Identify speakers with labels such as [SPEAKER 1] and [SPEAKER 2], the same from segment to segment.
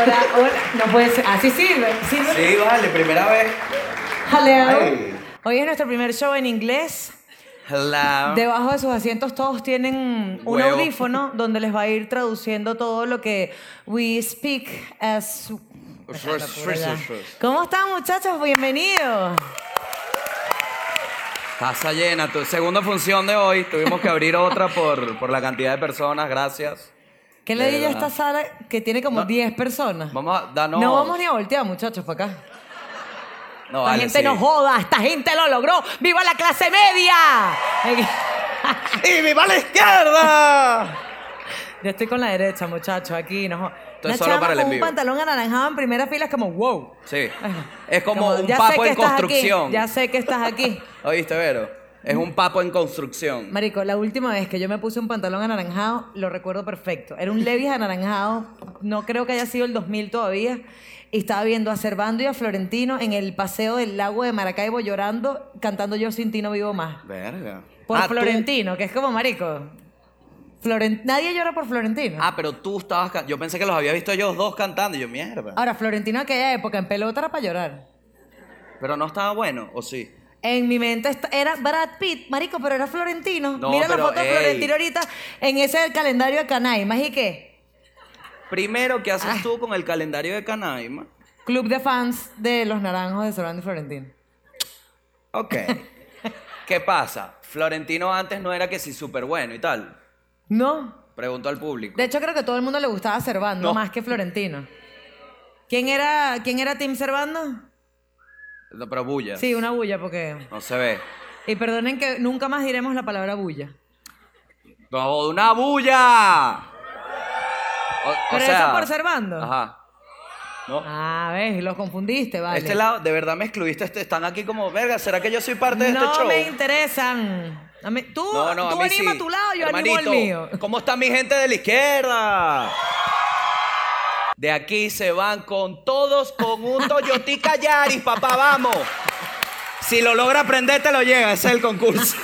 [SPEAKER 1] Hola. No puede ser. Así sirve. Sirve.
[SPEAKER 2] Sí, vale, primera vez.
[SPEAKER 1] Jaleo.
[SPEAKER 2] Ay.
[SPEAKER 1] Hoy es nuestro primer show en inglés.
[SPEAKER 2] Hello.
[SPEAKER 1] Debajo de sus asientos todos tienen un
[SPEAKER 2] Ah. Huevo.
[SPEAKER 1] audífono donde les va a ir traduciendo todo lo que we speak as...
[SPEAKER 2] Sure, sure, sure, sure.
[SPEAKER 1] ¿Cómo están muchachos? Bienvenidos.
[SPEAKER 2] Casa llena. Tu segunda función de hoy. Tuvimos que abrir otra por, por la cantidad de personas. Gracias.
[SPEAKER 1] ¿Qué
[SPEAKER 2] De
[SPEAKER 1] le digo a
[SPEAKER 2] verdad.
[SPEAKER 1] esta sala que tiene como 10 personas?
[SPEAKER 2] Vamos a darnos.
[SPEAKER 1] No vamos ni a voltear muchachos para acá.
[SPEAKER 2] No,
[SPEAKER 1] esta
[SPEAKER 2] vale,
[SPEAKER 1] gente
[SPEAKER 2] sí.
[SPEAKER 1] no joda, esta gente lo logró. ¡Viva la clase media!
[SPEAKER 2] ¡Y viva la izquierda!
[SPEAKER 1] Yo estoy con la derecha, muchachos, aquí. No, joda.
[SPEAKER 2] Estoy
[SPEAKER 1] Una
[SPEAKER 2] solo
[SPEAKER 1] chama
[SPEAKER 2] para el
[SPEAKER 1] con
[SPEAKER 2] en
[SPEAKER 1] un
[SPEAKER 2] vivo.
[SPEAKER 1] pantalón anaranjado en primera fila es como wow.
[SPEAKER 2] Sí. Es como, un
[SPEAKER 1] ya sé
[SPEAKER 2] papo
[SPEAKER 1] que
[SPEAKER 2] en
[SPEAKER 1] estás aquí,
[SPEAKER 2] construcción.
[SPEAKER 1] ya sé que estás aquí.
[SPEAKER 2] ¿Oíste, Vero? Es un papo en construcción.
[SPEAKER 1] Marico, la última vez que yo me puse un pantalón anaranjado, lo recuerdo perfecto. Era un Levi's anaranjado, no creo que haya sido el 2000 todavía. Y estaba viendo a Cervando y a Florentino en el paseo del lago de Maracaibo llorando, cantando Yo sin ti no vivo más.
[SPEAKER 2] Verga.
[SPEAKER 1] Por
[SPEAKER 2] Ah, tú-
[SPEAKER 1] Florentino, que es como marico. Floren- Nadie llora por Florentino.
[SPEAKER 2] Ah, pero tú estabas. can- Yo pensé que los había visto ellos dos cantando. Y yo, mierda.
[SPEAKER 1] Ahora, Florentino aquella época en pelota era para llorar.
[SPEAKER 2] Pero no estaba bueno, ¿o sí?
[SPEAKER 1] En mi mente est- era Brad Pitt, marico, pero era Florentino.
[SPEAKER 2] No,
[SPEAKER 1] Mira la
[SPEAKER 2] pero,
[SPEAKER 1] foto de
[SPEAKER 2] ey.
[SPEAKER 1] Florentino ahorita en ese calendario de Canay. ¿Más y qué?
[SPEAKER 2] Primero, ¿qué haces
[SPEAKER 1] Ah.
[SPEAKER 2] tú con el calendario de Canaima?
[SPEAKER 1] Club de fans de los naranjos de Servando y Florentino.
[SPEAKER 2] Ok. ¿Qué pasa? Florentino antes no era que sí súper bueno y tal.
[SPEAKER 1] No.
[SPEAKER 2] Pregunto al público.
[SPEAKER 1] De hecho, creo que todo el mundo le gustaba Servando
[SPEAKER 2] No.
[SPEAKER 1] más que Florentino. ¿Quién era, ¿quién era Team Servando?
[SPEAKER 2] No, Pero bulla.
[SPEAKER 1] Sí, una bulla, porque.
[SPEAKER 2] No se ve.
[SPEAKER 1] Y perdonen que nunca más diremos la palabra bulla.
[SPEAKER 2] ¡No, una bulla! O- o
[SPEAKER 1] Pero eso
[SPEAKER 2] sea-
[SPEAKER 1] por Servando.
[SPEAKER 2] Ajá. No.
[SPEAKER 1] Ah, ves, los confundiste, vale.
[SPEAKER 2] Este lado, de verdad me excluiste. este- están aquí como, verga, ¿será que yo soy parte de
[SPEAKER 1] no
[SPEAKER 2] este show?
[SPEAKER 1] me interesan. A mí- tú
[SPEAKER 2] no, no, a
[SPEAKER 1] tú
[SPEAKER 2] mí
[SPEAKER 1] anima
[SPEAKER 2] sí.
[SPEAKER 1] a tu lado, yo
[SPEAKER 2] Hermanito,
[SPEAKER 1] animo al mío.
[SPEAKER 2] ¿Cómo está mi gente de la izquierda? De aquí se van con todos con un Toyotica Yaris, papá, vamos. Si lo logra aprender, te lo lleva. Ese es el concurso.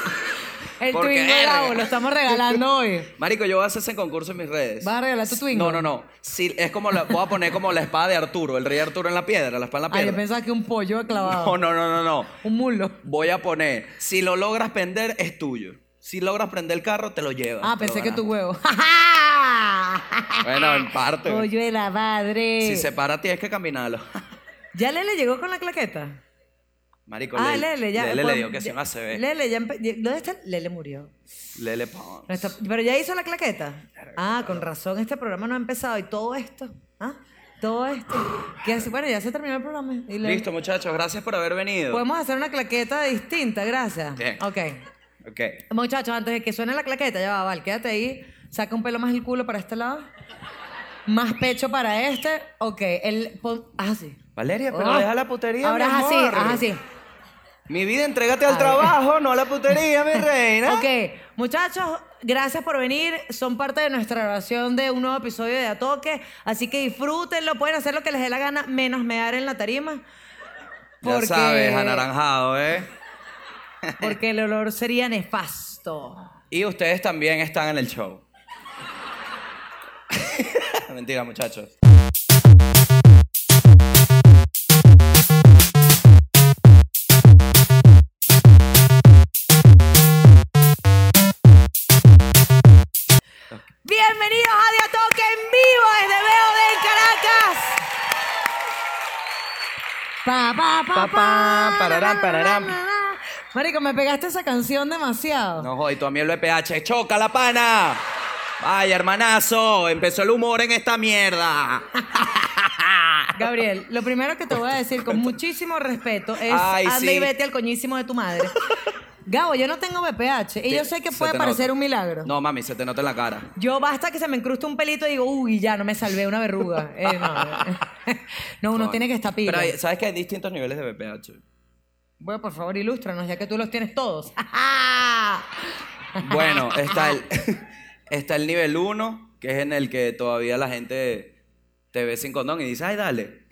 [SPEAKER 1] El
[SPEAKER 2] Porque,
[SPEAKER 1] Twingo de
[SPEAKER 2] verga.
[SPEAKER 1] Gabo, lo estamos regalando hoy.
[SPEAKER 2] Marico, yo voy a hacer ese concurso en mis redes.
[SPEAKER 1] ¿Vas a regalar tu Twingo?
[SPEAKER 2] No, no, no. Sí, es como la, voy a poner como la espada de Arturo, el rey Arturo en la piedra, la espada en la
[SPEAKER 1] Ay, Ah, yo
[SPEAKER 2] piedra.
[SPEAKER 1] pensaba que un pollo clavado.
[SPEAKER 2] no, no, no, no, no.
[SPEAKER 1] Un mulo.
[SPEAKER 2] Voy a poner, si lo logras prender, es tuyo. Si logras prender el carro, te lo llevas.
[SPEAKER 1] Ah,
[SPEAKER 2] te lo
[SPEAKER 1] pensé que tu
[SPEAKER 2] ganas.
[SPEAKER 1] huevo.
[SPEAKER 2] Bueno, en parte.
[SPEAKER 1] Pollo de la madre.
[SPEAKER 2] Si se para, tienes que caminarlo.
[SPEAKER 1] ¿Ya Lele llegó con la claqueta?
[SPEAKER 2] Marico,
[SPEAKER 1] Ah,
[SPEAKER 2] Lele,
[SPEAKER 1] Lele, ya.
[SPEAKER 2] Lele
[SPEAKER 1] pues,
[SPEAKER 2] le dio que
[SPEAKER 1] ya-
[SPEAKER 2] se me hace ver.
[SPEAKER 1] Lele, ya. empe- ya- ¿Dónde está? Lele murió.
[SPEAKER 2] Lele, pa.
[SPEAKER 1] No está- pero ya hizo la claqueta. Ah, con razón, este programa no ha empezado. Y todo esto. ¿Ah? Todo esto. ¿Qué hace? Bueno, ya se terminó el programa. Y Lele- Pues,
[SPEAKER 2] Listo, muchachos, gracias por haber venido.
[SPEAKER 1] Podemos hacer una claqueta distinta, gracias.
[SPEAKER 2] Bien.
[SPEAKER 1] Ok.
[SPEAKER 2] Ok.
[SPEAKER 1] Muchachos, antes de que suene la claqueta, ya va, Val, quédate ahí. Saca un pelo más el culo para este lado. Más pecho para este. Ok, el. pon- haz así.
[SPEAKER 2] Valeria, pero
[SPEAKER 1] Oh.
[SPEAKER 2] deja la putería.
[SPEAKER 1] Ahora
[SPEAKER 2] mi
[SPEAKER 1] haz así,
[SPEAKER 2] amor.
[SPEAKER 1] haz así.
[SPEAKER 2] Mi vida, entrégate al
[SPEAKER 1] A ver.
[SPEAKER 2] trabajo, no a la putería, mi reina.
[SPEAKER 1] Ok, muchachos, gracias por venir. Son parte de nuestra grabación de un nuevo episodio de Atoque. Así que disfrútenlo, pueden hacer lo que les dé la gana, menos mear en la tarima.
[SPEAKER 2] Ya sabes, anaranjado, ¿eh?
[SPEAKER 1] Porque el olor sería nefasto.
[SPEAKER 2] Y ustedes también están en el show. Mentira, muchachos.
[SPEAKER 1] Bienvenidos a De Atoque en vivo desde BOD en Caracas. Pa, pa, pa,
[SPEAKER 2] Pa, pa, pararán, pararán.
[SPEAKER 1] Marico, me pegaste esa canción demasiado.
[SPEAKER 2] No jodas, y tu amigo el BPH. ¡Choca la pana! Vaya, hermanazo, empezó el humor en esta mierda.
[SPEAKER 1] Gabriel, lo primero que te voy a decir con muchísimo respeto es
[SPEAKER 2] Ay,
[SPEAKER 1] anda
[SPEAKER 2] sí.
[SPEAKER 1] y vete al coñísimo de tu madre. Gabo, yo no tengo BPH y yo sé que
[SPEAKER 2] Se
[SPEAKER 1] puede
[SPEAKER 2] te
[SPEAKER 1] parecer
[SPEAKER 2] nota.
[SPEAKER 1] un milagro.
[SPEAKER 2] No, mami, se te nota en la cara.
[SPEAKER 1] Yo basta que se me incruste un pelito y digo, uy, ya no me salvé una verruga. Eh, no, no, uno
[SPEAKER 2] Coño.
[SPEAKER 1] tiene que estar pila.
[SPEAKER 2] Pero hay- sabes que hay distintos niveles de BPH.
[SPEAKER 1] Bueno, por favor, ilústranos, ya que tú los tienes todos.
[SPEAKER 2] Bueno, está el, está el nivel 1, que es en el que todavía la gente te ve sin condón y dice, ay, dale.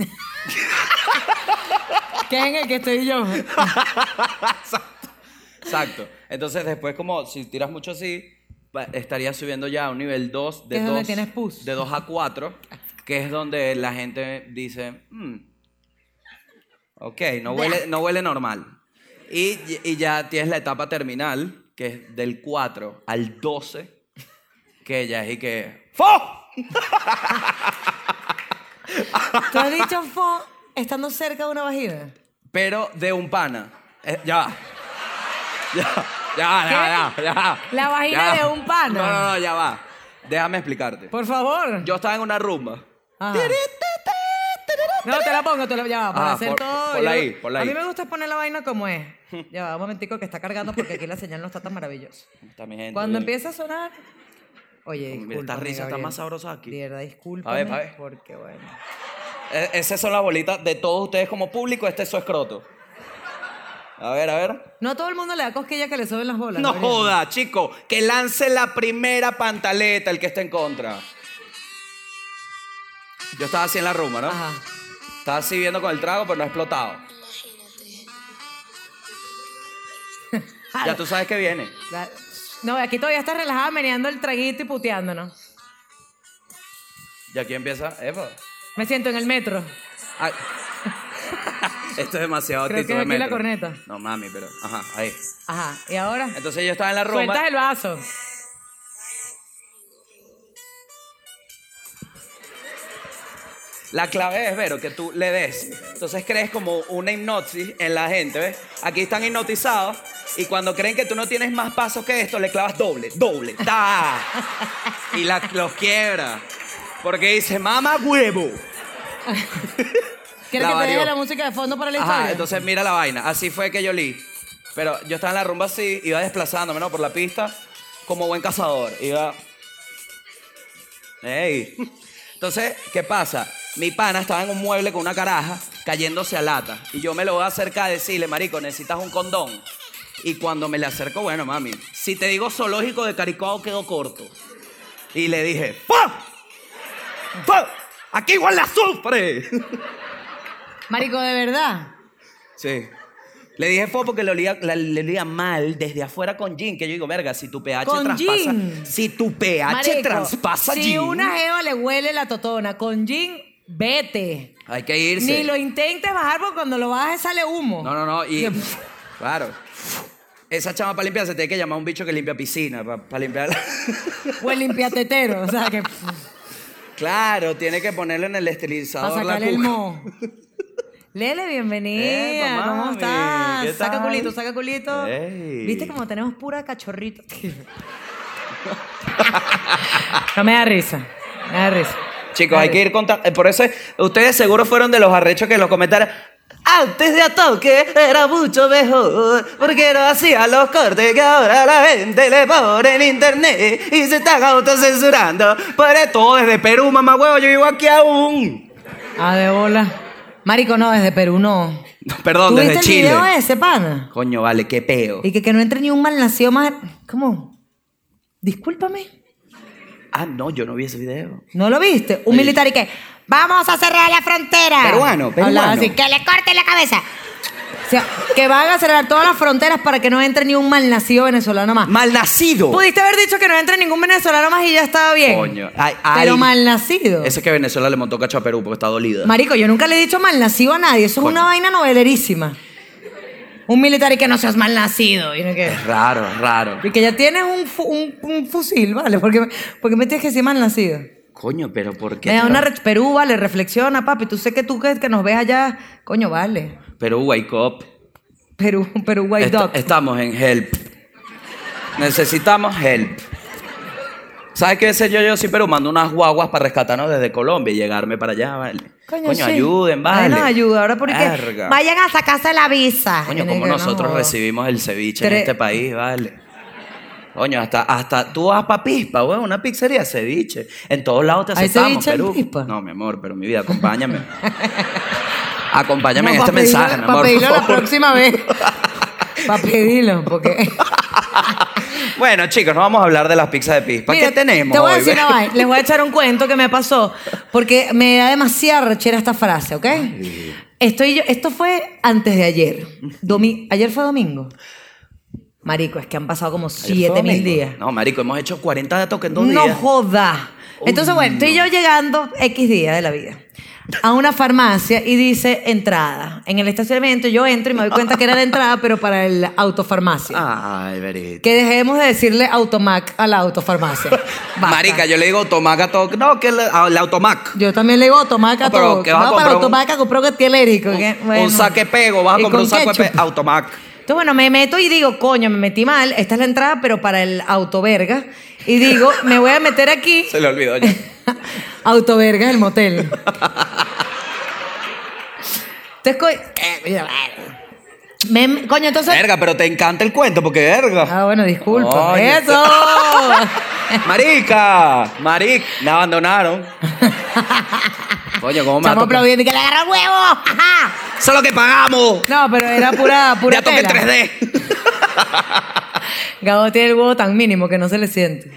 [SPEAKER 1] que es en el que estoy yo.
[SPEAKER 2] Exacto. Entonces, después, como si tiras mucho así, va- estarías subiendo ya a un nivel 2 de
[SPEAKER 1] Que es donde
[SPEAKER 2] 2
[SPEAKER 1] tienes pus.
[SPEAKER 2] de 2 a 4. que es donde la gente dice, "Mm, ok, no huele, no huele normal. Y, y ya tienes la etapa terminal, que es del 4 al 12, que ya es y que... ¡Fo!
[SPEAKER 1] ¿Tú has dicho fo estando cerca de una vagina?
[SPEAKER 2] Pero de un pana. Eh, ya va. Ya, ya, va, ya, va, ya, va.
[SPEAKER 1] ¿La vagina
[SPEAKER 2] Ya va.
[SPEAKER 1] de un pana?
[SPEAKER 2] No, no, no, ya va. Déjame explicarte.
[SPEAKER 1] Por favor.
[SPEAKER 2] Yo estaba en una rumba.
[SPEAKER 1] Ajá. No, te la pongo, te la ya va, para
[SPEAKER 2] Ah,
[SPEAKER 1] hacer
[SPEAKER 2] por-
[SPEAKER 1] todo.
[SPEAKER 2] ponla
[SPEAKER 1] yo-
[SPEAKER 2] ahí, ponla
[SPEAKER 1] A mí
[SPEAKER 2] ahí.
[SPEAKER 1] me gusta poner la vaina como es. Ya va, un momentico que está cargando porque aquí la señal no está tan maravillosa.
[SPEAKER 2] Está mi gente,
[SPEAKER 1] Cuando
[SPEAKER 2] bien.
[SPEAKER 1] empieza a sonar. Oye,
[SPEAKER 2] Mira,
[SPEAKER 1] disculpa.
[SPEAKER 2] estas risas están más sabrosas aquí.
[SPEAKER 1] De verdad, disculpa.
[SPEAKER 2] A ver, pa' ver.
[SPEAKER 1] Porque bueno.
[SPEAKER 2] E- esas son las bolitas de todos ustedes como público. Este es su escroto. A ver, a ver.
[SPEAKER 1] No a todo el mundo le da cosquilla que le suben las bolas.
[SPEAKER 2] No
[SPEAKER 1] Gabriel.
[SPEAKER 2] joda, chico. Que lance la primera pantaleta el que esté en contra. Yo estaba así en la rumba, ¿no?
[SPEAKER 1] Ajá.
[SPEAKER 2] Estaba así viendo con el trago, pero no ha explotado. Ya tú sabes que viene.
[SPEAKER 1] La- No, aquí todavía estás relajada meneando el traguito y puteándonos.
[SPEAKER 2] Y aquí empieza. Epa.
[SPEAKER 1] Me siento en el metro.
[SPEAKER 2] Ay. Esto es demasiado
[SPEAKER 1] Creo
[SPEAKER 2] actitud
[SPEAKER 1] que
[SPEAKER 2] de
[SPEAKER 1] aquí la
[SPEAKER 2] metro.
[SPEAKER 1] corneta.
[SPEAKER 2] No mami, pero. Ajá, ahí.
[SPEAKER 1] Ajá. ¿Y ahora?
[SPEAKER 2] Entonces yo estaba en la
[SPEAKER 1] Sueltas
[SPEAKER 2] rumba.
[SPEAKER 1] el vaso.
[SPEAKER 2] La clave es, Vero, que tú le des. Entonces crees como una hipnosis en la gente, ¿ves? Aquí están hipnotizados y cuando creen que tú no tienes más pasos que esto, le clavas doble, doble, ta. Y la, los quiebra. Porque dice, mamá huevo.
[SPEAKER 1] ¿Quieres
[SPEAKER 2] La
[SPEAKER 1] que te deje
[SPEAKER 2] varió.
[SPEAKER 1] la música de fondo para la historia?
[SPEAKER 2] Ajá, entonces mira la vaina. Así fue que yo li. Pero yo estaba en la rumba así, iba desplazándome, ¿no? Por la pista, como buen cazador. Iba. ¡Ey! Entonces, ¿qué pasa? Mi pana estaba en un mueble con una caraja cayéndose a lata. Y yo me lo voy a acercar a decirle, marico, necesitas un condón. Y cuando me le acerco, bueno, mami, si te digo zoológico de Caricuao, quedó corto. Y le dije, ¡pa! ¡Pa! ¡Aquí igual la sufre!
[SPEAKER 1] Marico, de verdad.
[SPEAKER 2] Sí. Le dije fue porque le olía, la- le olía mal desde afuera con gin, que yo digo, verga, si tu pH
[SPEAKER 1] Con
[SPEAKER 2] traspasa,
[SPEAKER 1] gin.
[SPEAKER 2] si tu pH
[SPEAKER 1] Marico,
[SPEAKER 2] traspasa
[SPEAKER 1] si
[SPEAKER 2] gin,
[SPEAKER 1] una jeva le huele la totona con gin, vete.
[SPEAKER 2] hay que irse.
[SPEAKER 1] Ni lo intentes bajar porque cuando lo bajes sale humo.
[SPEAKER 2] No, no, no, y claro. Esa chama para limpiar se tiene que llamar a un bicho que limpia piscina para limpiar.
[SPEAKER 1] O el limpiatetero. o sea, que
[SPEAKER 2] claro, tiene que ponerle en el
[SPEAKER 1] para
[SPEAKER 2] esterilizador la
[SPEAKER 1] sacarle el
[SPEAKER 2] cuca.
[SPEAKER 1] moho. Lele, bienvenida.
[SPEAKER 2] Epa, mami,
[SPEAKER 1] ¿Cómo estás?
[SPEAKER 2] ¿qué
[SPEAKER 1] Saca
[SPEAKER 2] tal?
[SPEAKER 1] culito, saca culito.
[SPEAKER 2] Ey.
[SPEAKER 1] ¿Viste como tenemos pura cachorrito? no me da risa. Me da risa.
[SPEAKER 2] Chicos, hay que ir contando. Por eso, ustedes seguro fueron de los arrechos que en los comentarios. Antes de Atoque era mucho mejor, porque no hacía los cortes que ahora la gente le pone en internet y se están autocensurando. Por esto, desde Perú, mamá huevo, yo vivo aquí aún.
[SPEAKER 1] Ah, de bola. Marico, no, desde Perú no.
[SPEAKER 2] No, perdón,
[SPEAKER 1] ¿Tú
[SPEAKER 2] desde
[SPEAKER 1] viste el
[SPEAKER 2] Chile.
[SPEAKER 1] video ese, pana?
[SPEAKER 2] Coño, vale, qué peo.
[SPEAKER 1] Y que, que no entre ni un mal nacido más. ¿Cómo? Discúlpame.
[SPEAKER 2] Ah, no, yo no vi ese video.
[SPEAKER 1] ¿No lo viste? Un militar y que. ¡Vamos a cerrar la frontera!
[SPEAKER 2] Peruano, peruano.
[SPEAKER 1] Hablaba así, que le corten la cabeza. O sea, que van a cerrar todas las fronteras para que no entre ni un mal nacido venezolano más.
[SPEAKER 2] Malnacido.
[SPEAKER 1] Pudiste haber dicho que no entre ningún venezolano más y ya estaba bien.
[SPEAKER 2] Coño, ay, ay.
[SPEAKER 1] Pero mal nacido.
[SPEAKER 2] Ese que Venezuela le montó cacho a Perú porque está dolida.
[SPEAKER 1] Marico, yo nunca le he dicho mal nacido a nadie. Eso es una vaina novelerísima. Un militar y que no seas mal nacido. Y no que-
[SPEAKER 2] Es raro, es raro.
[SPEAKER 1] Y que ya tienes un, fu- un- un fusil, ¿vale? Porque, porque me tienes que decir mal nacido.
[SPEAKER 2] Coño, pero ¿por qué?
[SPEAKER 1] Me da una
[SPEAKER 2] tra-
[SPEAKER 1] re- Perú, vale, reflexiona, papi. Tú sé que tú que, que nos ves allá, coño, vale.
[SPEAKER 2] Perú, wake up.
[SPEAKER 1] Perú, Perú, White
[SPEAKER 2] Esta-
[SPEAKER 1] Dog.
[SPEAKER 2] Estamos en help. Necesitamos help. ¿Sabes qué sé yo? Yo sí, pero mando unas guaguas para rescatarnos desde Colombia y llegarme para allá, vale. Coño,
[SPEAKER 1] sí.
[SPEAKER 2] ayuden, vale.
[SPEAKER 1] Ay, nos ayuda. Ahora porque
[SPEAKER 2] Verga.
[SPEAKER 1] vayan a sacarse la visa.
[SPEAKER 2] Coño,
[SPEAKER 1] Tiene
[SPEAKER 2] como
[SPEAKER 1] que- no
[SPEAKER 2] nosotros
[SPEAKER 1] joda.
[SPEAKER 2] recibimos el ceviche en
[SPEAKER 1] Tres-
[SPEAKER 2] este país, vale. Coño, hasta, hasta tú vas pa' Pispa, weón, una pizzería ceviche. En todos lados te
[SPEAKER 1] ¿Hay
[SPEAKER 2] aceptamos,
[SPEAKER 1] ceviche en
[SPEAKER 2] Perú.
[SPEAKER 1] Pispa?
[SPEAKER 2] No, mi amor, pero mi vida, acompáñame. acompáñame
[SPEAKER 1] No,
[SPEAKER 2] en
[SPEAKER 1] pa'
[SPEAKER 2] este
[SPEAKER 1] pedirlo-
[SPEAKER 2] mensaje, mi
[SPEAKER 1] pa'
[SPEAKER 2] amor. por
[SPEAKER 1] pedirlo la
[SPEAKER 2] favor.
[SPEAKER 1] próxima vez. Para pedirlo, porque.
[SPEAKER 2] Bueno, chicos, no vamos a hablar de las pizzas de Pispa.
[SPEAKER 1] Mira,
[SPEAKER 2] ¿Qué tenemos
[SPEAKER 1] Te voy a
[SPEAKER 2] hoy,
[SPEAKER 1] decir
[SPEAKER 2] ve?
[SPEAKER 1] una vaina. Les voy a echar un cuento que me pasó. Porque me da demasiada rechera esta frase, ¿ok? Estoy yo, esto fue antes de ayer. Domi- ayer fue domingo. Marico, es que han pasado como
[SPEAKER 2] Ayer fue
[SPEAKER 1] siete mil
[SPEAKER 2] domingo.
[SPEAKER 1] días.
[SPEAKER 2] No, marico, hemos hecho 40 de toque en dos
[SPEAKER 1] No
[SPEAKER 2] días.
[SPEAKER 1] joda. Entonces, bueno, estoy yo llegando X día de la vida a una farmacia y dice entrada. En el estacionamiento yo entro y me doy cuenta que era la entrada, pero para el autofarmacia.
[SPEAKER 2] Ah. Ay, verito.
[SPEAKER 1] Que dejemos de decirle automac a la autofarmacia. Basta.
[SPEAKER 2] Marica, yo le digo automac a todo. No, que el, al automac.
[SPEAKER 1] Yo también le digo automac a
[SPEAKER 2] No, pero
[SPEAKER 1] todo.
[SPEAKER 2] que vas a
[SPEAKER 1] No,
[SPEAKER 2] comprar
[SPEAKER 1] para
[SPEAKER 2] un-
[SPEAKER 1] automac a comprar un antialérgico,
[SPEAKER 2] Un,
[SPEAKER 1] que-
[SPEAKER 2] un
[SPEAKER 1] bueno.
[SPEAKER 2] saque pego, vas a
[SPEAKER 1] Y
[SPEAKER 2] comprar
[SPEAKER 1] con
[SPEAKER 2] un saco de
[SPEAKER 1] ketchup.
[SPEAKER 2] pego. Automac.
[SPEAKER 1] Entonces, bueno, me meto y digo, coño, me metí mal. Esta es la entrada, pero para el autoverga. Y digo, me voy a meter aquí.
[SPEAKER 2] Se le olvidó ya.
[SPEAKER 1] Autoverga el motel. entonces, co- eh, mira, me- coño, entonces.
[SPEAKER 2] Verga, pero te encanta el cuento porque verga.
[SPEAKER 1] Ah, bueno, disculpa.
[SPEAKER 2] Coño.
[SPEAKER 1] ¡Eso!
[SPEAKER 2] Marica, Maric, me abandonaron. Coño, ¿cómo me va a
[SPEAKER 1] Estamos
[SPEAKER 2] tocar?
[SPEAKER 1] aplaudiendo y que le agarra el huevo. Ajá.
[SPEAKER 2] Eso es lo que pagamos.
[SPEAKER 1] no, pero era pura, pura
[SPEAKER 2] Ya toqué
[SPEAKER 1] tela.
[SPEAKER 2] 3D.
[SPEAKER 1] Gabo tiene el huevo tan mínimo que no se le siente.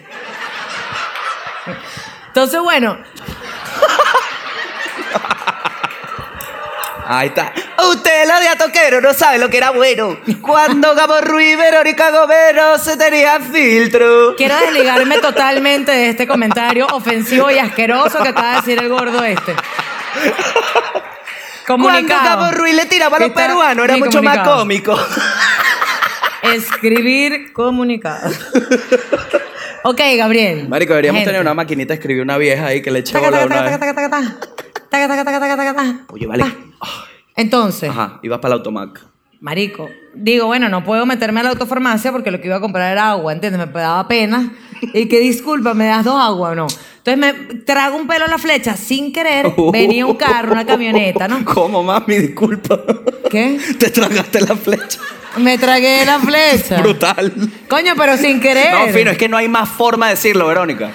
[SPEAKER 1] Entonces, bueno,
[SPEAKER 2] Ahí está. Usted, la de Atoquero, no sabe lo que era bueno. Cuando Gabo Ruiz, Verónica Gobero se tenía filtro.
[SPEAKER 1] quiero desligarme totalmente de este comentario ofensivo y asqueroso que acaba de decir el gordo este.
[SPEAKER 2] Cuando
[SPEAKER 1] Comunicado.
[SPEAKER 2] Gabo Ruiz le tiraba a los
[SPEAKER 1] Está
[SPEAKER 2] peruanos, era
[SPEAKER 1] mi
[SPEAKER 2] mucho más
[SPEAKER 1] comunicado.
[SPEAKER 2] cómico.
[SPEAKER 1] Escribir comunicado. ok, Gabriel.
[SPEAKER 2] Marico, deberíamos
[SPEAKER 1] Gente.
[SPEAKER 2] tener una maquinita, escribir una vieja ahí que le eche
[SPEAKER 1] Taca,
[SPEAKER 2] bola
[SPEAKER 1] taca,
[SPEAKER 2] una
[SPEAKER 1] taca,
[SPEAKER 2] vez.
[SPEAKER 1] taca, taca, taca. Taca, taca, taca, taca, taca, taca. Ah.
[SPEAKER 2] Oye, vale.
[SPEAKER 1] Pa. Entonces,
[SPEAKER 2] Ajá, ibas para el automac.
[SPEAKER 1] marico, digo, bueno, no puedo meterme a la autofarmacia porque lo que iba a comprar era agua, ¿entiendes? Me daba pena. Y que disculpa, ¿me das dos aguas o no? Entonces me trago un pelo a la flecha sin querer. Venía un carro, una camioneta, ¿no?
[SPEAKER 2] ¿Cómo, mami? Disculpa.
[SPEAKER 1] ¿Qué?
[SPEAKER 2] Te tragaste la flecha.
[SPEAKER 1] Me tragué la flecha.
[SPEAKER 2] Brutal.
[SPEAKER 1] Coño, pero sin querer.
[SPEAKER 2] No, fino, es que no hay más forma de decirlo, Verónica.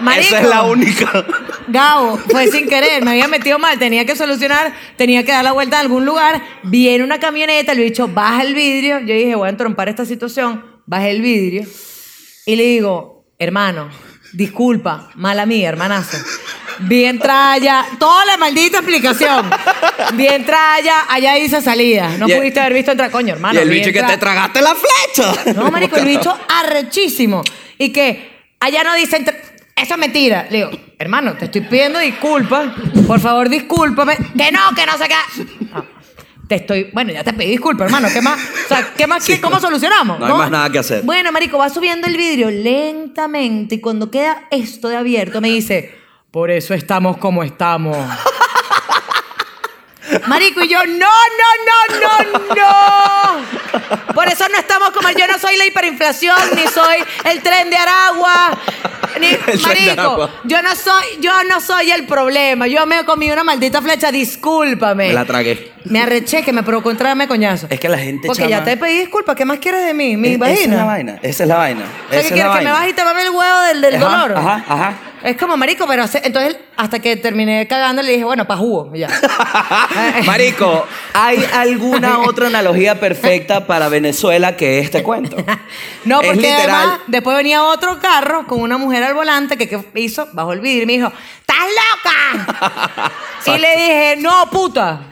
[SPEAKER 1] Marico.
[SPEAKER 2] Esa es la única.
[SPEAKER 1] Gabo, fue sin querer, me había metido mal, tenía que solucionar, tenía que dar la vuelta a algún lugar, viene una camioneta, el bicho baja el vidrio, yo dije, voy a entrompar esta situación, bajé el vidrio y le digo, hermano, disculpa, mala mía, hermanazo. Vi entrar allá, toda la maldita explicación. Vi entrar allá, allá dice salida. No
[SPEAKER 2] Y el-
[SPEAKER 1] pudiste haber visto entrar, coño, hermano.
[SPEAKER 2] y el
[SPEAKER 1] vi
[SPEAKER 2] bicho que
[SPEAKER 1] entrar-
[SPEAKER 2] te tragaste la flecha.
[SPEAKER 1] no, marico, el bicho arrechísimo. Y que allá no dicen... tr- Eso es mentira. Le digo, hermano, te estoy pidiendo disculpas. Por favor, discúlpame. Que no, que no sé qué. Ah, Te estoy... Bueno, ya te pedí disculpas, hermano. ¿Qué más? O sea, ¿qué más?
[SPEAKER 2] Sí.
[SPEAKER 1] ¿Cómo solucionamos?
[SPEAKER 2] No hay más nada que hacer.
[SPEAKER 1] Bueno, marico, va subiendo el vidrio lentamente y cuando queda esto de abierto me dice... Por eso estamos como estamos. Marico, y yo, no, no, no, no, no. Por eso no estamos como yo no soy la hiperinflación, ni soy el tren de Aragua. Ni,
[SPEAKER 2] tren de
[SPEAKER 1] marico,
[SPEAKER 2] Aragua.
[SPEAKER 1] yo no soy, yo no soy el problema. Yo me comí una maldita flecha, discúlpame.
[SPEAKER 2] Me la tragué.
[SPEAKER 1] Me arreché que me provocó entrarme coñazo.
[SPEAKER 2] Es que la gente
[SPEAKER 1] Porque
[SPEAKER 2] chama-
[SPEAKER 1] ya te pedí disculpas, ¿qué más quieres de mí? Mi
[SPEAKER 2] Es-
[SPEAKER 1] vagina.
[SPEAKER 2] Esa es la vaina. Esa es la vaina.
[SPEAKER 1] O sea,
[SPEAKER 2] esa
[SPEAKER 1] que
[SPEAKER 2] es
[SPEAKER 1] quieres
[SPEAKER 2] la
[SPEAKER 1] que me
[SPEAKER 2] vaina.
[SPEAKER 1] bajes y te mames el huevo del, del
[SPEAKER 2] Ajá,
[SPEAKER 1] dolor.
[SPEAKER 2] Ajá, ajá.
[SPEAKER 1] Es como, marico, pero hace- entonces hasta que terminé cagando le dije, bueno, pa' jugo, y ya. Eh,
[SPEAKER 2] Marico, ¿hay alguna otra analogía perfecta para Venezuela que este cuento?
[SPEAKER 1] No,
[SPEAKER 2] Es
[SPEAKER 1] porque
[SPEAKER 2] literal.
[SPEAKER 1] además después venía otro carro con una mujer al volante que, que hizo, bajó el vidrio y me dijo, ¡estás loca! y le dije, no, puta.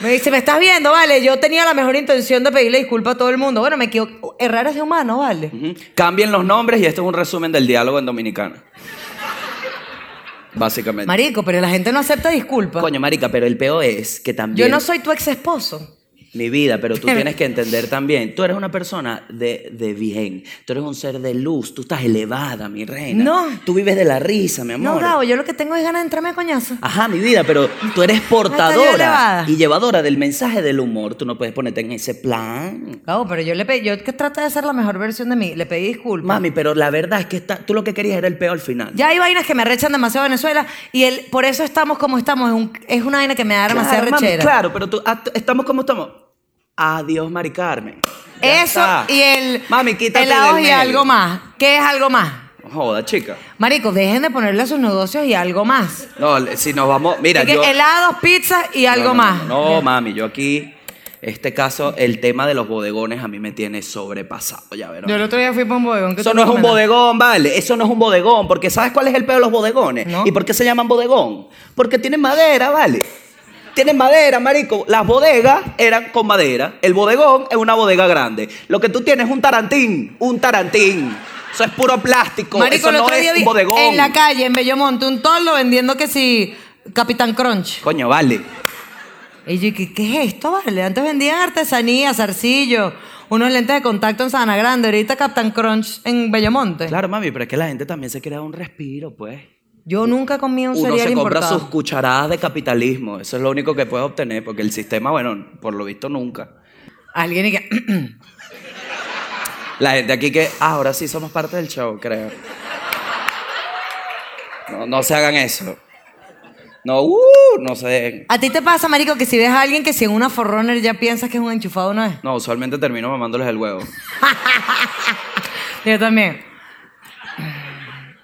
[SPEAKER 1] Me dice, ¿me estás viendo? Vale, yo tenía la mejor intención de pedirle disculpas a todo el mundo. Bueno, me equivoqué. Errar es de humano, vale.
[SPEAKER 2] Ujú. Cambien los nombres y esto es un resumen del diálogo en Dominicana. Básicamente.
[SPEAKER 1] Marico, pero la gente no acepta disculpas.
[SPEAKER 2] Coño, marica, pero el peo es que también...
[SPEAKER 1] yo no soy tu ex esposo.
[SPEAKER 2] Mi vida, pero tú tienes que entender también. Tú eres una persona de, de bien. Tú eres un ser de luz. Tú estás elevada, mi reina.
[SPEAKER 1] No.
[SPEAKER 2] Tú vives de la risa, mi
[SPEAKER 1] No,
[SPEAKER 2] amor.
[SPEAKER 1] Gabo, yo lo que tengo es ganas de entrarme a coñazo.
[SPEAKER 2] Ajá, mi vida, pero tú eres
[SPEAKER 1] yo
[SPEAKER 2] portadora
[SPEAKER 1] elevada.
[SPEAKER 2] y llevadora del mensaje del humor. Tú no puedes ponerte en ese plan.
[SPEAKER 1] Gabo, pero yo le pedí, yo que traté de ser la mejor versión de mí, le pedí disculpas.
[SPEAKER 2] Mami, pero la verdad es que está- tú lo que querías era el peo al final.
[SPEAKER 1] Ya hay vainas que me rechan demasiado Venezuela y el, por eso estamos como estamos. Es, un- es una vaina que me da demasiada
[SPEAKER 2] claro, mami,
[SPEAKER 1] rechera.
[SPEAKER 2] claro, pero tú, ah, t- estamos como estamos. Adiós, Mari Carmen. Ya
[SPEAKER 1] Eso
[SPEAKER 2] está.
[SPEAKER 1] y e el,
[SPEAKER 2] Mami, quítate
[SPEAKER 1] el ajo
[SPEAKER 2] del
[SPEAKER 1] y
[SPEAKER 2] medio.
[SPEAKER 1] algo más. ¿Qué es algo más?
[SPEAKER 2] Joda, chica.
[SPEAKER 1] Marico, dejen de ponerle a sus negocios y algo más.
[SPEAKER 2] No, le- si nos vamos. Mira,
[SPEAKER 1] Es que
[SPEAKER 2] yo.
[SPEAKER 1] helados, pizzas y
[SPEAKER 2] No,
[SPEAKER 1] algo
[SPEAKER 2] no, no,
[SPEAKER 1] más.
[SPEAKER 2] No, no, mami, yo aquí. Este caso, el tema de los bodegones a mí me tiene sobrepasado, ya verás.
[SPEAKER 1] Yo el otro día fui para un bodegón. que
[SPEAKER 2] Eso
[SPEAKER 1] tú
[SPEAKER 2] no es un
[SPEAKER 1] comentas.
[SPEAKER 2] bodegón, vale. Eso no es un bodegón, porque ¿sabes cuál es el peor de los bodegones?
[SPEAKER 1] No.
[SPEAKER 2] ¿Y por qué se llaman bodegón? Porque tienen madera, vale. Tienen madera, marico. Las bodegas eran con madera. El bodegón es una bodega grande. Lo que tú tienes es un tarantín. Un tarantín. Eso es puro plástico.
[SPEAKER 1] Marico,
[SPEAKER 2] eso
[SPEAKER 1] el
[SPEAKER 2] no
[SPEAKER 1] otro día
[SPEAKER 2] es
[SPEAKER 1] vi
[SPEAKER 2] bodegón.
[SPEAKER 1] en la calle, en Bellomonte, un toldo vendiendo que si Capitán Crunch.
[SPEAKER 2] Coño, vale.
[SPEAKER 1] Y yo, ¿qué, qué es esto, vale? Antes vendían artesanía, zarcillo, unos lentes de contacto en Sana Grande, ahorita Capitán Crunch en Bellomonte.
[SPEAKER 2] Claro, mami, pero es que la gente también se quiere dar un respiro, pues.
[SPEAKER 1] Yo nunca comí un
[SPEAKER 2] Uno
[SPEAKER 1] cereal
[SPEAKER 2] se compra
[SPEAKER 1] importado.
[SPEAKER 2] sus cucharadas de capitalismo. Eso es lo único que puedes obtener, porque el sistema, bueno, por lo visto nunca.
[SPEAKER 1] Alguien y que...
[SPEAKER 2] La gente aquí que, ah, ahora sí somos parte del show, creo. No, no se hagan eso. No, uh, no se den.
[SPEAKER 1] ¿A ti te pasa, marico, que si ves a alguien que si en una forrunner ya piensas que es un enchufado no es?
[SPEAKER 2] No, usualmente termino mamándoles el huevo.
[SPEAKER 1] Yo también.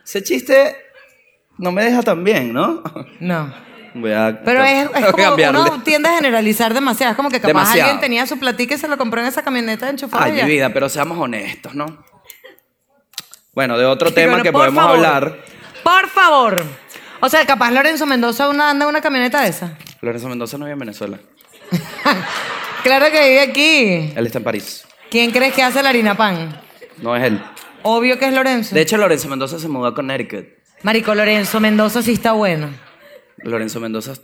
[SPEAKER 2] Ese chiste no me deja tan bien, ¿no?
[SPEAKER 1] No.
[SPEAKER 2] Voy a,
[SPEAKER 1] Pero es,
[SPEAKER 2] voy
[SPEAKER 1] es
[SPEAKER 2] a
[SPEAKER 1] como
[SPEAKER 2] cambiarle.
[SPEAKER 1] uno tiende a generalizar demasiado. Es como que capaz
[SPEAKER 2] Demasiado.
[SPEAKER 1] alguien tenía su platica y se lo compró en esa camioneta de enchufado.
[SPEAKER 2] Ay,
[SPEAKER 1] y ya.
[SPEAKER 2] mi vida, pero seamos honestos, ¿no? Bueno, de otro
[SPEAKER 1] Sí,
[SPEAKER 2] tema
[SPEAKER 1] bueno,
[SPEAKER 2] que
[SPEAKER 1] por
[SPEAKER 2] podemos
[SPEAKER 1] favor.
[SPEAKER 2] hablar.
[SPEAKER 1] Por favor. O sea, capaz Lorenzo Mendoza una, anda en una camioneta de esa.
[SPEAKER 2] Lorenzo Mendoza no vive en Venezuela.
[SPEAKER 1] Claro que vive aquí.
[SPEAKER 2] Él está en París.
[SPEAKER 1] ¿Quién crees que hace la harina pan?
[SPEAKER 2] No es él.
[SPEAKER 1] Obvio que es Lorenzo.
[SPEAKER 2] De hecho, Lorenzo Mendoza se mudó a Connecticut.
[SPEAKER 1] Marico, Lorenzo Mendoza sí está bueno.
[SPEAKER 2] Lorenzo Mendoza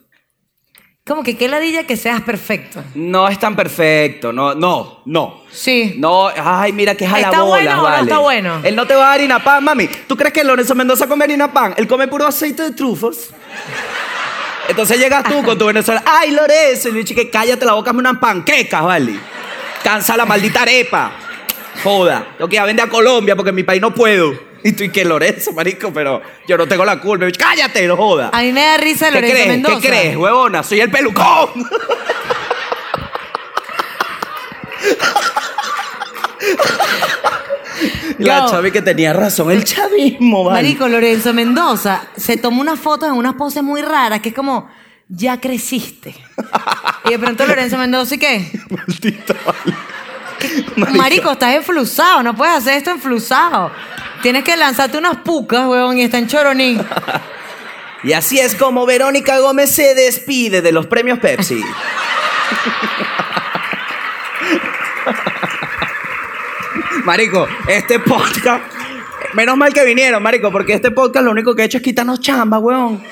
[SPEAKER 1] Como que qué ladilla que seas perfecto.
[SPEAKER 2] no es tan perfecto. No, no, no.
[SPEAKER 1] Sí.
[SPEAKER 2] No, ay, mira que es a la
[SPEAKER 1] ¿Está
[SPEAKER 2] bola,
[SPEAKER 1] bueno o no
[SPEAKER 2] vale.
[SPEAKER 1] está bueno?
[SPEAKER 2] Él no te va a dar harina pan, mami. ¿Tú crees que Lorenzo Mendoza come harina pan? Él come puro aceite de trufos. Entonces llegas tú con tu Venezuela. Ay, Lorenzo. Y le dije que cállate la boca, hazme unas panquecas, vale. Cansa la maldita arepa. Joda. Yo que ya vende a Colombia porque en mi país no puedo. Y tú, ¿y qué, Lorenzo, marico? Pero yo no tengo la culpa. Y yo, Cállate, no joda.
[SPEAKER 1] A mí me da risa
[SPEAKER 2] ¿Qué
[SPEAKER 1] Lorenzo
[SPEAKER 2] crees?
[SPEAKER 1] Mendoza.
[SPEAKER 2] ¿Qué crees, huevona? Soy el pelucón. La
[SPEAKER 1] Yo-
[SPEAKER 2] Chavi que tenía razón, el chavismo, vale.
[SPEAKER 1] Marico, Lorenzo Mendoza se tomó unas fotos en unas poses muy raras que es como, ya creciste. Y de pronto Lorenzo Mendoza, ¿y qué?
[SPEAKER 2] Maldito, vale.
[SPEAKER 1] Marico, estás enflusado, no puedes hacer esto enflusado. Tienes que lanzarte unas pucas, huevón, y está en choroní.
[SPEAKER 2] Y así es como Verónica Gómez se despide de los premios Pepsi. Marico, este podcast. Menos mal que vinieron, Marico, porque este podcast lo único que ha hecho es quitarnos chamba, weón.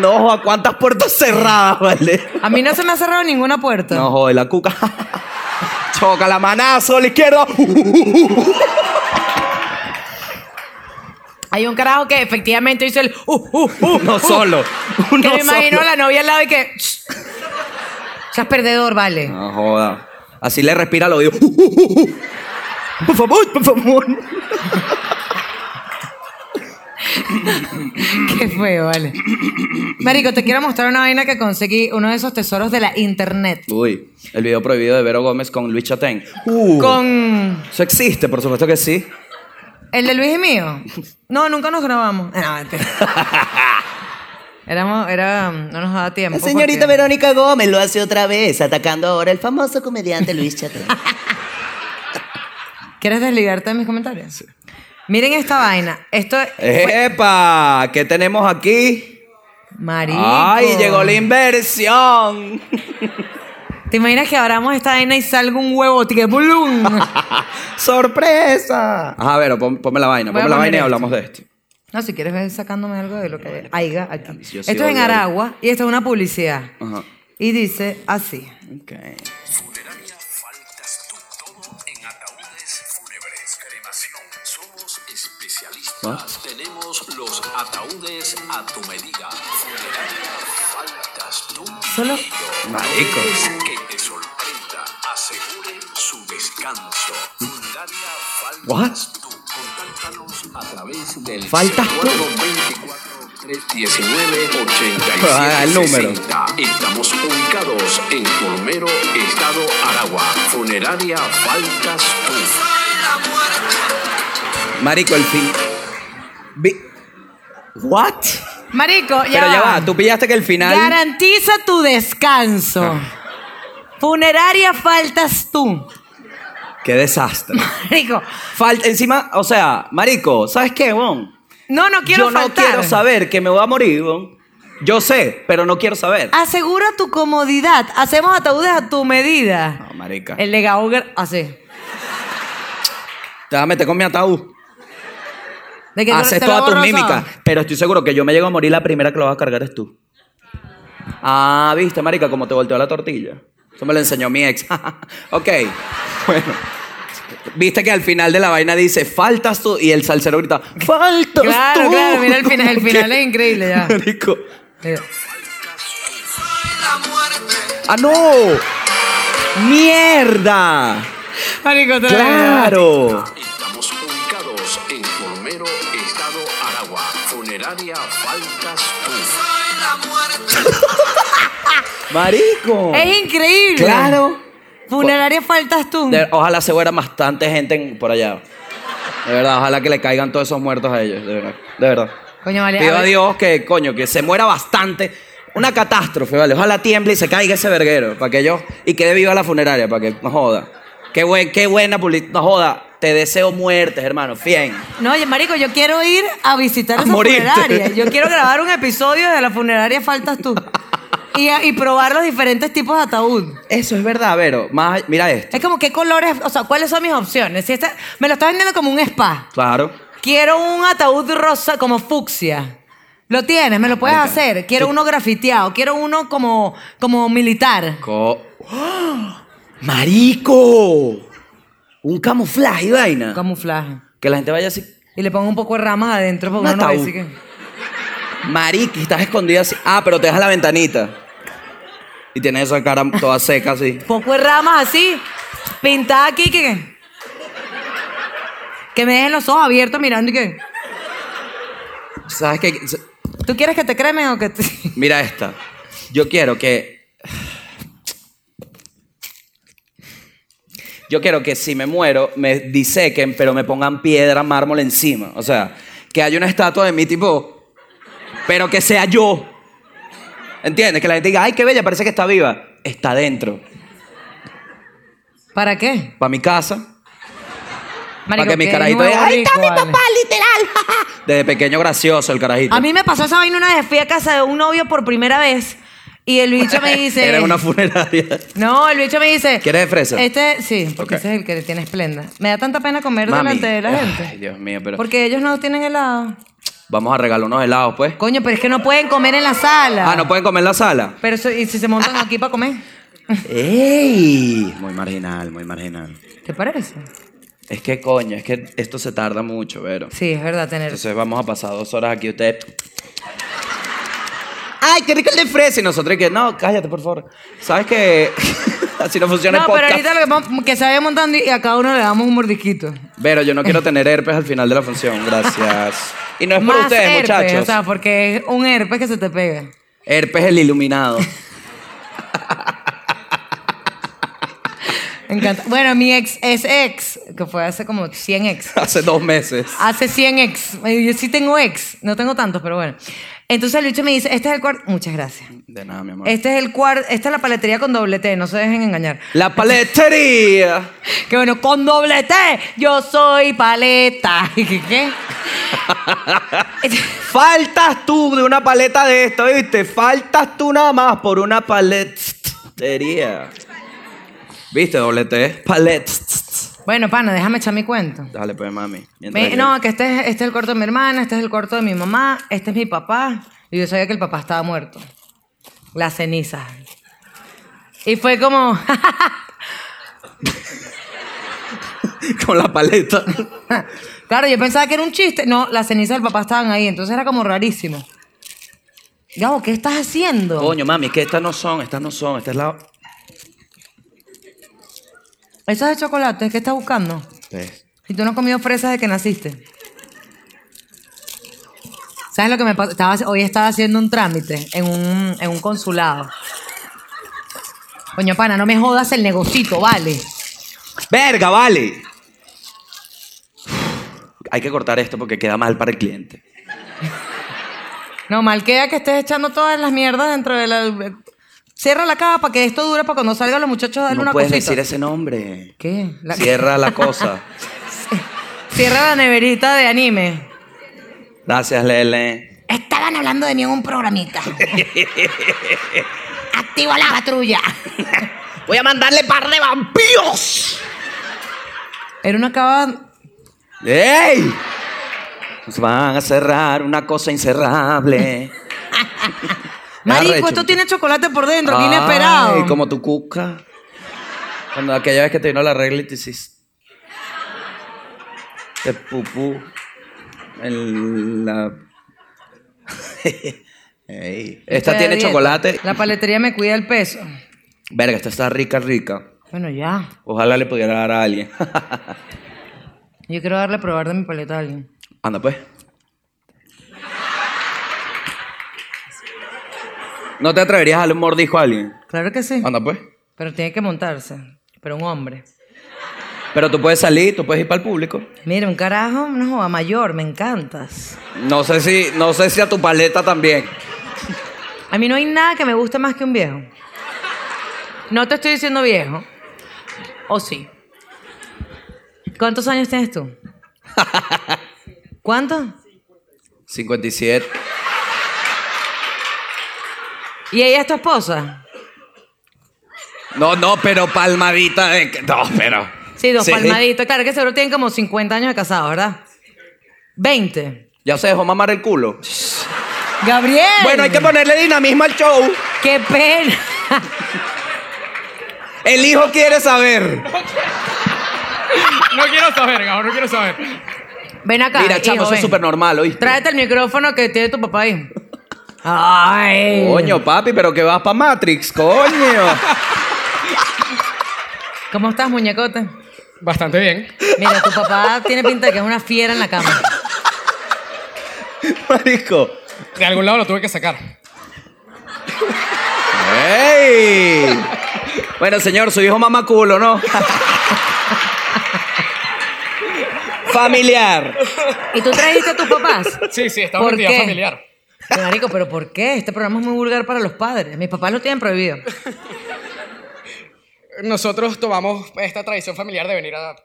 [SPEAKER 2] No, joda, cuántas puertas cerradas, vale.
[SPEAKER 1] A mí no se me ha cerrado ninguna puerta.
[SPEAKER 2] No, joder, la cuca. Choca la manazo a la izquierda. Uh,
[SPEAKER 1] Hay un carajo que efectivamente hizo el uh, uh, uh,
[SPEAKER 2] Uno
[SPEAKER 1] uh,
[SPEAKER 2] solo.
[SPEAKER 1] Que
[SPEAKER 2] Uno
[SPEAKER 1] me imagino
[SPEAKER 2] solo.
[SPEAKER 1] a la novia al lado y que. "Shh". Seas perdedor, vale.
[SPEAKER 2] No joda. Así le respira al oído. Uh, Por favor, por favor.
[SPEAKER 1] Qué feo, vale. Marico, te quiero mostrar una vaina que conseguí, uno de esos tesoros de la internet.
[SPEAKER 2] Uy, el video prohibido de Vero Gómez con Luis Chatén. Uh,
[SPEAKER 1] Con
[SPEAKER 2] Eso existe, por supuesto que sí.
[SPEAKER 1] el de Luis y mío. No, nunca nos grabamos. Ah, No, mentira. Éramos, era, no nos daba tiempo.
[SPEAKER 3] La señorita
[SPEAKER 1] porque-
[SPEAKER 3] Verónica Gómez lo hace otra vez, atacando ahora al famoso comediante Luis Chatrán.
[SPEAKER 1] ¿Quieres desligarte de mis comentarios? Miren esta vaina. Esto es.
[SPEAKER 2] ¡Epa! ¿Qué tenemos aquí?
[SPEAKER 1] Marico.
[SPEAKER 2] ¡Ay, llegó la inversión!
[SPEAKER 1] ¿Te imaginas que abramos esta vaina y salga un huevo? ¡Tique bulum?
[SPEAKER 2] ¡Sorpresa! Ajá, Vero, pon- ponme la vaina,
[SPEAKER 1] Voy a
[SPEAKER 2] ponme la
[SPEAKER 1] poner
[SPEAKER 2] vaina y
[SPEAKER 1] esto.
[SPEAKER 2] hablamos de esto.
[SPEAKER 1] No, si quieres ver sacándome algo de lo que haya aquí.
[SPEAKER 2] Yo sí
[SPEAKER 1] Esto es en
[SPEAKER 2] odio ahí.
[SPEAKER 1] Aragua y esto es una publicidad.
[SPEAKER 2] Ajá.
[SPEAKER 1] Y dice así.
[SPEAKER 2] Ok.
[SPEAKER 4] en ataúdes fúnebres. Cremación. Somos especialistas. Tenemos los ataúdes a tu medida. Funeraria, faltas tú.
[SPEAKER 1] Solo
[SPEAKER 2] Marico.
[SPEAKER 4] Es que te sorprenda. Asegure su descanso. Funeraria, faltas tú. Contáctanos a través del
[SPEAKER 2] Faltas tú.
[SPEAKER 4] 319
[SPEAKER 2] Ah, el número.
[SPEAKER 4] 8760 Estamos ubicados en Colmero, Estado Aragua. Funeraria Faltas Tú.
[SPEAKER 2] Marico, el fin. Vi- ¿What?
[SPEAKER 1] Marico, ya
[SPEAKER 2] Pero ya va, tú pillaste que el final.
[SPEAKER 1] Garantiza tu descanso.
[SPEAKER 2] Ah.
[SPEAKER 1] Funeraria faltas tú.
[SPEAKER 2] ¡Qué desastre!
[SPEAKER 1] Marico,
[SPEAKER 2] Falta, encima, o sea, Marico, ¿sabes qué, Bon?
[SPEAKER 1] no, no quiero
[SPEAKER 2] Yo no
[SPEAKER 1] faltar.
[SPEAKER 2] quiero saber que me voy a morir, bon. Yo sé, pero no quiero saber.
[SPEAKER 1] Ah. Asegura tu comodidad. Hacemos ataúdes a tu medida.
[SPEAKER 2] No, marica.
[SPEAKER 1] El de Gauger, así.
[SPEAKER 2] Te vas a meter con mi ataúd.
[SPEAKER 1] ¿De qué te-
[SPEAKER 2] Haces
[SPEAKER 1] te lo
[SPEAKER 2] todas
[SPEAKER 1] hago
[SPEAKER 2] tus
[SPEAKER 1] rosado?
[SPEAKER 2] mímicas. Pero estoy seguro que yo me llego a morir, la primera que lo vas a cargar es tú. Ah, viste, marica, como te volteó la tortilla. Eso me lo enseñó mi ex. ok, bueno. Viste que al final de la vaina dice, faltas tú. Y el salsero grita, faltas
[SPEAKER 1] Claro,
[SPEAKER 2] tú.
[SPEAKER 1] claro, mira el final, el final es increíble ya.
[SPEAKER 2] Marico.
[SPEAKER 1] Mira.
[SPEAKER 2] ¡Ah, no! ¡Mierda!
[SPEAKER 1] Marico, otra vez.
[SPEAKER 2] ¡Claro!
[SPEAKER 4] Estamos ubicados en Colmero, Estado Aragua. Funeraria Faltas Tú.
[SPEAKER 2] ¡Marico!
[SPEAKER 1] Es increíble.
[SPEAKER 2] ¡Claro!
[SPEAKER 1] Funeraria faltas tú.
[SPEAKER 2] De- ojalá se fuera bastante gente en- por allá. De verdad, ojalá que le caigan todos esos muertos a ellos. De verdad. De verdad.
[SPEAKER 1] Coño, vale.
[SPEAKER 2] Pido
[SPEAKER 1] a
[SPEAKER 2] a
[SPEAKER 1] ver.
[SPEAKER 2] Dios que, coño, que se muera bastante. Una catástrofe, ¿vale? Ojalá tiemble y se caiga ese verguero. Para que yo. Y quede viva la funeraria, para que no joda. Qué, buen, qué buena publicidad. No joda. Te deseo muertes, hermano. Fien.
[SPEAKER 1] No, oye, marico, yo quiero ir a visitar
[SPEAKER 2] A
[SPEAKER 1] esa
[SPEAKER 2] morirte.
[SPEAKER 1] funeraria. Yo quiero grabar un episodio de la funeraria faltas tú. Y, y probar los diferentes tipos de ataúd.
[SPEAKER 2] Eso es verdad, Vero. Más, mira esto.
[SPEAKER 1] Es como qué colores, o sea, cuáles son mis opciones. Si esta- me lo estás vendiendo como un spa.
[SPEAKER 2] Claro.
[SPEAKER 1] Quiero un ataúd rosa como fucsia. Lo tienes, me lo puedes
[SPEAKER 2] Marica,
[SPEAKER 1] hacer. Quiero uno grafiteado, quiero uno como, como militar.
[SPEAKER 2] Co- ¡Ah! ¡Marico! Un camuflaje y vaina.
[SPEAKER 1] Camuflaje.
[SPEAKER 2] que la gente vaya así.
[SPEAKER 1] Y le pongo un poco de ramas adentro
[SPEAKER 2] Un
[SPEAKER 1] porque uno no
[SPEAKER 2] ataúd.
[SPEAKER 1] ve, así que-
[SPEAKER 2] Mariqui, estás escondida así. Ah, pero te dejas la ventanita. Y tienes esa cara toda seca así.
[SPEAKER 1] Poco de ramas así, pintada aquí que. Que me dejen los ojos abiertos mirando y que.
[SPEAKER 2] ¿Sabes qué?
[SPEAKER 1] ¿Tú quieres que te cremen o que te.?
[SPEAKER 2] Mira esta. Yo quiero que. Yo quiero que si me muero, me disequen, pero me pongan piedra, mármol encima. O sea, que haya una estatua de mí tipo. Pero que sea yo. ¿Entiendes? Que la gente diga, ay, qué bella, parece que está viva. Está dentro.
[SPEAKER 1] ¿Para qué?
[SPEAKER 2] Para mi casa.
[SPEAKER 1] Marico,
[SPEAKER 2] Para que mi
[SPEAKER 1] qué
[SPEAKER 2] carajito
[SPEAKER 1] nuevo
[SPEAKER 2] diga, ¡ahí
[SPEAKER 1] rico,
[SPEAKER 2] está mi
[SPEAKER 1] vale.
[SPEAKER 2] papá, literal! Desde pequeño gracioso el carajito.
[SPEAKER 1] A mí me pasó esa vaina una vez. Fui a casa de un novio por primera vez y el bicho me dice.
[SPEAKER 2] Era una funeraria.
[SPEAKER 1] No, el bicho me dice.
[SPEAKER 2] ¿Quieres de fresa?
[SPEAKER 1] Este, sí, porque
[SPEAKER 2] Ok.
[SPEAKER 1] ese es el que tiene esplenda. Me da tanta pena comer
[SPEAKER 2] Mami.
[SPEAKER 1] delante de la gente.
[SPEAKER 2] Ay, Dios mío, pero
[SPEAKER 1] Porque ellos no tienen helado.
[SPEAKER 2] vamos a regalar unos helados, pues.
[SPEAKER 1] Coño, pero es que no pueden comer en la sala.
[SPEAKER 2] Ah, ¿no pueden comer en la sala?
[SPEAKER 1] Pero so- y si se montan aquí para comer,
[SPEAKER 2] ¡Ey! Muy marginal, muy marginal.
[SPEAKER 1] ¿te parece?
[SPEAKER 2] Es que, coño, es que esto se tarda mucho, pero...
[SPEAKER 1] Sí, es verdad, tener.
[SPEAKER 2] Entonces vamos a pasar dos horas aquí ustedes... ¡Ay, qué rico el de fresa! Y nosotros que... No, cállate, por favor. ¿Sabes que Así no funciona
[SPEAKER 1] No,
[SPEAKER 2] el
[SPEAKER 1] pero
[SPEAKER 2] podcast.
[SPEAKER 1] ahorita lo que, vamos- que se vaya montando y a cada uno le damos un mordisquito.
[SPEAKER 2] Pero yo no quiero tener herpes al final de la función, gracias. Y no es por
[SPEAKER 1] Más
[SPEAKER 2] ustedes,
[SPEAKER 1] herpes,
[SPEAKER 2] muchachos.
[SPEAKER 1] O sea, porque es un herpes que se te pega.
[SPEAKER 2] Herpes el iluminado.
[SPEAKER 1] Me encanta. Bueno, mi ex es ex, que fue hace como 100 ex.
[SPEAKER 2] Hace dos meses.
[SPEAKER 1] Hace 100 ex. Ay, Yo sí tengo ex. No tengo tantos, pero bueno. Entonces el bicho me dice, este es el cuarto... Muchas gracias.
[SPEAKER 2] De nada, mi amor.
[SPEAKER 1] Este es el cuarto... Esta es la paletería con doble T, no se dejen engañar.
[SPEAKER 2] La paletería.
[SPEAKER 1] Que bueno, con doble T, yo soy paleta. ¿Y qué? qué?
[SPEAKER 2] Faltas tú de una paleta de esto, ¿viste? Faltas tú nada más por una paletería. ¿Viste? Doble T. Palet.
[SPEAKER 1] bueno, pana, déjame echar mi cuento.
[SPEAKER 2] Dale, pues, mami. Mientras
[SPEAKER 1] Me-
[SPEAKER 2] que-
[SPEAKER 1] no, que este es, este es el cuarto de mi hermana, este es el cuarto de mi mamá, este es mi papá. Y yo sabía que el papá estaba muerto. La ceniza. Y fue como,
[SPEAKER 2] Con la paleta.
[SPEAKER 1] claro, yo pensaba que era un chiste. No, las cenizas del papá estaban ahí, entonces era como rarísimo. Gabo, ¿qué estás haciendo?
[SPEAKER 2] Coño, mami, es que estas no son, estas no son. Esta es la...
[SPEAKER 1] Eso es de chocolate, ¿qué estás buscando? Y tú no has comido fresas desde que naciste. ¿Sabes lo que me pasó? Estaba- hoy estaba haciendo un trámite en un, en un consulado. Coño, pana, no me jodas el negocito, vale.
[SPEAKER 2] Verga, vale. Hay que cortar esto porque queda mal para el cliente.
[SPEAKER 1] No, mal queda que estés echando todas las mierdas dentro de la... Cierra la caja para que esto dure para cuando salgan los muchachos darle
[SPEAKER 2] No
[SPEAKER 1] una
[SPEAKER 2] puedes
[SPEAKER 1] cosita.
[SPEAKER 2] decir ese nombre.
[SPEAKER 1] ¿Qué? La-
[SPEAKER 2] Cierra la cosa.
[SPEAKER 1] Cierra la neverita de anime.
[SPEAKER 2] Gracias, Lele.
[SPEAKER 1] Estaban hablando de mí en un programita. Activa la patrulla.
[SPEAKER 2] Voy a mandarle par de vampiros.
[SPEAKER 1] Era una cava
[SPEAKER 2] ¡Ey! Nos van a cerrar una cosa incerrable.
[SPEAKER 1] Marico,
[SPEAKER 2] Arrecho.
[SPEAKER 1] esto tiene chocolate por dentro, qué
[SPEAKER 2] Ay,
[SPEAKER 1] inesperado.
[SPEAKER 2] como tu cuca. Cuando aquella vez que te vino la regla y te hiciste. Te pupú. En la. Ey, Esta
[SPEAKER 1] Estoy
[SPEAKER 2] tiene
[SPEAKER 1] a dieta.
[SPEAKER 2] chocolate.
[SPEAKER 1] La paletería me cuida el peso.
[SPEAKER 2] Verga, esta está rica, rica.
[SPEAKER 1] Bueno, ya.
[SPEAKER 2] Ojalá le pudiera dar a alguien.
[SPEAKER 1] Yo quiero darle a probar de mi paleta a alguien.
[SPEAKER 2] Anda, pues. ¿No te atreverías a darle un mordisco a alguien?
[SPEAKER 1] Claro que sí.
[SPEAKER 2] Anda, pues.
[SPEAKER 1] Pero tiene que montarse. Pero un hombre.
[SPEAKER 2] Pero tú puedes salir, tú puedes ir para el público.
[SPEAKER 1] Mira, un carajo, no, a mayor, me encantas.
[SPEAKER 2] No sé si, no sé si a tu paleta también.
[SPEAKER 1] A mí no hay nada que me guste más que un viejo. No te estoy diciendo viejo. O sí. ¿Cuántos años tienes tú? ¿Cuántos?
[SPEAKER 2] 57.
[SPEAKER 1] ¿Y ella es tu esposa?
[SPEAKER 2] No, no, pero palmadita de. que- No, pero.
[SPEAKER 1] Sí, dos palmaditos. Claro que seguro tienen como 50 años de casados, ¿verdad? 20.
[SPEAKER 2] Ya se dejó mamar el culo.
[SPEAKER 1] Gabriel.
[SPEAKER 2] Bueno, hay que ponerle dinamismo al show.
[SPEAKER 1] Qué pena.
[SPEAKER 2] El hijo quiere saber.
[SPEAKER 5] No quiero saber, cabrón, no quiero saber.
[SPEAKER 1] Ven acá.
[SPEAKER 2] Mira, chamo,
[SPEAKER 1] hijo,
[SPEAKER 2] eso es
[SPEAKER 1] ven.
[SPEAKER 2] súper normal, ¿oíste?
[SPEAKER 1] Tráete el micrófono que tiene tu papá ahí. Ay.
[SPEAKER 2] Coño, papi, pero que vas para Matrix, coño.
[SPEAKER 1] ¿Cómo estás, muñecote?
[SPEAKER 5] Bastante bien.
[SPEAKER 1] Mira, tu papá tiene pinta de que es una fiera en la cama.
[SPEAKER 2] Marico.
[SPEAKER 5] De algún lado lo tuve que sacar.
[SPEAKER 2] ¡Ey! Bueno, señor, su hijo mama culo, ¿no? Familiar.
[SPEAKER 1] ¿Y tú trajiste a tus papás?
[SPEAKER 5] Sí, sí, está
[SPEAKER 1] ¿Por
[SPEAKER 5] una entidad
[SPEAKER 1] qué?
[SPEAKER 5] familiar.
[SPEAKER 1] Pero, Marico, ¿pero por qué? Este programa es muy vulgar para los padres. Mis papás lo tienen prohibido.
[SPEAKER 5] Nosotros tomamos esta tradición familiar de venir a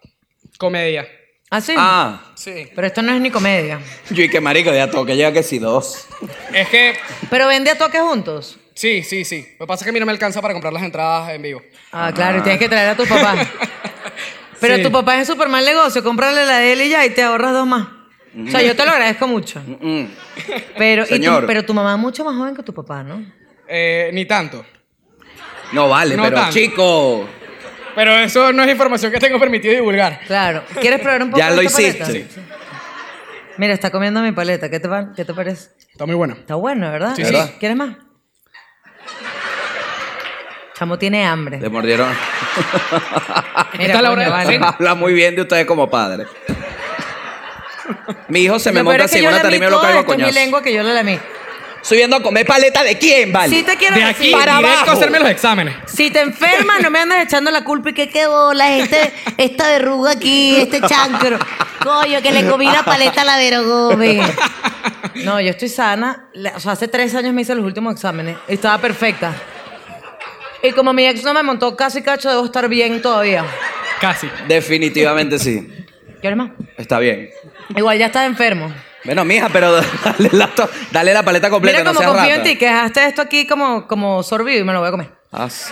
[SPEAKER 5] comedia.
[SPEAKER 1] ¿Ah, sí?
[SPEAKER 2] Ah,
[SPEAKER 5] Sí.
[SPEAKER 1] Pero esto no es ni comedia.
[SPEAKER 2] yo y que marico, ya toque, llega que si dos.
[SPEAKER 5] Es que,
[SPEAKER 1] Pero vende a toques juntos.
[SPEAKER 5] sí, sí, sí. Lo que pasa es que a mí no me alcanza para comprar las entradas en vivo.
[SPEAKER 1] Ah, claro, y tienes que traer a tu papá. Pero
[SPEAKER 5] Sí.
[SPEAKER 1] tu papá es súper mal negocio. Cómprale la de él y ya, y te ahorras dos más. O sea, yo te lo agradezco mucho.
[SPEAKER 2] Mm.
[SPEAKER 1] Pero, y tu-
[SPEAKER 2] Señor.
[SPEAKER 1] pero tu mamá es mucho más joven que tu papá, ¿no?
[SPEAKER 5] Eh, ni tanto.
[SPEAKER 2] No vale,
[SPEAKER 5] No
[SPEAKER 2] pero
[SPEAKER 5] tanto.
[SPEAKER 2] chico.
[SPEAKER 5] Pero eso no es información que tengo permitido divulgar.
[SPEAKER 1] Claro. ¿Quieres probar un poco
[SPEAKER 2] Ya
[SPEAKER 1] de
[SPEAKER 2] lo
[SPEAKER 1] esta
[SPEAKER 2] hiciste.
[SPEAKER 1] paleta? Mira, está comiendo mi paleta. ¿Qué te, pa- qué te parece?
[SPEAKER 5] Está muy buena.
[SPEAKER 1] Está bueno, ¿verdad?
[SPEAKER 5] Sí,
[SPEAKER 2] ¿Verdad? sí.
[SPEAKER 1] ¿Quieres más? Chamo tiene hambre.
[SPEAKER 2] Le mordieron.
[SPEAKER 1] Mira,
[SPEAKER 5] Esta es la hora
[SPEAKER 1] coño,
[SPEAKER 5] de la
[SPEAKER 1] vale.
[SPEAKER 5] cena.
[SPEAKER 2] Habla muy bien de ustedes como padres. Mi hijo se me
[SPEAKER 1] Lo peor
[SPEAKER 2] monta
[SPEAKER 1] es
[SPEAKER 2] así
[SPEAKER 1] que
[SPEAKER 2] en
[SPEAKER 1] yo
[SPEAKER 2] una
[SPEAKER 1] lamí
[SPEAKER 2] tarima y yo lo
[SPEAKER 1] toda,
[SPEAKER 2] caigo a
[SPEAKER 1] esta es mi
[SPEAKER 2] coñazo.
[SPEAKER 1] lengua que yo la lamí.
[SPEAKER 2] Subiendo a comer paleta de quién, vale.
[SPEAKER 1] Sí te quiero
[SPEAKER 5] De
[SPEAKER 1] decir.
[SPEAKER 5] aquí
[SPEAKER 2] Para
[SPEAKER 5] directo
[SPEAKER 2] abajo.
[SPEAKER 5] a hacerme los exámenes.
[SPEAKER 1] Si te enfermas, no me andas echando la culpa y que qué bola, este, esta verruga aquí, este chancro. Coño, que le comí la paleta a la Vero Gómez. No, yo estoy sana. La- O sea, hace tres años me hice los últimos exámenes. Estaba perfecta. Y como mi ex no me montó casi cacho, debo estar bien todavía.
[SPEAKER 5] Casi.
[SPEAKER 2] Definitivamente sí.
[SPEAKER 1] ¿Quieres más?
[SPEAKER 2] Está bien.
[SPEAKER 1] Igual ya estás enfermo.
[SPEAKER 2] Bueno, mija, pero dale la, to- dale la paleta completa,
[SPEAKER 1] Mira
[SPEAKER 2] no
[SPEAKER 1] como
[SPEAKER 2] seas
[SPEAKER 1] confío en
[SPEAKER 2] rata.
[SPEAKER 1] ti, que dejaste esto aquí como, como sorbido y me lo voy a comer.
[SPEAKER 2] Asco.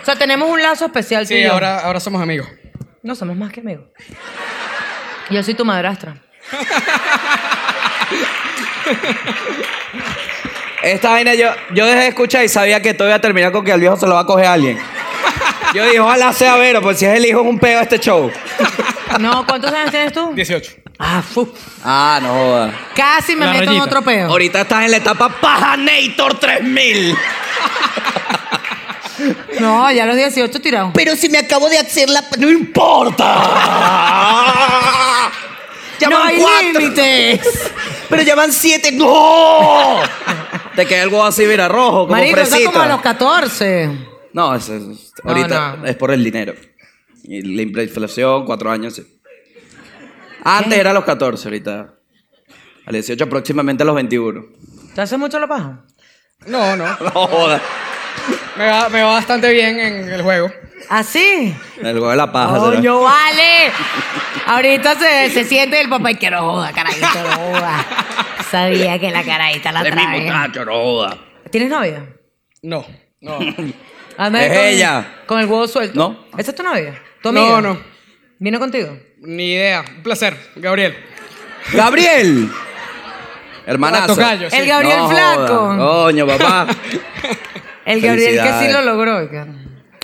[SPEAKER 1] O sea, tenemos un lazo especial tú y
[SPEAKER 5] Sí,
[SPEAKER 1] yo.
[SPEAKER 5] ahora, ahora somos amigos.
[SPEAKER 1] No somos más que amigos. Yo soy tu madrastra.
[SPEAKER 2] Esta vaina yo, yo dejé de escuchar y sabía que todo iba a terminar con que al viejo se lo va a coger a alguien. Yo dije, ojalá sea Vero, pues si es el hijo es un pedo este show.
[SPEAKER 1] No, ¿cuántos años tienes tú?
[SPEAKER 5] 18.
[SPEAKER 1] Ah, fu.
[SPEAKER 2] Ah, no jodas.
[SPEAKER 1] Casi me
[SPEAKER 5] La
[SPEAKER 1] meto en
[SPEAKER 5] rayita.
[SPEAKER 1] otro peo.
[SPEAKER 2] Ahorita estás en la etapa Pajanator 3000.
[SPEAKER 1] No, ya a los 18 tiraron.
[SPEAKER 3] Pero si me acabo de hacer la...
[SPEAKER 2] ¡No importa!
[SPEAKER 3] Ya
[SPEAKER 1] no
[SPEAKER 3] van
[SPEAKER 1] hay
[SPEAKER 3] cuatro.
[SPEAKER 1] límites.
[SPEAKER 3] Pero ya van siete. ¡No!
[SPEAKER 2] Te queda algo así, mira, rojo, como
[SPEAKER 1] Marico, eso es
[SPEAKER 2] fresita.
[SPEAKER 1] como a los 14.
[SPEAKER 2] No, eso es-
[SPEAKER 1] No,
[SPEAKER 2] ahorita
[SPEAKER 1] no.
[SPEAKER 2] es por el dinero. Y la inflación, cuatro años, sí. Antes era a los 14, ahorita. A los 18, próximamente a los 21.
[SPEAKER 1] ¿Te hace mucho la paja?
[SPEAKER 5] No, no.
[SPEAKER 2] No jodas.
[SPEAKER 5] Me va, me va bastante bien en el juego.
[SPEAKER 1] ¿Así?
[SPEAKER 2] El huevo de la paja. Ah, será.
[SPEAKER 1] ¿Ah, Coño, vale. Ahorita se, se siente el papá y que no joda, carajito, no joda. Sabía que la carajita la
[SPEAKER 2] Es mi
[SPEAKER 1] trae.
[SPEAKER 2] muchacho, no jodas.
[SPEAKER 1] ¿Tienes novia?
[SPEAKER 5] No, no.
[SPEAKER 1] Anda
[SPEAKER 2] Es
[SPEAKER 1] con,
[SPEAKER 2] ella.
[SPEAKER 1] Con el huevo suelto.
[SPEAKER 2] No.
[SPEAKER 1] ¿Esa es tu novia? ¿Tu
[SPEAKER 5] No,
[SPEAKER 1] amiga?
[SPEAKER 5] no.
[SPEAKER 1] ¿Vino contigo?
[SPEAKER 5] Ni idea. Un placer, Gabriel.
[SPEAKER 2] Gabriel. Hermanazo.
[SPEAKER 5] tocayo, sí.
[SPEAKER 1] El Gabriel flaco.
[SPEAKER 2] joda. Coño, papá.
[SPEAKER 1] El Gabriel que sí
[SPEAKER 2] Felicidades.
[SPEAKER 1] lo logró. cara.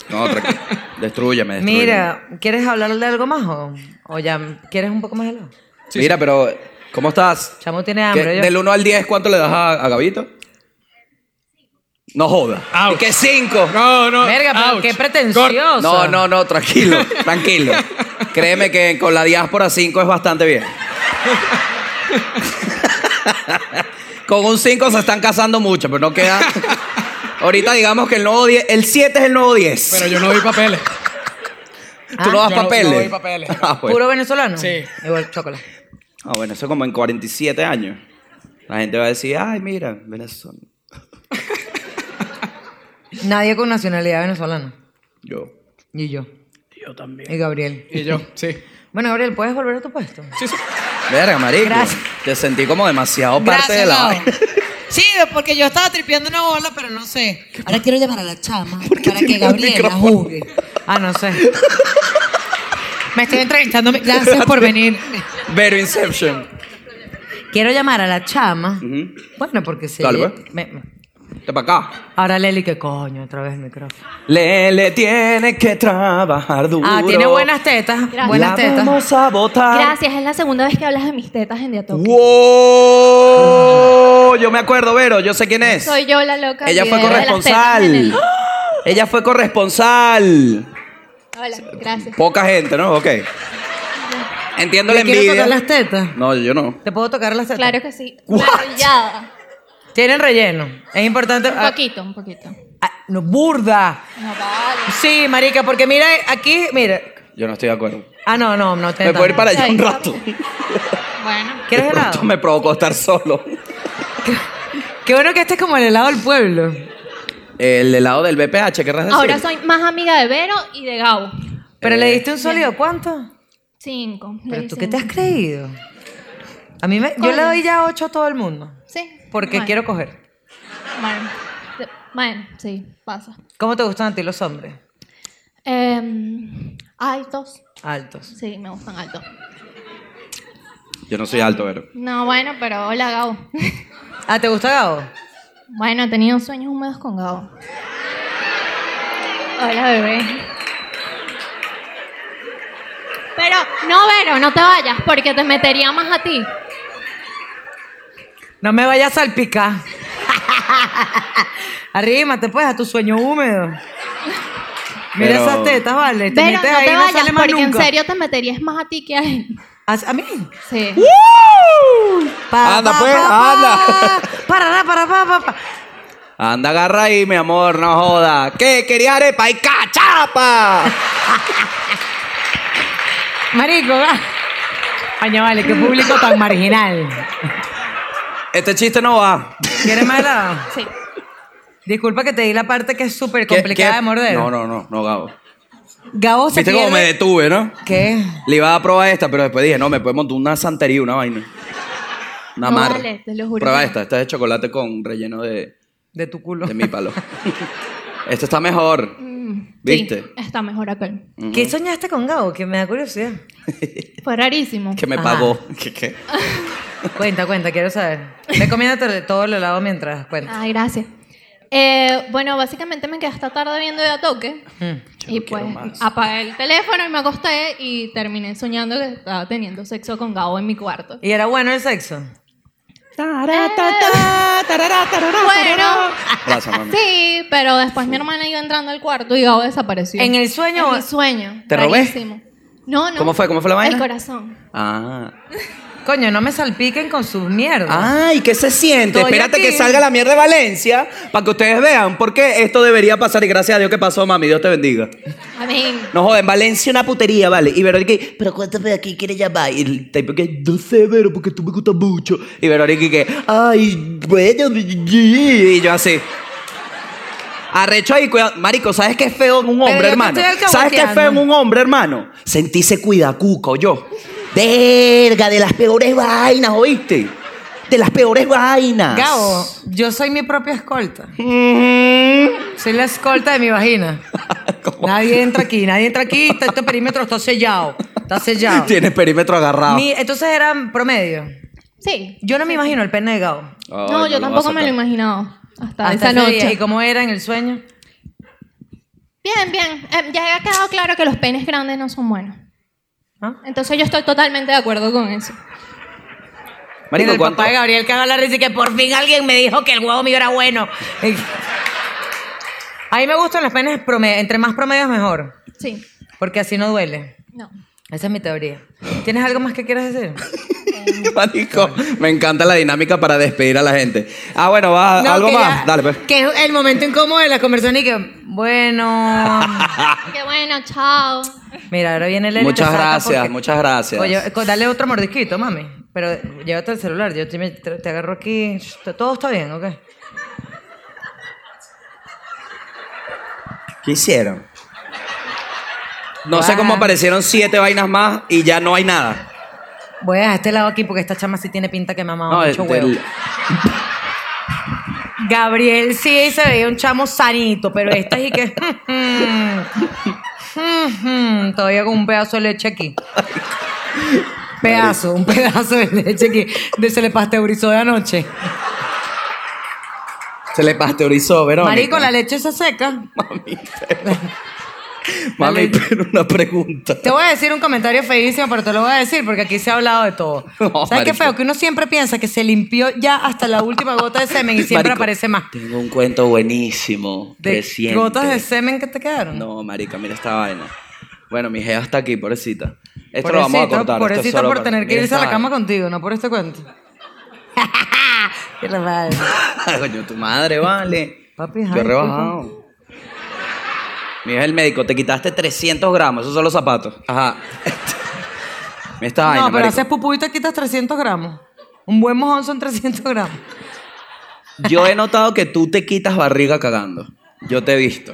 [SPEAKER 2] No, tranquilo. Destrúyeme, destrúyeme.
[SPEAKER 1] Mira, ¿quieres hablar de algo más o, o ya quieres un poco más de helado?
[SPEAKER 2] Mira, pero ¿cómo estás?
[SPEAKER 1] Chamo tiene
[SPEAKER 2] ¿Qué-
[SPEAKER 1] hambre. yo-
[SPEAKER 2] del 1 al 10, ¿cuánto le das a, a Gabito? No joda.
[SPEAKER 5] Ouch.
[SPEAKER 2] ¿Y qué 5?
[SPEAKER 5] No, no.
[SPEAKER 1] Verga, pero
[SPEAKER 5] ouch.
[SPEAKER 1] qué
[SPEAKER 5] Cor-
[SPEAKER 1] pretencioso.
[SPEAKER 2] No, no, no, tranquilo, tranquilo. Créeme que con la diáspora 5 es bastante bien. con un 5 se están casando mucho, pero no queda. Ahorita digamos que el nuevo 10, el 7 es el nuevo 10.
[SPEAKER 5] Pero yo no vi papeles.
[SPEAKER 2] Tú no das
[SPEAKER 5] yo no-
[SPEAKER 2] papeles.
[SPEAKER 5] no doy papeles.
[SPEAKER 2] Ah, bueno.
[SPEAKER 1] ¿Puro venezolano?
[SPEAKER 5] Sí.
[SPEAKER 1] Igual chocolate.
[SPEAKER 2] Ah, bueno, eso como en 47 años. La gente va a decir, ay, mira, Venezuela.
[SPEAKER 1] Nadie con nacionalidad venezolana.
[SPEAKER 2] Yo.
[SPEAKER 1] Y yo. Yo también. Y Gabriel.
[SPEAKER 5] Y yo, sí.
[SPEAKER 1] Bueno, Gabriel, ¿puedes volver a tu puesto?
[SPEAKER 2] Verga, marico.
[SPEAKER 1] Gracias.
[SPEAKER 2] Te sentí como demasiado parte de la
[SPEAKER 6] Gracias, Lau. Sí, porque yo estaba tripeando una bola, pero no sé. Ahora quiero llamar a la chama para que Gabriel la juzgue.
[SPEAKER 1] Ah, no sé.
[SPEAKER 6] Me estoy entrevistando. Gracias por venir.
[SPEAKER 2] Vero Inception.
[SPEAKER 1] Quiero llamar a la chama.
[SPEAKER 2] Ujú.
[SPEAKER 1] Bueno, porque sí.
[SPEAKER 2] Dale, pues.
[SPEAKER 1] me- me-
[SPEAKER 2] Te pa' acá.
[SPEAKER 1] Ahora Leli, que coño, otra vez el micrófono.
[SPEAKER 2] Lele tiene que trabajar duro.
[SPEAKER 1] Ah, tiene buenas tetas. Buenas
[SPEAKER 2] la
[SPEAKER 1] tetas.
[SPEAKER 2] Vamos a votar.
[SPEAKER 7] Gracias, es la segunda vez que hablas de mis tetas en Diatoque.
[SPEAKER 2] ¡Wow! Yo me acuerdo, Vero. Yo sé quién es.
[SPEAKER 7] Soy yo la loca.
[SPEAKER 2] Ella fue
[SPEAKER 7] video de las tetas en
[SPEAKER 2] corresponsal.
[SPEAKER 7] el-
[SPEAKER 2] Ella fue corresponsal.
[SPEAKER 7] Hola, gracias.
[SPEAKER 2] Poca gente, ¿no? Ok. Entiendo la
[SPEAKER 1] ¿Te quiero
[SPEAKER 2] envidia.
[SPEAKER 1] tocar las tetas?
[SPEAKER 2] No, yo no.
[SPEAKER 1] ¿Te puedo tocar las tetas?
[SPEAKER 7] Claro que sí.
[SPEAKER 2] What?
[SPEAKER 7] Maravillada.
[SPEAKER 1] Tienen relleno. Es importante.
[SPEAKER 7] Un
[SPEAKER 1] ah,
[SPEAKER 7] poquito, un poquito.
[SPEAKER 1] ah, no, burda.
[SPEAKER 7] No vale.
[SPEAKER 1] Sí, marica, porque mira aquí, mira.
[SPEAKER 2] Yo no estoy de acuerdo.
[SPEAKER 1] Ah, no, no, no te
[SPEAKER 2] Me puedo ir para allá
[SPEAKER 7] Ahí
[SPEAKER 2] un
[SPEAKER 7] está.
[SPEAKER 2] rato.
[SPEAKER 7] Bueno.
[SPEAKER 1] ¿Quieres helado?
[SPEAKER 2] Esto me provocó estar solo.
[SPEAKER 1] Qué bueno que este es como el helado del pueblo.
[SPEAKER 2] El helado del BPH,
[SPEAKER 1] Ah,
[SPEAKER 2] ¿querrás decir?
[SPEAKER 7] Ahora soy más amiga de Vero y de Gabo.
[SPEAKER 1] Pero
[SPEAKER 2] Eh.
[SPEAKER 1] le diste un sólido, ¿cuánto?
[SPEAKER 7] Cinco. le
[SPEAKER 1] ¿Pero
[SPEAKER 7] di
[SPEAKER 1] tú qué te
[SPEAKER 7] cinco.
[SPEAKER 1] has creído? A mí me, yo
[SPEAKER 7] Coño.
[SPEAKER 1] le doy ya ocho a todo el mundo.
[SPEAKER 7] Sí.
[SPEAKER 1] Porque
[SPEAKER 7] bueno,
[SPEAKER 1] quiero coger.
[SPEAKER 7] Bueno. De- Bueno, sí, pasa.
[SPEAKER 1] ¿Cómo te gustan a ti los hombres?
[SPEAKER 7] Em, altos.
[SPEAKER 1] Altos.
[SPEAKER 7] Sí, me gustan altos.
[SPEAKER 2] Yo no soy alto, Vero.
[SPEAKER 7] No, bueno, pero hola, Gabo.
[SPEAKER 1] Ah, ¿te gusta Gabo?
[SPEAKER 7] Bueno, he tenido sueños húmedos con Gabo. Hola, bebé. Pero, no, Vero, no te vayas, porque te metería más a ti.
[SPEAKER 1] No me vayas a salpicar. Arrímate pues a tu sueño húmedo. Mira
[SPEAKER 2] Pero-
[SPEAKER 1] esas tetas, vale. Te
[SPEAKER 7] Vero,
[SPEAKER 1] metes
[SPEAKER 7] no te
[SPEAKER 1] ahí y no
[SPEAKER 7] vayas,
[SPEAKER 1] sales más
[SPEAKER 7] porque en
[SPEAKER 1] nunca.
[SPEAKER 7] serio te meterías más a ti que a él.
[SPEAKER 1] ¿A, a mí?
[SPEAKER 7] Sí.
[SPEAKER 2] Anda, pues, anda.
[SPEAKER 1] Para, para, para, para.
[SPEAKER 2] Anda, agarra ahí, mi amor, no joda. ¿Qué? Quería arepa y cachapa.
[SPEAKER 1] Marico, va. Coño, vale, qué público tan marginal.
[SPEAKER 2] Este chiste no va.
[SPEAKER 1] ¿Quieres más helado?
[SPEAKER 7] Sí.
[SPEAKER 1] Disculpa que te di la parte que es súper
[SPEAKER 2] ¿Qué-
[SPEAKER 1] complicada
[SPEAKER 2] qué?
[SPEAKER 1] de morder.
[SPEAKER 2] No, no, no, no, Gabo.
[SPEAKER 1] Gabo se
[SPEAKER 2] Viste
[SPEAKER 1] pierde.
[SPEAKER 2] cómo me detuve, ¿no?
[SPEAKER 1] ¿Qué?
[SPEAKER 2] Le iba a probar esta, pero después dije, no, me puede montar una santería, una vaina. Una
[SPEAKER 7] No
[SPEAKER 2] mar.
[SPEAKER 7] vale, te lo juro
[SPEAKER 2] Prueba
[SPEAKER 7] que no.
[SPEAKER 2] esta, esta es de chocolate con relleno de,
[SPEAKER 1] De tu culo.
[SPEAKER 2] de mi palo. Esta está mejor.
[SPEAKER 7] Mm,
[SPEAKER 2] ¿Viste?
[SPEAKER 7] sí, está mejor aquel.
[SPEAKER 1] ¿Qué soñaste con Gabo? Que me da curiosidad.
[SPEAKER 7] Fue rarísimo.
[SPEAKER 2] Que me
[SPEAKER 1] Ajá.
[SPEAKER 2] pagó. ¿Qué, qué?
[SPEAKER 1] Cuenta, cuenta, quiero saber. Recomiéndate todo el helado mientras cuenta.
[SPEAKER 7] Ah, gracias. Eh, bueno, básicamente me quedé hasta tarde viendo de a toque. Y pues apagué el teléfono y me acosté y terminé soñando que estaba teniendo sexo con Gabo en mi cuarto.
[SPEAKER 1] ¿Y era bueno el sexo?
[SPEAKER 7] Ah. Bueno,
[SPEAKER 2] Gracias, mami.
[SPEAKER 7] sí, pero después mi hermana iba entrando al cuarto y Gabo desapareció.
[SPEAKER 1] ¿En el sueño
[SPEAKER 7] En
[SPEAKER 1] o-
[SPEAKER 7] mi sueño.
[SPEAKER 2] ¿Te robé?
[SPEAKER 7] Rarísimo. No, no.
[SPEAKER 2] ¿Cómo fue? ¿Cómo fue la vaina?
[SPEAKER 7] El corazón.
[SPEAKER 2] Ah.
[SPEAKER 1] Coño, no me salpiquen con sus mierdas.
[SPEAKER 2] Ay, ¿qué se siente?
[SPEAKER 1] Estoy
[SPEAKER 2] Espérate
[SPEAKER 1] aquí.
[SPEAKER 2] que salga la mierda de Valencia para que ustedes vean por qué esto debería pasar. Y gracias a Dios que pasó, mami. Dios te bendiga.
[SPEAKER 7] Amén.
[SPEAKER 2] No joden, Valencia una putería, vale. Y Verónica,
[SPEAKER 3] Pero cuéntame aquí, ¿quiere llamar?
[SPEAKER 2] y el tipo que, no sé, Vero, porque tú me gustas mucho. Y Verónica que, ay, bueno, y yo así. Arrecho ahí, cuidado. Marico, ¿sabes qué es feo en un
[SPEAKER 1] yo
[SPEAKER 2] hombre,
[SPEAKER 1] te
[SPEAKER 2] hermano?
[SPEAKER 1] estoy
[SPEAKER 2] ¿Sabes qué es feo en
[SPEAKER 1] alcahueteando.
[SPEAKER 2] un hombre, hermano? Sentirse cuidacuco, yo.
[SPEAKER 3] Verga, de las peores vainas, ¿oíste? De las peores vainas.
[SPEAKER 1] Gabo, yo soy mi propia escolta. Soy la escolta de mi vagina. Nadie entra aquí, nadie entra aquí. Este, este perímetro está sellado. Está sellado.
[SPEAKER 2] Tiene perímetro agarrado.
[SPEAKER 1] Mi- entonces eran promedio.
[SPEAKER 7] Sí.
[SPEAKER 1] Yo no me imagino el pene de Gabo.
[SPEAKER 2] Ay,
[SPEAKER 7] no, yo
[SPEAKER 2] lo
[SPEAKER 7] tampoco
[SPEAKER 2] vas a
[SPEAKER 7] me lo he
[SPEAKER 2] sacar.
[SPEAKER 7] imaginado hasta,
[SPEAKER 1] Hasta
[SPEAKER 7] Ah, esa
[SPEAKER 1] ese día.
[SPEAKER 7] noche.
[SPEAKER 1] ¿Y cómo era en el sueño?
[SPEAKER 7] Bien, bien. Eh, ya ha quedado claro que los penes grandes no son buenos.
[SPEAKER 1] ¿Ah?
[SPEAKER 7] Entonces yo estoy totalmente de acuerdo con eso.
[SPEAKER 1] Mira,
[SPEAKER 2] Marico,
[SPEAKER 1] el
[SPEAKER 2] ¿cuánto?
[SPEAKER 1] papá de Gabriel caga la risa y que por fin alguien me dijo que el huevo mío era bueno. A mí me gustan los penes promedio. Entre más promedios mejor.
[SPEAKER 7] Sí.
[SPEAKER 1] Porque así no duele.
[SPEAKER 7] No.
[SPEAKER 1] Esa es mi teoría. ¿Tienes algo más que quieras decir?
[SPEAKER 2] Marico, me encanta la dinámica para despedir a la gente. Ah, bueno, va,
[SPEAKER 1] No,
[SPEAKER 2] algo
[SPEAKER 1] que
[SPEAKER 2] más.
[SPEAKER 1] ya-
[SPEAKER 2] Dale, pues.
[SPEAKER 1] Que es el momento incómodo de la conversación y que, bueno.
[SPEAKER 7] Qué bueno, chao.
[SPEAKER 1] Mira, ahora viene el
[SPEAKER 2] Muchas gracias, muchas gracias.
[SPEAKER 1] Oye, co- dale otro mordisquito, mami. Pero llévate el celular, yo te, me- te- te agarro aquí. Sh- Todo está bien, ¿ok?
[SPEAKER 2] ¿Qué hicieron? No sé cómo aparecieron siete vainas más y ya no hay nada.
[SPEAKER 1] Voy a dejar este lado aquí porque esta chama sí tiene pinta que me ha mamado
[SPEAKER 2] No, este,
[SPEAKER 1] mucho
[SPEAKER 2] el-
[SPEAKER 1] huevo.
[SPEAKER 2] el-
[SPEAKER 1] Gabriel sí se veía un chamo sanito, pero esta sí que. Todavía con un pedazo de leche aquí. Pedazo, un pedazo de leche aquí. De se le pasteurizó de anoche.
[SPEAKER 2] se le pasteurizó, Verónica.
[SPEAKER 1] Marico, la leche se seca.
[SPEAKER 2] Mami,
[SPEAKER 1] leche.
[SPEAKER 2] pero una pregunta.
[SPEAKER 1] Te voy a decir un comentario feísimo, pero te lo voy a decir porque aquí se ha hablado de todo.
[SPEAKER 2] No,
[SPEAKER 1] ¿Sabes qué
[SPEAKER 2] marico.
[SPEAKER 1] feo? Que uno siempre piensa que se limpió ya hasta la última gota de semen y siempre
[SPEAKER 2] Marico,
[SPEAKER 1] aparece más.
[SPEAKER 2] Tengo un cuento buenísimo,
[SPEAKER 1] De
[SPEAKER 2] reciente.
[SPEAKER 1] gotas de semen que te quedaron.
[SPEAKER 2] No, marica, mira esta vaina. Bueno, mi jeva está aquí, pobrecita. Esto lo vamos a
[SPEAKER 1] Pobrecito-
[SPEAKER 2] cortar. esto es
[SPEAKER 1] pobrecito
[SPEAKER 2] solo
[SPEAKER 1] por
[SPEAKER 2] para-
[SPEAKER 1] tener que
[SPEAKER 2] Mira
[SPEAKER 1] irse a
[SPEAKER 2] esta
[SPEAKER 1] la cama
[SPEAKER 2] vaina.
[SPEAKER 1] contigo, no por este cuento. Qué la madre.
[SPEAKER 2] Coño, tu madre, vale.
[SPEAKER 1] Papi,
[SPEAKER 2] Yo
[SPEAKER 1] ay,
[SPEAKER 2] he rebajado. Mi hija el médico, te quitaste 300 gramos, esos son los zapatos. Ajá. Mira esta
[SPEAKER 1] No,
[SPEAKER 2] vaina,
[SPEAKER 1] pero
[SPEAKER 2] marico.
[SPEAKER 1] haces pupú y te quitas 300 gramos. Un buen mojón son 300 gramos.
[SPEAKER 2] Yo he notado que tú te quitas barriga cagando. Yo te he visto.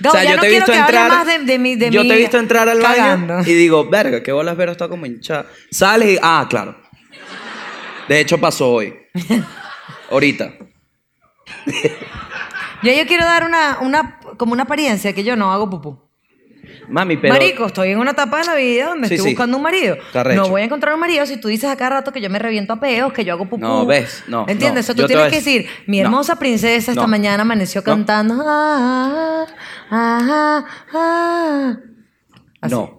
[SPEAKER 1] Gabo, ya no quiero que hable más de- de mi- de
[SPEAKER 2] yo te he
[SPEAKER 1] mí
[SPEAKER 2] visto entrar al
[SPEAKER 1] cagando.
[SPEAKER 2] baño y digo, verga, qué bolas Vero está como hinchada. Sales y, ah, claro. De hecho pasó hoy. Ahorita.
[SPEAKER 1] Yo, yo quiero dar una, una, como una apariencia que yo no hago pupú.
[SPEAKER 2] Mami, pero
[SPEAKER 1] Marico, estoy en una etapa de la vida donde
[SPEAKER 2] Sí,
[SPEAKER 1] estoy
[SPEAKER 2] sí.
[SPEAKER 1] buscando un marido.
[SPEAKER 2] Está recho.
[SPEAKER 1] No voy a encontrar un marido si tú dices a cada rato que yo me reviento a peos, que yo hago pupú.
[SPEAKER 2] No, ves, no, no.
[SPEAKER 1] ¿Entiendes? Eso
[SPEAKER 2] Yo
[SPEAKER 1] tú
[SPEAKER 2] te
[SPEAKER 1] tienes
[SPEAKER 2] voy a
[SPEAKER 1] que
[SPEAKER 2] decir-
[SPEAKER 1] decir, mi
[SPEAKER 2] No.
[SPEAKER 1] hermosa princesa esta
[SPEAKER 2] No.
[SPEAKER 1] mañana amaneció
[SPEAKER 2] No.
[SPEAKER 1] cantando. "Ah, ah, ah, ah". Así.
[SPEAKER 2] no.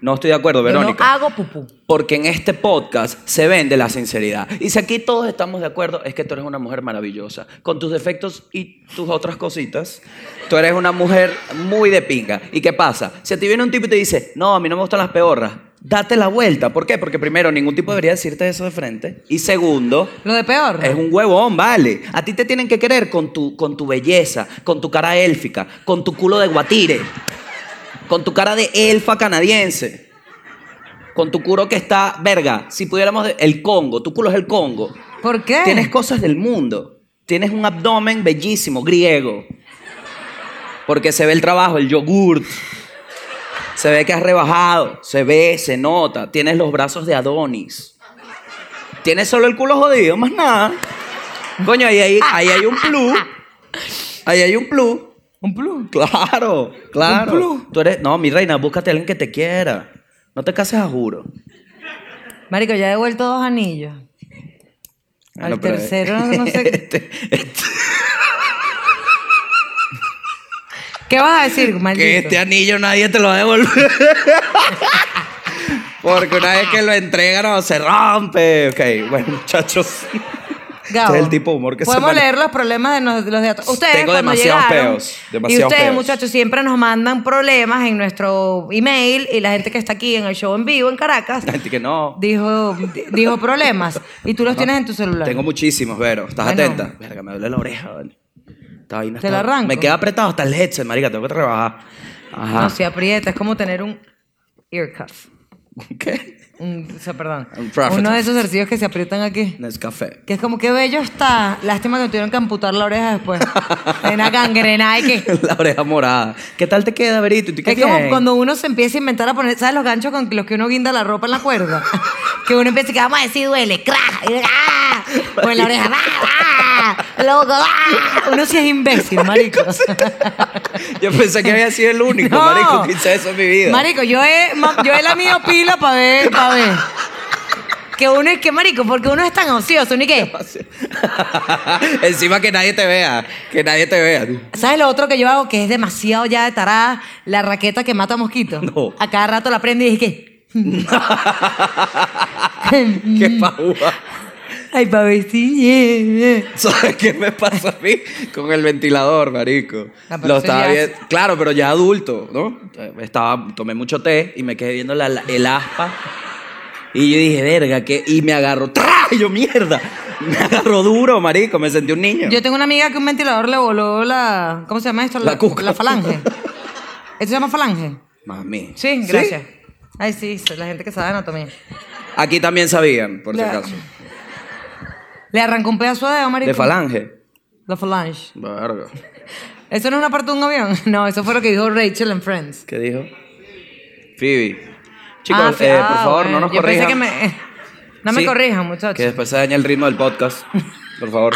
[SPEAKER 2] No estoy de acuerdo,
[SPEAKER 1] Yo
[SPEAKER 2] Verónica.
[SPEAKER 1] no hago pupú.
[SPEAKER 2] Porque en este podcast se vende la sinceridad. Y si aquí todos estamos de acuerdo, es que tú eres una mujer maravillosa. Con tus defectos y tus otras cositas, tú eres una mujer muy de pinga. ¿Y qué pasa? Si a ti viene un tipo y te dice, no, a mí no me gustan las peorras, date la vuelta. ¿Por qué? Porque primero, ningún tipo debería decirte eso de frente. Y segundo,
[SPEAKER 1] Lo de peor.
[SPEAKER 2] es un huevón, vale. A ti te tienen que querer con tu, con tu belleza, con tu cara élfica, con tu culo de guatire, con tu cara de elfa canadiense, con tu culo que está, verga, si pudiéramos, de- el Congo, tu culo es el Congo.
[SPEAKER 1] ¿Por qué?
[SPEAKER 2] Tienes cosas del mundo. Tienes un abdomen bellísimo, griego. Porque se ve el trabajo, el yogurt. Se ve que has rebajado. Se ve, se nota. Tienes los brazos de Adonis. Tienes solo el culo jodido, más nada. Coño, ahí, hay- ahí hay un plus. Ahí hay un plus.
[SPEAKER 1] un plus.
[SPEAKER 2] Claro, claro.
[SPEAKER 1] Un plus.
[SPEAKER 2] Tú eres, no, mi reina, búscate a alguien que te quiera. No te cases a juro.
[SPEAKER 1] Marico, ya he devuelto dos anillos.
[SPEAKER 2] Bueno,
[SPEAKER 1] Al
[SPEAKER 2] pero- eh.
[SPEAKER 1] tercero, no sé.
[SPEAKER 2] Este-
[SPEAKER 1] ¿Qué vas a decir, maldito?
[SPEAKER 2] que este anillo nadie te lo va a devolver. Porque una vez que lo entregan, no, se rompe. Ok, bueno, muchachos.
[SPEAKER 1] Gabo,
[SPEAKER 2] Este es el tipo de humor que se
[SPEAKER 1] Podemos
[SPEAKER 2] maneja.
[SPEAKER 1] leer los problemas de nos- los de atrás. Ustedes
[SPEAKER 2] Tengo
[SPEAKER 1] cuando
[SPEAKER 2] demasiados
[SPEAKER 1] llegaron,
[SPEAKER 2] peos, demasiados
[SPEAKER 1] y ustedes,
[SPEAKER 2] peos.
[SPEAKER 1] muchachos, siempre nos mandan problemas en nuestro email y la gente que está aquí en el show en vivo en Caracas
[SPEAKER 2] La gente que no.
[SPEAKER 1] dijo di- dijo problemas y tú los tienes en tu celular.
[SPEAKER 2] Tengo muchísimos, Vero. ¿Estás
[SPEAKER 1] Bueno.
[SPEAKER 2] atenta? Verga, me duele la oreja, vale. Esta vaina
[SPEAKER 1] Te
[SPEAKER 2] está-
[SPEAKER 1] la arranco.
[SPEAKER 2] Me queda apretado hasta el headset, marica. Tengo que rebajar. Ajá.
[SPEAKER 1] No se aprieta, es como tener un ear cuff.
[SPEAKER 2] ¿Qué?
[SPEAKER 1] Un- o sea, perdón.
[SPEAKER 2] Un prophet.
[SPEAKER 1] Uno de esos cercillos que se aprietan aquí.
[SPEAKER 2] Nescafé.
[SPEAKER 1] Que es como que bello está. Lástima que tuvieron que amputar la oreja después. Hay una gangrena y que.
[SPEAKER 2] la oreja morada. ¿Qué tal te queda, Verito? ¿Y tú qué
[SPEAKER 1] Es como
[SPEAKER 2] bien?
[SPEAKER 1] cuando uno se empieza a inventar a poner, ¿sabes los ganchos con los que uno guinda la ropa en la cuerda? que uno empieza y que vamos a decir duele, crack, ah, o en la oreja, ah, ah. Loco, ¡ah! Uno sí es imbécil, marico.
[SPEAKER 2] Yo pensé que había sido el único,
[SPEAKER 1] No.
[SPEAKER 2] marico, que hice eso en mi vida.
[SPEAKER 1] Marico, yo he, ma- yo he lamido pila para ver, para ver. Que uno es que, marico, porque uno es tan ocioso, ni qué.
[SPEAKER 2] Encima que nadie te vea, que nadie te vea.
[SPEAKER 1] ¿Sabes lo otro que yo hago que es demasiado ya de tarada? La raqueta que mata mosquitos.
[SPEAKER 2] No.
[SPEAKER 1] A cada rato la prendo y dije, ¿qué?
[SPEAKER 2] Qué paúa.
[SPEAKER 1] Ay, pa' ver si nieve.
[SPEAKER 2] ¿Sabes qué me pasó a mí? Con el ventilador, marico.
[SPEAKER 1] Ah, pero
[SPEAKER 2] Lo
[SPEAKER 1] eso
[SPEAKER 2] estaba
[SPEAKER 1] ya-
[SPEAKER 2] bien. Claro, pero ya adulto, ¿no? Estaba, tomé mucho té y me quedé viendo la- la- el aspa. Y yo dije, verga, que. Y me agarró. ¡Tra! Y yo, mierda. Me agarró duro, marico. Me sentí un niño.
[SPEAKER 1] Yo tengo una amiga que un ventilador le voló la. ¿Cómo se llama esto?
[SPEAKER 2] La cuca.
[SPEAKER 1] La falange. ¿Esto se llama falange?
[SPEAKER 2] Mami.
[SPEAKER 1] Sí, gracias. Ay, sí, soy la gente que sabe anatomía.
[SPEAKER 2] Aquí también sabían, por si acaso.
[SPEAKER 1] Le arrancó un pedazo de dedo, marico.
[SPEAKER 2] De falange.
[SPEAKER 1] La falange.
[SPEAKER 2] Verga.
[SPEAKER 1] ¿Eso no es una parte de un avión? No, eso fue lo que dijo Rachel en Friends.
[SPEAKER 2] ¿Qué dijo? Phoebe. Chicos,
[SPEAKER 1] Ah, fi-
[SPEAKER 2] eh, por
[SPEAKER 1] ah,
[SPEAKER 2] favor,
[SPEAKER 1] bueno.
[SPEAKER 2] no nos
[SPEAKER 1] Yo pensé
[SPEAKER 2] corrijan.
[SPEAKER 1] que me- No me
[SPEAKER 2] Sí,
[SPEAKER 1] corrijan, muchachos.
[SPEAKER 2] Que después se daña el ritmo del podcast. Por favor,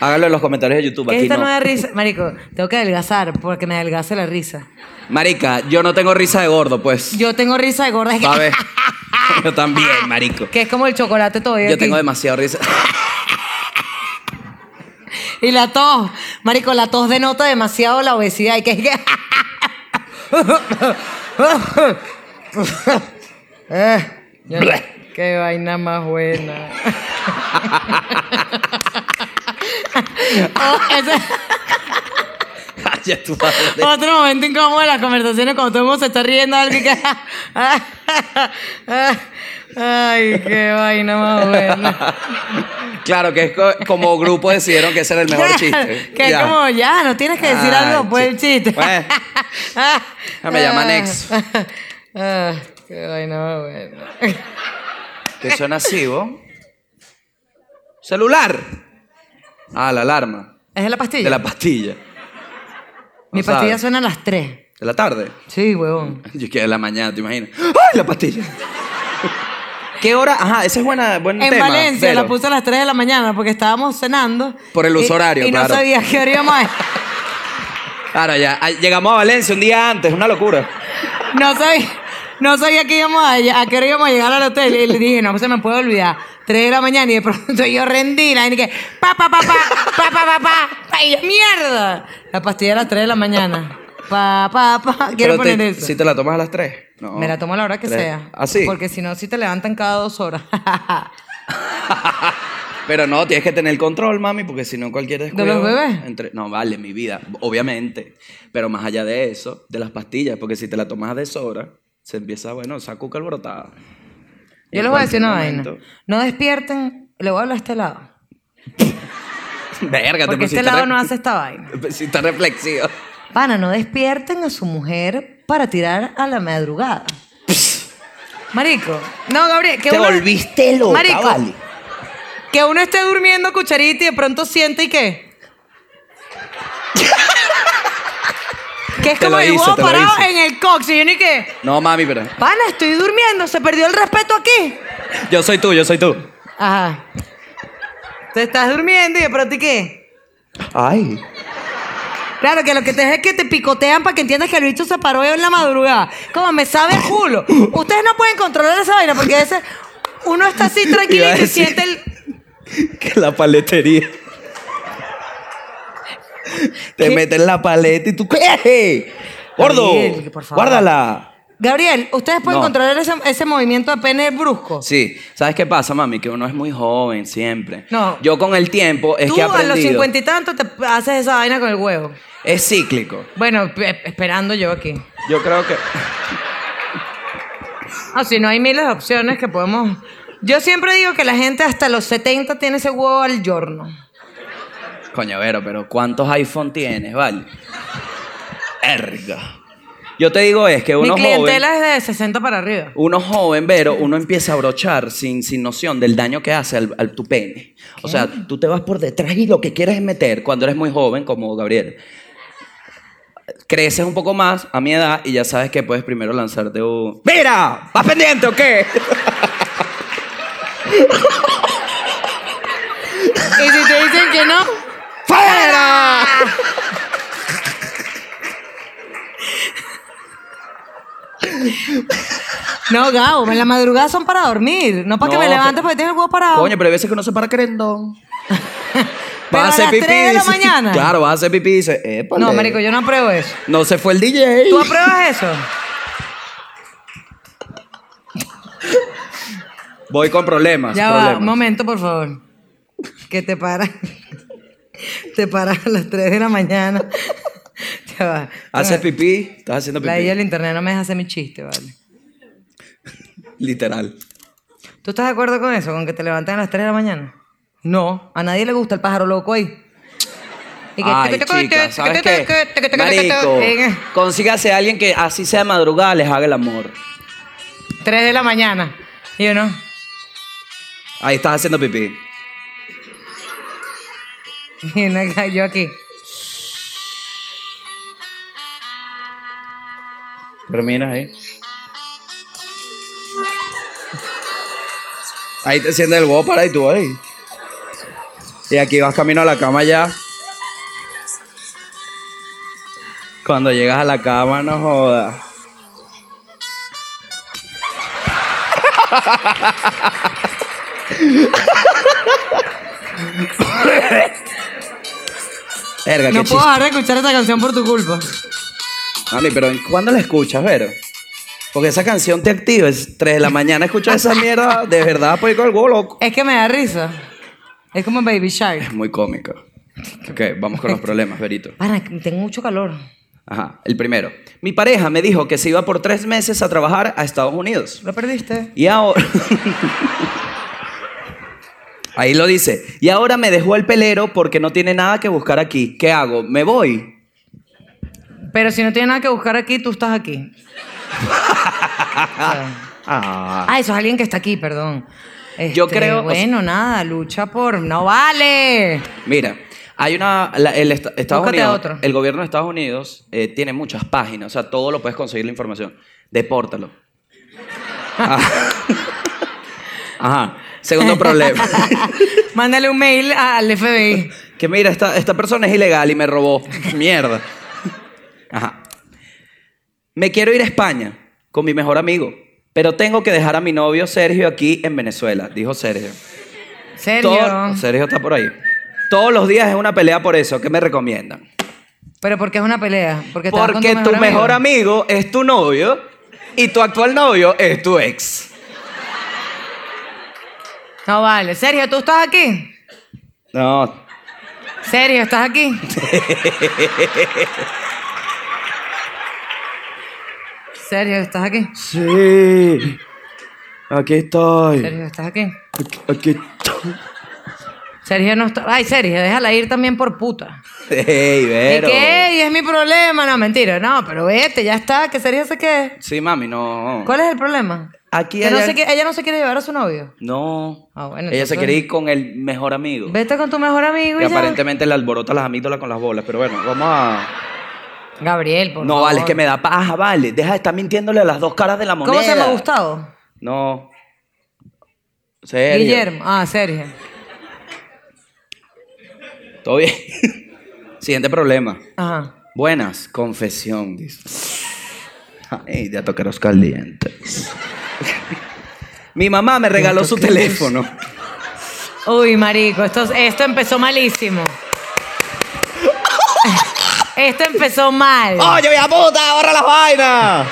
[SPEAKER 2] háganlo en los comentarios de YouTube.
[SPEAKER 1] ¿Qué es
[SPEAKER 2] Aquí
[SPEAKER 1] esta
[SPEAKER 2] no.
[SPEAKER 1] nueva risa? Marico, tengo que adelgazar porque me adelgace la risa.
[SPEAKER 2] Marica, yo no tengo risa de gordo, pues.
[SPEAKER 1] Yo tengo risa de gorda, es que,
[SPEAKER 2] ¿Sabes? yo también, marico.
[SPEAKER 1] que es como el chocolate todavía.
[SPEAKER 2] Yo
[SPEAKER 1] aquí.
[SPEAKER 2] tengo demasiado risa.
[SPEAKER 1] Y la tos. Marico, la tos denota demasiado la obesidad. Y que es que. Eh, yo- Qué vaina más buena. Oh, ese-
[SPEAKER 2] Ya tú sabes.
[SPEAKER 1] Otro momento incómodo de las conversaciones cuando todo el mundo se está riendo alguien que... Ay, qué vaina más buena.
[SPEAKER 2] Claro, que es co- como grupo decidieron que ese era el mejor chiste.
[SPEAKER 1] Que es
[SPEAKER 2] Ya.
[SPEAKER 1] como, ya, no tienes que decir
[SPEAKER 2] Ah,
[SPEAKER 1] algo, pues el chiste.
[SPEAKER 2] Pues, ya me llaman ex.
[SPEAKER 1] Ah, qué vaina más buena.
[SPEAKER 2] ¿Qué suena así, vos? ¡Celular! Ah, la alarma.
[SPEAKER 1] ¿Es de la pastilla?
[SPEAKER 2] De la pastilla.
[SPEAKER 1] Mi
[SPEAKER 2] No
[SPEAKER 1] pastilla
[SPEAKER 2] sabe.
[SPEAKER 1] suena a las 3.
[SPEAKER 2] De la tarde.
[SPEAKER 1] Sí, huevón.
[SPEAKER 2] Yo que de la mañana, ¿te imaginas? ¡Ay, la pastilla! ¿Qué hora? Ajá, ese es buena, buen
[SPEAKER 1] En
[SPEAKER 2] tema.
[SPEAKER 1] Valencia
[SPEAKER 2] Vero.
[SPEAKER 1] la puse a las 3 de la mañana porque estábamos cenando.
[SPEAKER 2] Por el uso
[SPEAKER 1] y-
[SPEAKER 2] horario,
[SPEAKER 1] Y
[SPEAKER 2] claro.
[SPEAKER 1] no sabía qué hora íbamos a...
[SPEAKER 2] Claro, ya. ah, Llegamos a Valencia un día antes, una locura.
[SPEAKER 1] No sabía, no sabía que íbamos a, a qué hora íbamos a llegar al hotel. Y le dije, no pues se me puede olvidar. Tres de la mañana y de pronto yo rendí. La gente que, pa, pa, pa, pa, pa, pa, pa, pa. Ay, mierda. La pastilla era a las tres de la mañana. Pa, pa, pa.
[SPEAKER 2] Pero
[SPEAKER 1] Quiero
[SPEAKER 2] te-
[SPEAKER 1] poner eso.
[SPEAKER 2] Si te la tomas a las 3. No.
[SPEAKER 1] me la tomo a la hora que
[SPEAKER 2] Tres.
[SPEAKER 1] sea.
[SPEAKER 2] ¿Ah, sí?
[SPEAKER 1] Porque si no, si te levantan cada dos horas.
[SPEAKER 2] Pero no, tienes que tener control, mami, porque si no cualquier descuido...
[SPEAKER 1] los bebés?
[SPEAKER 2] entre- No, vale, mi vida, obviamente. Pero más allá de eso, de las pastillas, porque si te la tomas a deshora, se empieza, bueno, esa cuca alborotada.
[SPEAKER 1] Yo
[SPEAKER 2] En
[SPEAKER 1] les voy a decir
[SPEAKER 2] cualquier
[SPEAKER 1] una
[SPEAKER 2] momento-
[SPEAKER 1] vaina. No despierten. Le voy a hablar a este lado.
[SPEAKER 2] Verga, te
[SPEAKER 1] Porque este
[SPEAKER 2] pusiste
[SPEAKER 1] lado
[SPEAKER 2] re-
[SPEAKER 1] no hace esta vaina.
[SPEAKER 2] te pusiste reflexivo.
[SPEAKER 1] Pana, no despierten a su mujer para tirar a la madrugada. Marico. No, Gabriel, que
[SPEAKER 3] Te
[SPEAKER 1] uno,
[SPEAKER 3] volviste loca,
[SPEAKER 1] Marico.
[SPEAKER 3] vale.
[SPEAKER 1] que uno esté durmiendo cucharita y de pronto siente y qué. que es
[SPEAKER 2] Te
[SPEAKER 1] como
[SPEAKER 2] lo
[SPEAKER 1] el
[SPEAKER 2] hice,
[SPEAKER 1] huevo
[SPEAKER 2] te lo
[SPEAKER 1] parado
[SPEAKER 2] hice.
[SPEAKER 1] en el cox y yo ni qué.
[SPEAKER 2] No, mami, pero...
[SPEAKER 1] Pana, estoy durmiendo, se perdió el respeto aquí.
[SPEAKER 2] Yo soy tú, yo soy tú.
[SPEAKER 1] Ajá. Te estás durmiendo y de pronto y qué.
[SPEAKER 3] Ay.
[SPEAKER 1] Claro, que lo que te es que te picotean para que entiendas que el bicho se paró en la madrugada. Como me sabe el culo. Ustedes no pueden controlar esa vaina porque ese, uno está así tranquilo
[SPEAKER 2] Iba a
[SPEAKER 1] y se
[SPEAKER 2] decir-
[SPEAKER 1] siente el.
[SPEAKER 2] Que la paletería. Te meten la paleta y tú... ¡Eh! ¡Gordo!
[SPEAKER 1] Gabriel, por favor.
[SPEAKER 2] ¡Guárdala!
[SPEAKER 1] Gabriel, ¿ustedes pueden
[SPEAKER 2] No.
[SPEAKER 1] controlar ese, ese movimiento de pene brusco?
[SPEAKER 2] Sí, ¿sabes qué pasa, mami? Que uno es muy joven siempre.
[SPEAKER 1] No.
[SPEAKER 2] Yo con el tiempo es
[SPEAKER 1] Tú
[SPEAKER 2] que he
[SPEAKER 1] a
[SPEAKER 2] aprendido.
[SPEAKER 1] los cincuenta y tantos te haces esa vaina con el huevo.
[SPEAKER 2] Es cíclico.
[SPEAKER 1] Bueno, pe- esperando yo aquí.
[SPEAKER 2] Yo creo que.
[SPEAKER 1] Ah, si no hay miles de opciones que podemos. Yo siempre digo que la gente hasta los 70 tiene ese huevo al giorno.
[SPEAKER 2] Coño, Vero, pero ¿cuántos iPhone tienes, vale? Erga. Yo te digo es que
[SPEAKER 1] Mi
[SPEAKER 2] uno joven.
[SPEAKER 1] clientela es de 60 para arriba.
[SPEAKER 2] Uno joven, Vero, uno empieza a brochar sin, sin noción del daño que hace al, al tu pene. O sea, tú te vas por detrás y lo que quieres es meter cuando eres muy joven, como Gabriel. Creces un poco más a mi edad y ya sabes que puedes primero lanzarte un... ¡Mira! ¿Vas pendiente o qué?
[SPEAKER 1] Y si te dicen que no,
[SPEAKER 2] ¡Fuera!
[SPEAKER 1] No, Gabo, en la madrugada son para dormir. No para que
[SPEAKER 2] No,
[SPEAKER 1] me levantes
[SPEAKER 2] pero-
[SPEAKER 1] porque tienes el huevo parado.
[SPEAKER 2] Coño, pero hay veces que uno se para querendón.
[SPEAKER 1] Pero a las 3 de la mañana.
[SPEAKER 2] Claro, vas a hacer pipí y dices, épale,
[SPEAKER 1] no, marico, yo no apruebo eso.
[SPEAKER 2] No se fue el DJ.
[SPEAKER 1] ¿Tú apruebas eso?
[SPEAKER 2] Voy con problemas.
[SPEAKER 1] ya va,
[SPEAKER 2] problemas.
[SPEAKER 1] un momento, por favor. Que te paras. te paras a las 3 de la mañana. ya va.
[SPEAKER 2] Haces pipí, estás haciendo
[SPEAKER 1] La idea
[SPEAKER 2] pipí.
[SPEAKER 1] del internet no me deja hacer mi chiste, vale.
[SPEAKER 2] Literal.
[SPEAKER 1] ¿Tú estás de acuerdo con eso? ¿Con que te levantan a las 3 de la mañana? No. A nadie le gusta el pájaro loco ahí. Y que-
[SPEAKER 2] Ay, chicas, ¿sabes qué? Marico,
[SPEAKER 1] Venga,
[SPEAKER 2] consígase a alguien que así sea de madrugada, les haga el amor.
[SPEAKER 1] 3 de la mañana. Y uno.
[SPEAKER 2] Ahí estás haciendo pipí.
[SPEAKER 1] Y uno acá, yo aquí.
[SPEAKER 2] Pero mira eh. ahí. Ahí te sientes el huevo para y tú ahí. Y aquí vas camino a la cama ya. Cuando llegas a la cama, no jodas. Verga,
[SPEAKER 1] No
[SPEAKER 2] qué
[SPEAKER 1] puedo
[SPEAKER 2] chiste.
[SPEAKER 1] dejar de escuchar esta canción por tu culpa.
[SPEAKER 2] Mami, pero ¿cuándo la escuchas, Vero? Porque esa canción te activa, es 3 de la mañana escuchas esa mierda, de verdad, pues con el huevo loco.
[SPEAKER 1] Es que me da risa. Es como Baby Shark.
[SPEAKER 2] Es muy cómico. Ok, vamos con los problemas, Verito.
[SPEAKER 1] Para, tengo mucho calor.
[SPEAKER 2] Ajá, el primero. Mi pareja me dijo que se iba por tres meses a trabajar a Estados Unidos.
[SPEAKER 1] Lo perdiste.
[SPEAKER 2] Y ahora... Ahí lo dice. Y ahora me dejó el pelero porque no tiene nada que buscar aquí. ¿Qué hago? ¿Me voy?
[SPEAKER 1] Pero si no tienes nada que buscar aquí, tú estás aquí.
[SPEAKER 2] Ah.
[SPEAKER 1] Ah, eso es alguien que está aquí, perdón.
[SPEAKER 2] Yo
[SPEAKER 1] Este,
[SPEAKER 2] creo-
[SPEAKER 1] Bueno, nada, lucha por. ¡No vale!
[SPEAKER 2] Mira, hay una. la- el est- Estados
[SPEAKER 1] Búscate
[SPEAKER 2] Unidos,
[SPEAKER 1] otro.
[SPEAKER 2] El gobierno de Estados Unidos eh, tiene muchas páginas, o sea, todo lo puedes conseguir la información. Depórtalo. Ajá. Ajá. Segundo problema.
[SPEAKER 1] Mándale un mail a- al FBI.
[SPEAKER 2] que mira, esta, esta persona es ilegal y me robó. Mierda. Ajá. Me quiero ir a España con mi mejor amigo, pero tengo que dejar a mi novio Sergio aquí en Venezuela, dijo Sergio.
[SPEAKER 1] Sergio.
[SPEAKER 2] Todo- Sergio está por ahí. Todos los días es una pelea por eso. ¿Qué me recomiendan?
[SPEAKER 1] Pero porque es una pelea. Porque, te vas con
[SPEAKER 2] Porque tu mejor
[SPEAKER 1] amigo.
[SPEAKER 2] amigo es tu novio y tu actual novio es tu ex.
[SPEAKER 1] No vale. Sergio, ¿tú estás aquí?
[SPEAKER 2] No.
[SPEAKER 1] Sergio, ¿estás aquí? Sergio, ¿estás aquí?
[SPEAKER 2] Sí. Aquí estoy.
[SPEAKER 1] Sergio, ¿estás aquí?
[SPEAKER 2] Aquí, aquí estoy.
[SPEAKER 1] Sergio no está. Ay, Sergio, déjala ir también por puta.
[SPEAKER 2] Ey,
[SPEAKER 1] ¿Y
[SPEAKER 2] Vero.
[SPEAKER 1] qué? Y es mi problema. No, mentira. No, pero vete, ya está. Que Sergio se quede.
[SPEAKER 2] Sí, mami, no.
[SPEAKER 1] ¿Cuál es el problema?
[SPEAKER 2] Aquí
[SPEAKER 1] Que no
[SPEAKER 2] allá-
[SPEAKER 1] se qui- ella no se quiere llevar a su novio.
[SPEAKER 2] No.
[SPEAKER 1] Ah, bueno,
[SPEAKER 2] Ella se
[SPEAKER 1] entonces-
[SPEAKER 2] quiere ir con el mejor amigo.
[SPEAKER 1] Vete con tu mejor amigo
[SPEAKER 2] Que
[SPEAKER 1] y ya.
[SPEAKER 2] aparentemente le alborota las amígdalas con las bolas. Pero bueno, vamos a.
[SPEAKER 1] Gabriel, por
[SPEAKER 2] No,
[SPEAKER 1] favor.
[SPEAKER 2] vale, es que me da paja, vale. Deja de estar mintiéndole a las dos caras de la moneda.
[SPEAKER 1] ¿Cómo se llama Gustavo?
[SPEAKER 2] No. Sergio.
[SPEAKER 1] Guillermo. Ah, Sergio.
[SPEAKER 2] Todo bien. Siguiente problema.
[SPEAKER 1] Ajá.
[SPEAKER 2] Buenas, confesión, dice. Ay, de los calientes. Mi mamá me regaló su teléfono.
[SPEAKER 1] Uy, marico, esto, esto empezó malísimo. Esto empezó mal.
[SPEAKER 2] ¡Oye, vieja puta! ¡Ahorra las vainas!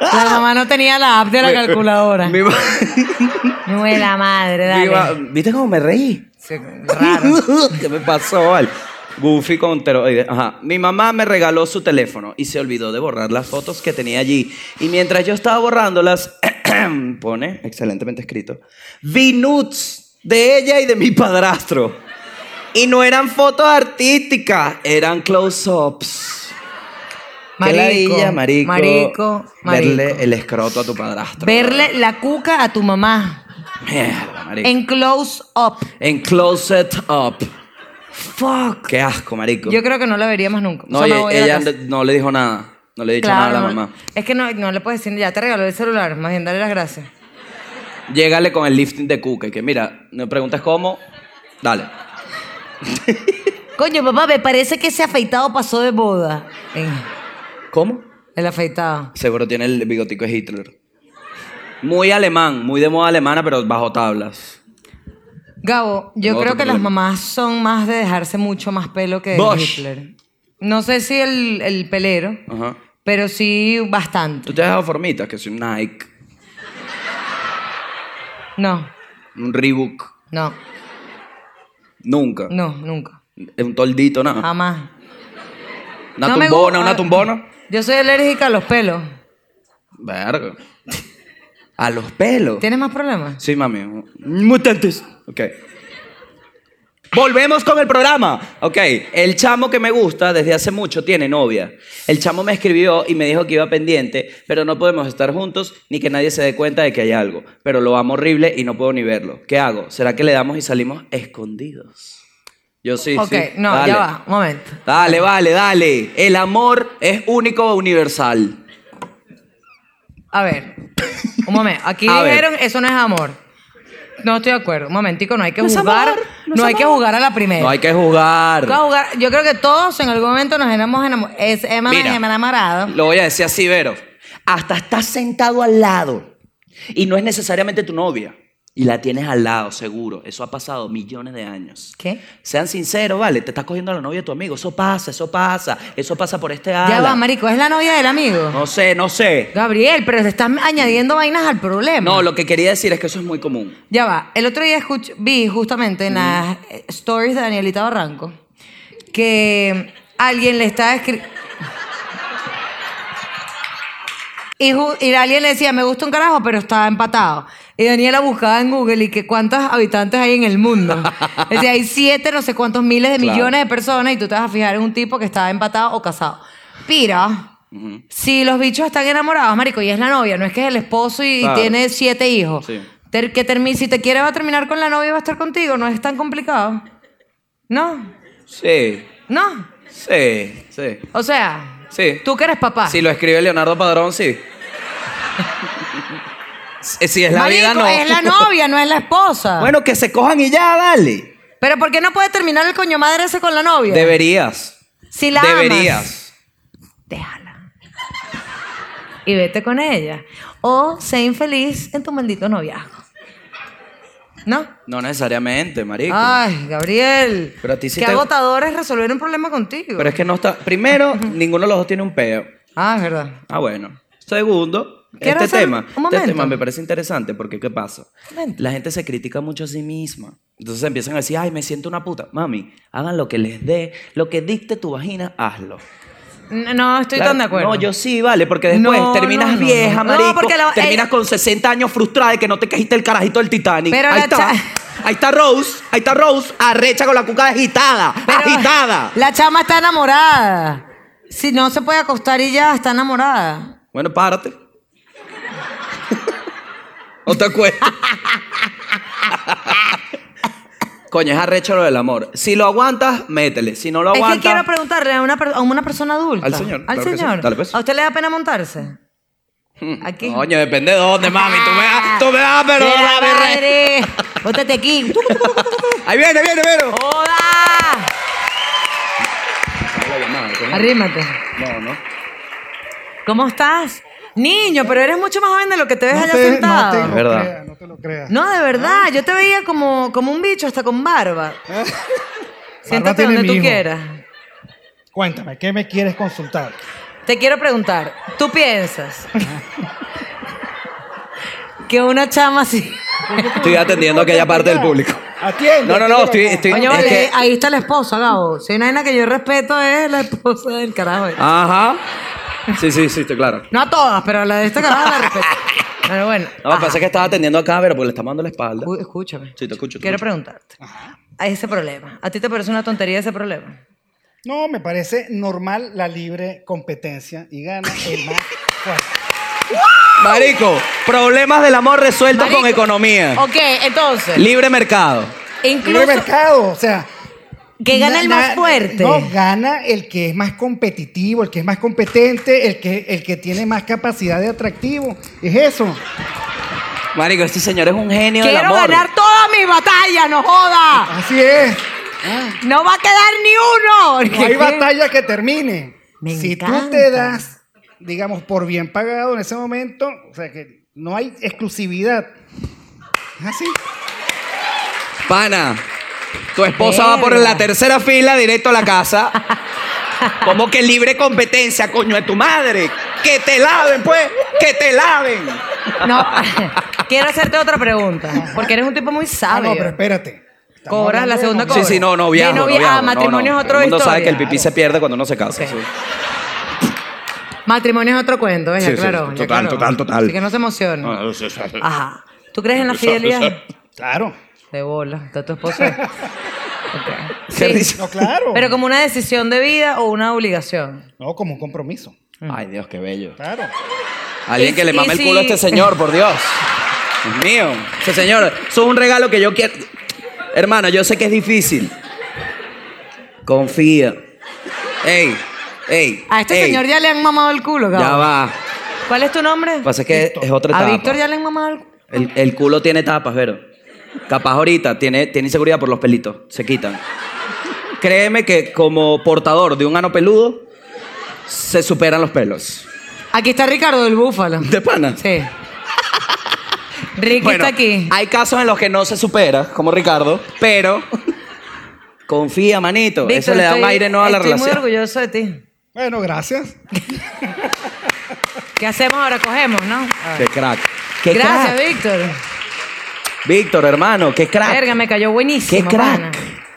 [SPEAKER 1] La mamá no tenía la app de la calculadora.
[SPEAKER 2] Mi ma-
[SPEAKER 1] No es la madre,
[SPEAKER 2] mi ma-
[SPEAKER 1] dale.
[SPEAKER 2] ¿Viste cómo me reí?
[SPEAKER 1] Sí, Raro.
[SPEAKER 2] ¿Qué me pasó, vale? Goofy con pteroides. Ajá. Mi mamá me regaló su teléfono y se olvidó de borrar las fotos que tenía allí. Y mientras yo estaba borrándolas, pone, excelentemente escrito, vi nudes de ella y de mi padrastro. Y no eran fotos artísticas, eran close-ups. Qué ladilla, marico.
[SPEAKER 1] Marico, marico.
[SPEAKER 2] Verle el escroto a tu padrastro.
[SPEAKER 1] Verle la cuca a tu mamá.
[SPEAKER 2] Mierda, marico. En,
[SPEAKER 1] En close up.
[SPEAKER 2] closet up.
[SPEAKER 1] Fuck.
[SPEAKER 2] Qué asco, marico.
[SPEAKER 1] Yo creo que no la vería más nunca. O
[SPEAKER 2] No,
[SPEAKER 1] sea, me
[SPEAKER 2] y-
[SPEAKER 1] voy a la
[SPEAKER 2] ella
[SPEAKER 1] casa.
[SPEAKER 2] no le dijo nada. No le he dicho
[SPEAKER 1] Claro,
[SPEAKER 2] nada a la
[SPEAKER 1] no-
[SPEAKER 2] mamá.
[SPEAKER 1] Es que no, no le puedes decir, ya te regaló el celular, más bien dale las gracias.
[SPEAKER 2] Llégale con el lifting de cuca y que mira, no preguntes cómo, dale.
[SPEAKER 1] Coño, papá, me parece que ese afeitado pasó de moda. Ven,
[SPEAKER 2] ¿Cómo?
[SPEAKER 1] El afeitado.
[SPEAKER 2] Seguro tiene el bigotico de Hitler. Muy alemán, muy de moda alemana, pero bajo tablas.
[SPEAKER 1] Gabo, yo
[SPEAKER 2] Otro
[SPEAKER 1] creo que las
[SPEAKER 2] problema.
[SPEAKER 1] mamás son más de dejarse mucho más pelo que
[SPEAKER 2] Bosh.
[SPEAKER 1] Hitler. No sé si el, el pelero,
[SPEAKER 2] Ajá.
[SPEAKER 1] pero sí bastante.
[SPEAKER 2] ¿Tú te has dejado formitas? Que soy un Nike,
[SPEAKER 1] No,
[SPEAKER 2] un Reebok.
[SPEAKER 1] no,
[SPEAKER 2] Nunca.
[SPEAKER 1] no, nunca.
[SPEAKER 2] Un toldito, nada.
[SPEAKER 1] Jamás.
[SPEAKER 2] Una
[SPEAKER 1] No me
[SPEAKER 2] tumbona,
[SPEAKER 1] gu-
[SPEAKER 2] una
[SPEAKER 1] ah,
[SPEAKER 2] tumbona.
[SPEAKER 1] Yo soy alérgica a los pelos.
[SPEAKER 2] Verga. A los pelos.
[SPEAKER 1] ¿Tienes más problemas?
[SPEAKER 2] Sí, mami. Mutantes. Ok. Volvemos con el programa. Ok. El chamo que me gusta desde hace mucho tiene novia. El chamo me escribió y me dijo que iba pendiente, pero no podemos estar juntos ni que nadie se dé cuenta de que hay algo. Pero lo amo horrible y no puedo ni verlo. ¿Qué hago? ¿Será que le damos y salimos escondidos? Yo sí,
[SPEAKER 1] ok,
[SPEAKER 2] sí.
[SPEAKER 1] no,
[SPEAKER 2] Dale.
[SPEAKER 1] ya va, un momento.
[SPEAKER 2] Dale, vale, dale. El amor es único e universal.
[SPEAKER 1] A ver, un momento. Aquí
[SPEAKER 2] A ver.
[SPEAKER 1] dijeron, eso no es amor. No estoy de acuerdo. Un momentico, no hay que
[SPEAKER 2] es
[SPEAKER 1] jugar.
[SPEAKER 2] amor, no
[SPEAKER 1] No,
[SPEAKER 2] es
[SPEAKER 1] hay que
[SPEAKER 2] amor.
[SPEAKER 1] jugar a la primera.
[SPEAKER 2] No hay que jugar.
[SPEAKER 1] Vamos a jugar. Yo creo que todos en algún momento nos hemos enamorado. Es hemos
[SPEAKER 2] Mira.
[SPEAKER 1] enamorado.
[SPEAKER 2] Lo voy a decir así, Vero.
[SPEAKER 3] Hasta estás sentado al lado.
[SPEAKER 2] Y no es necesariamente tu novia. Y la tienes al lado, seguro. Eso ha pasado millones de años.
[SPEAKER 1] ¿Qué?
[SPEAKER 2] Sean sinceros, vale. Te estás cogiendo a la novia de tu amigo. Eso pasa, eso pasa. Eso pasa por este
[SPEAKER 1] Ya
[SPEAKER 2] ala.
[SPEAKER 1] va, marico. Es la novia del amigo.
[SPEAKER 2] No sé, no sé.
[SPEAKER 1] Gabriel, pero te estás añadiendo vainas al problema.
[SPEAKER 2] No, lo que quería decir es que eso es muy común.
[SPEAKER 1] Ya va. El otro día escuch- vi justamente en las eh, stories de Danielita Barranco que alguien le estaba escribiendo. Y, ju- y alguien le decía, me gusta un carajo, pero estaba empatado. Y Daniela buscaba en Google y que cuántos habitantes hay en el mundo. Decía, hay siete, no sé cuántos miles de
[SPEAKER 2] Claro.
[SPEAKER 1] millones de personas y tú te vas a fijar en un tipo que estaba empatado o casado. Pira, si los bichos están enamorados, marico, y es la novia, no es que es el esposo y
[SPEAKER 2] Claro.
[SPEAKER 1] tiene siete hijos.
[SPEAKER 2] Sí.
[SPEAKER 1] Ter- que termi- si te quiere va a terminar con la novia y va a estar contigo, no es tan complicado. No,
[SPEAKER 2] Sí,
[SPEAKER 1] no.
[SPEAKER 2] sí, sí.
[SPEAKER 1] O sea,
[SPEAKER 2] Sí.
[SPEAKER 1] tú que eres papá.
[SPEAKER 2] Si lo escribe Leonardo Padrón, sí. Si si es la
[SPEAKER 1] Marico,
[SPEAKER 2] vida, no.
[SPEAKER 1] Es la novia, no es la esposa.
[SPEAKER 2] Bueno, que se cojan y ya, vale.
[SPEAKER 1] Pero ¿por qué no puede terminar el coño madre ese con la novia?
[SPEAKER 2] Deberías.
[SPEAKER 1] si la amas,
[SPEAKER 2] Deberías.
[SPEAKER 1] déjala. Y vete con ella. O sé infeliz en tu maldito noviazgo. ¿No?
[SPEAKER 2] No necesariamente, marico.
[SPEAKER 1] Ay, Gabriel.
[SPEAKER 2] Pero a ti sí
[SPEAKER 1] qué
[SPEAKER 2] te-
[SPEAKER 1] agotador es resolver un problema contigo.
[SPEAKER 2] Pero es que no está. Primero, ninguno de los dos tiene un peo.
[SPEAKER 1] Ah, es verdad.
[SPEAKER 2] Ah, bueno. Segundo,
[SPEAKER 1] Quiero
[SPEAKER 2] este
[SPEAKER 1] hacer
[SPEAKER 2] tema.
[SPEAKER 1] un
[SPEAKER 2] Este
[SPEAKER 1] momento.
[SPEAKER 2] tema me parece interesante porque ¿qué pasa?
[SPEAKER 1] Momento.
[SPEAKER 2] La gente se critica mucho a sí misma. Entonces empiezan a decir, ay, me siento una puta. Mami, hagan lo que les dé, lo que dicte tu vagina, hazlo.
[SPEAKER 1] N- No, estoy
[SPEAKER 2] Claro,
[SPEAKER 1] tan de acuerdo.
[SPEAKER 2] No, yo sí, vale, porque después
[SPEAKER 1] No,
[SPEAKER 2] terminas
[SPEAKER 1] no, no,
[SPEAKER 2] vieja,
[SPEAKER 1] no. No,
[SPEAKER 2] marico.
[SPEAKER 1] porque la-
[SPEAKER 2] terminas
[SPEAKER 1] el-
[SPEAKER 2] con 60 años frustrada de que no te cajiste el carajito del Titanic.
[SPEAKER 1] Pero
[SPEAKER 2] ahí
[SPEAKER 1] la
[SPEAKER 2] está.
[SPEAKER 1] cha-
[SPEAKER 2] Ahí está Rose, ahí está Rose, arrecha con la cuca agitada,
[SPEAKER 1] Pero
[SPEAKER 2] agitada.
[SPEAKER 1] La chama está enamorada. Si no se puede acostar y ya, está enamorada.
[SPEAKER 2] Bueno, párate. no te acuerdas. Coño, es arrecho lo del amor. Si lo aguantas, métele. Si no lo
[SPEAKER 1] Es que
[SPEAKER 2] aguantas.
[SPEAKER 1] quiero preguntarle a una, per- a una persona adulta.
[SPEAKER 2] Al señor,
[SPEAKER 1] Al
[SPEAKER 2] claro que sí.
[SPEAKER 1] señor.
[SPEAKER 2] Dale, pues.
[SPEAKER 1] ¿A usted le da pena montarse? Aquí.
[SPEAKER 2] hmm, Coño, depende de dónde, mami. Tú me das, tú me das, pero
[SPEAKER 1] Mira,
[SPEAKER 2] la berre-
[SPEAKER 1] madre. Bótate aquí.
[SPEAKER 2] Ahí viene, viene, viene.
[SPEAKER 1] ¡Joda! Arrímate.
[SPEAKER 2] No, no.
[SPEAKER 1] ¿Cómo estás? Niño, pero eres mucho más joven de lo que te ves
[SPEAKER 8] No
[SPEAKER 1] allá
[SPEAKER 8] te-
[SPEAKER 1] sentado.
[SPEAKER 8] No te
[SPEAKER 2] Es
[SPEAKER 8] lo
[SPEAKER 2] verdad.
[SPEAKER 8] creas, no te lo creas.
[SPEAKER 1] No, de
[SPEAKER 2] Ah.
[SPEAKER 1] verdad, yo te veía como, como un bicho hasta con barba. Siéntate
[SPEAKER 8] tiene
[SPEAKER 1] donde
[SPEAKER 8] mi
[SPEAKER 1] tú
[SPEAKER 8] hijo.
[SPEAKER 1] quieras.
[SPEAKER 8] Cuéntame, ¿qué me quieres consultar?
[SPEAKER 1] Te quiero preguntar, ¿tú piensas que una chama así...
[SPEAKER 2] Estoy atendiendo a aquella parte del público.
[SPEAKER 8] Atiende.
[SPEAKER 2] No, no, no.
[SPEAKER 8] quiero
[SPEAKER 2] Estoy.
[SPEAKER 8] acá.
[SPEAKER 2] estoy
[SPEAKER 1] Coño,
[SPEAKER 2] es
[SPEAKER 1] vale,
[SPEAKER 2] que-
[SPEAKER 1] ahí está la esposa, Gabo. Si hay una vaina que yo respeto es la esposa del carajo.
[SPEAKER 2] Ah. Ajá. Sí, sí, sí, estoy claro.
[SPEAKER 1] No a todas, pero a la de este carajo la respeto. Pero bueno.
[SPEAKER 2] No,
[SPEAKER 1] ajá.
[SPEAKER 2] pasa que estaba atendiendo acá, pero porque le está mandando la espalda.
[SPEAKER 1] Escu- Escúchame.
[SPEAKER 2] Sí, te escucho, te
[SPEAKER 1] Quiero
[SPEAKER 2] escucho.
[SPEAKER 1] preguntarte. A ese problema. ¿A ti te parece una tontería ese problema?
[SPEAKER 8] No, me parece normal la libre competencia y gana el más fuerte.
[SPEAKER 2] Marico, problemas del amor resueltos con
[SPEAKER 1] Marico,
[SPEAKER 2] economía.
[SPEAKER 1] Ok, entonces.
[SPEAKER 2] Libre mercado.
[SPEAKER 8] Libre
[SPEAKER 1] Incluso
[SPEAKER 8] mercado, o sea.
[SPEAKER 1] que gana el
[SPEAKER 8] na-
[SPEAKER 1] más
[SPEAKER 8] na-
[SPEAKER 1] fuerte.
[SPEAKER 8] No, gana el que es más competitivo, el que es más competente, el que, el que tiene más capacidad de atractivo. Es eso.
[SPEAKER 2] Marico, este señor es un genio del
[SPEAKER 1] Quiero
[SPEAKER 2] amor.
[SPEAKER 1] ganar toda mi batalla, no joda.
[SPEAKER 8] Así es.
[SPEAKER 1] No va a quedar ni uno.
[SPEAKER 8] No hay batalla que termine.
[SPEAKER 1] Me
[SPEAKER 8] si tú
[SPEAKER 1] encanta.
[SPEAKER 8] te das, digamos, por bien pagado en ese momento, o sea que no hay exclusividad. Es así.
[SPEAKER 2] Pana, tu esposa va por
[SPEAKER 1] Verga.
[SPEAKER 2] la tercera fila directo a la casa. Como que libre competencia, coño, de tu madre. Que te laven, pues, que te laven.
[SPEAKER 1] No. Quiero hacerte otra pregunta, porque eres un tipo muy
[SPEAKER 8] Ah,
[SPEAKER 1] sabio.
[SPEAKER 8] no, pero espérate. Estamos
[SPEAKER 1] Cobras la
[SPEAKER 8] hablando de
[SPEAKER 1] segunda
[SPEAKER 8] noviazgo.
[SPEAKER 1] cobra.
[SPEAKER 2] Sí, sí, no, no,
[SPEAKER 1] De
[SPEAKER 2] viajo, no,
[SPEAKER 1] novia-
[SPEAKER 2] viajo,
[SPEAKER 1] ah,
[SPEAKER 2] no,
[SPEAKER 1] matrimonio
[SPEAKER 2] no.
[SPEAKER 1] es otra
[SPEAKER 2] Todo el mundo sabe que el
[SPEAKER 1] historia.
[SPEAKER 2] pipí se pierde cuando uno se casa.
[SPEAKER 1] Ok.
[SPEAKER 2] sí.
[SPEAKER 1] Matrimonio es otro cuento, ¿ves?
[SPEAKER 2] Sí, sí,
[SPEAKER 1] claro.
[SPEAKER 2] sí, total, total, total.
[SPEAKER 1] Así que no se emocionen. Ajá. ¿Tú crees en la fidelidad?
[SPEAKER 8] Claro.
[SPEAKER 1] De bola, está tu esposa. Ok.
[SPEAKER 2] Qué risa.
[SPEAKER 8] No, claro.
[SPEAKER 1] Pero como una decisión de vida o una obligación.
[SPEAKER 8] No, como un compromiso.
[SPEAKER 2] Ay, Dios, qué bello.
[SPEAKER 8] Claro.
[SPEAKER 2] Alguien
[SPEAKER 1] Y-
[SPEAKER 2] que le
[SPEAKER 1] y
[SPEAKER 2] mame el
[SPEAKER 1] si-
[SPEAKER 2] culo a este señor, por Dios. Dios mío. Este señor, eso es un regalo que yo quiero. Hermana, yo sé que es difícil. Confía. Ey, ey.
[SPEAKER 1] A este
[SPEAKER 2] ey,
[SPEAKER 1] señor ya le han mamado el culo, cabrón.
[SPEAKER 2] Ya va.
[SPEAKER 1] ¿Cuál es tu nombre?
[SPEAKER 2] Lo que pasa es que es otra
[SPEAKER 1] A
[SPEAKER 2] etapa.
[SPEAKER 1] Víctor ya le han mamado el culo.
[SPEAKER 2] El, el culo tiene tapas, Vero. Capaz ahorita tiene, tiene inseguridad por los pelitos. Se quitan. Créeme que como portador de un ano peludo, se superan los pelos.
[SPEAKER 1] Aquí está Ricardo del Búfalo.
[SPEAKER 2] ¿De pana?
[SPEAKER 1] Sí. Ricky
[SPEAKER 2] Bueno,
[SPEAKER 1] está aquí.
[SPEAKER 2] Hay casos en los que no se supera, como Ricardo, pero confía, manito. Eso
[SPEAKER 1] Víctor,
[SPEAKER 2] le da un
[SPEAKER 1] estoy-
[SPEAKER 2] aire nuevo a la
[SPEAKER 1] estoy
[SPEAKER 2] relación.
[SPEAKER 1] muy orgulloso de ti.
[SPEAKER 8] Bueno, gracias.
[SPEAKER 1] ¿Qué hacemos ahora? Cogemos, ¿no?
[SPEAKER 2] Qué crack. Qué
[SPEAKER 1] Gracias,
[SPEAKER 2] crack.
[SPEAKER 1] Víctor.
[SPEAKER 2] Víctor, hermano, qué crack.
[SPEAKER 1] Verga, me cayó
[SPEAKER 2] qué
[SPEAKER 1] buenísimo.
[SPEAKER 2] crack.
[SPEAKER 1] pana.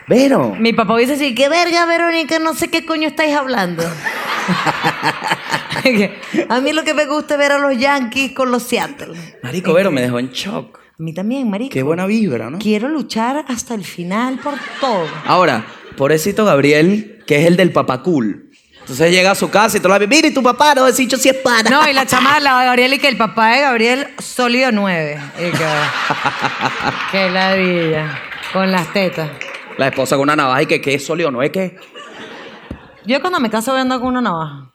[SPEAKER 2] Vero.
[SPEAKER 1] Mi papá hubiese así, qué verga, Verónica, no sé qué coño estáis hablando. a mí lo que me gusta es ver a los Yankees con los Seattle.
[SPEAKER 2] Marico, Vero me dejó en shock.
[SPEAKER 1] A mí también, marico.
[SPEAKER 2] Qué buena vibra, ¿no?
[SPEAKER 1] Quiero luchar hasta el final por todo.
[SPEAKER 2] Ahora, pobrecito Gabriel, que es el del papacul. Entonces llega a su casa y tú la ves, mire, tu papá, no, ese dicho sí es pana.
[SPEAKER 1] No, y la chama de la de Gabriel y que el papá de Gabriel, sólido 9. Qué ladilla. Con las tetas.
[SPEAKER 2] La esposa con una navaja y que, que es sólido, no es que...
[SPEAKER 1] Yo cuando me caso voy a andar con una navaja.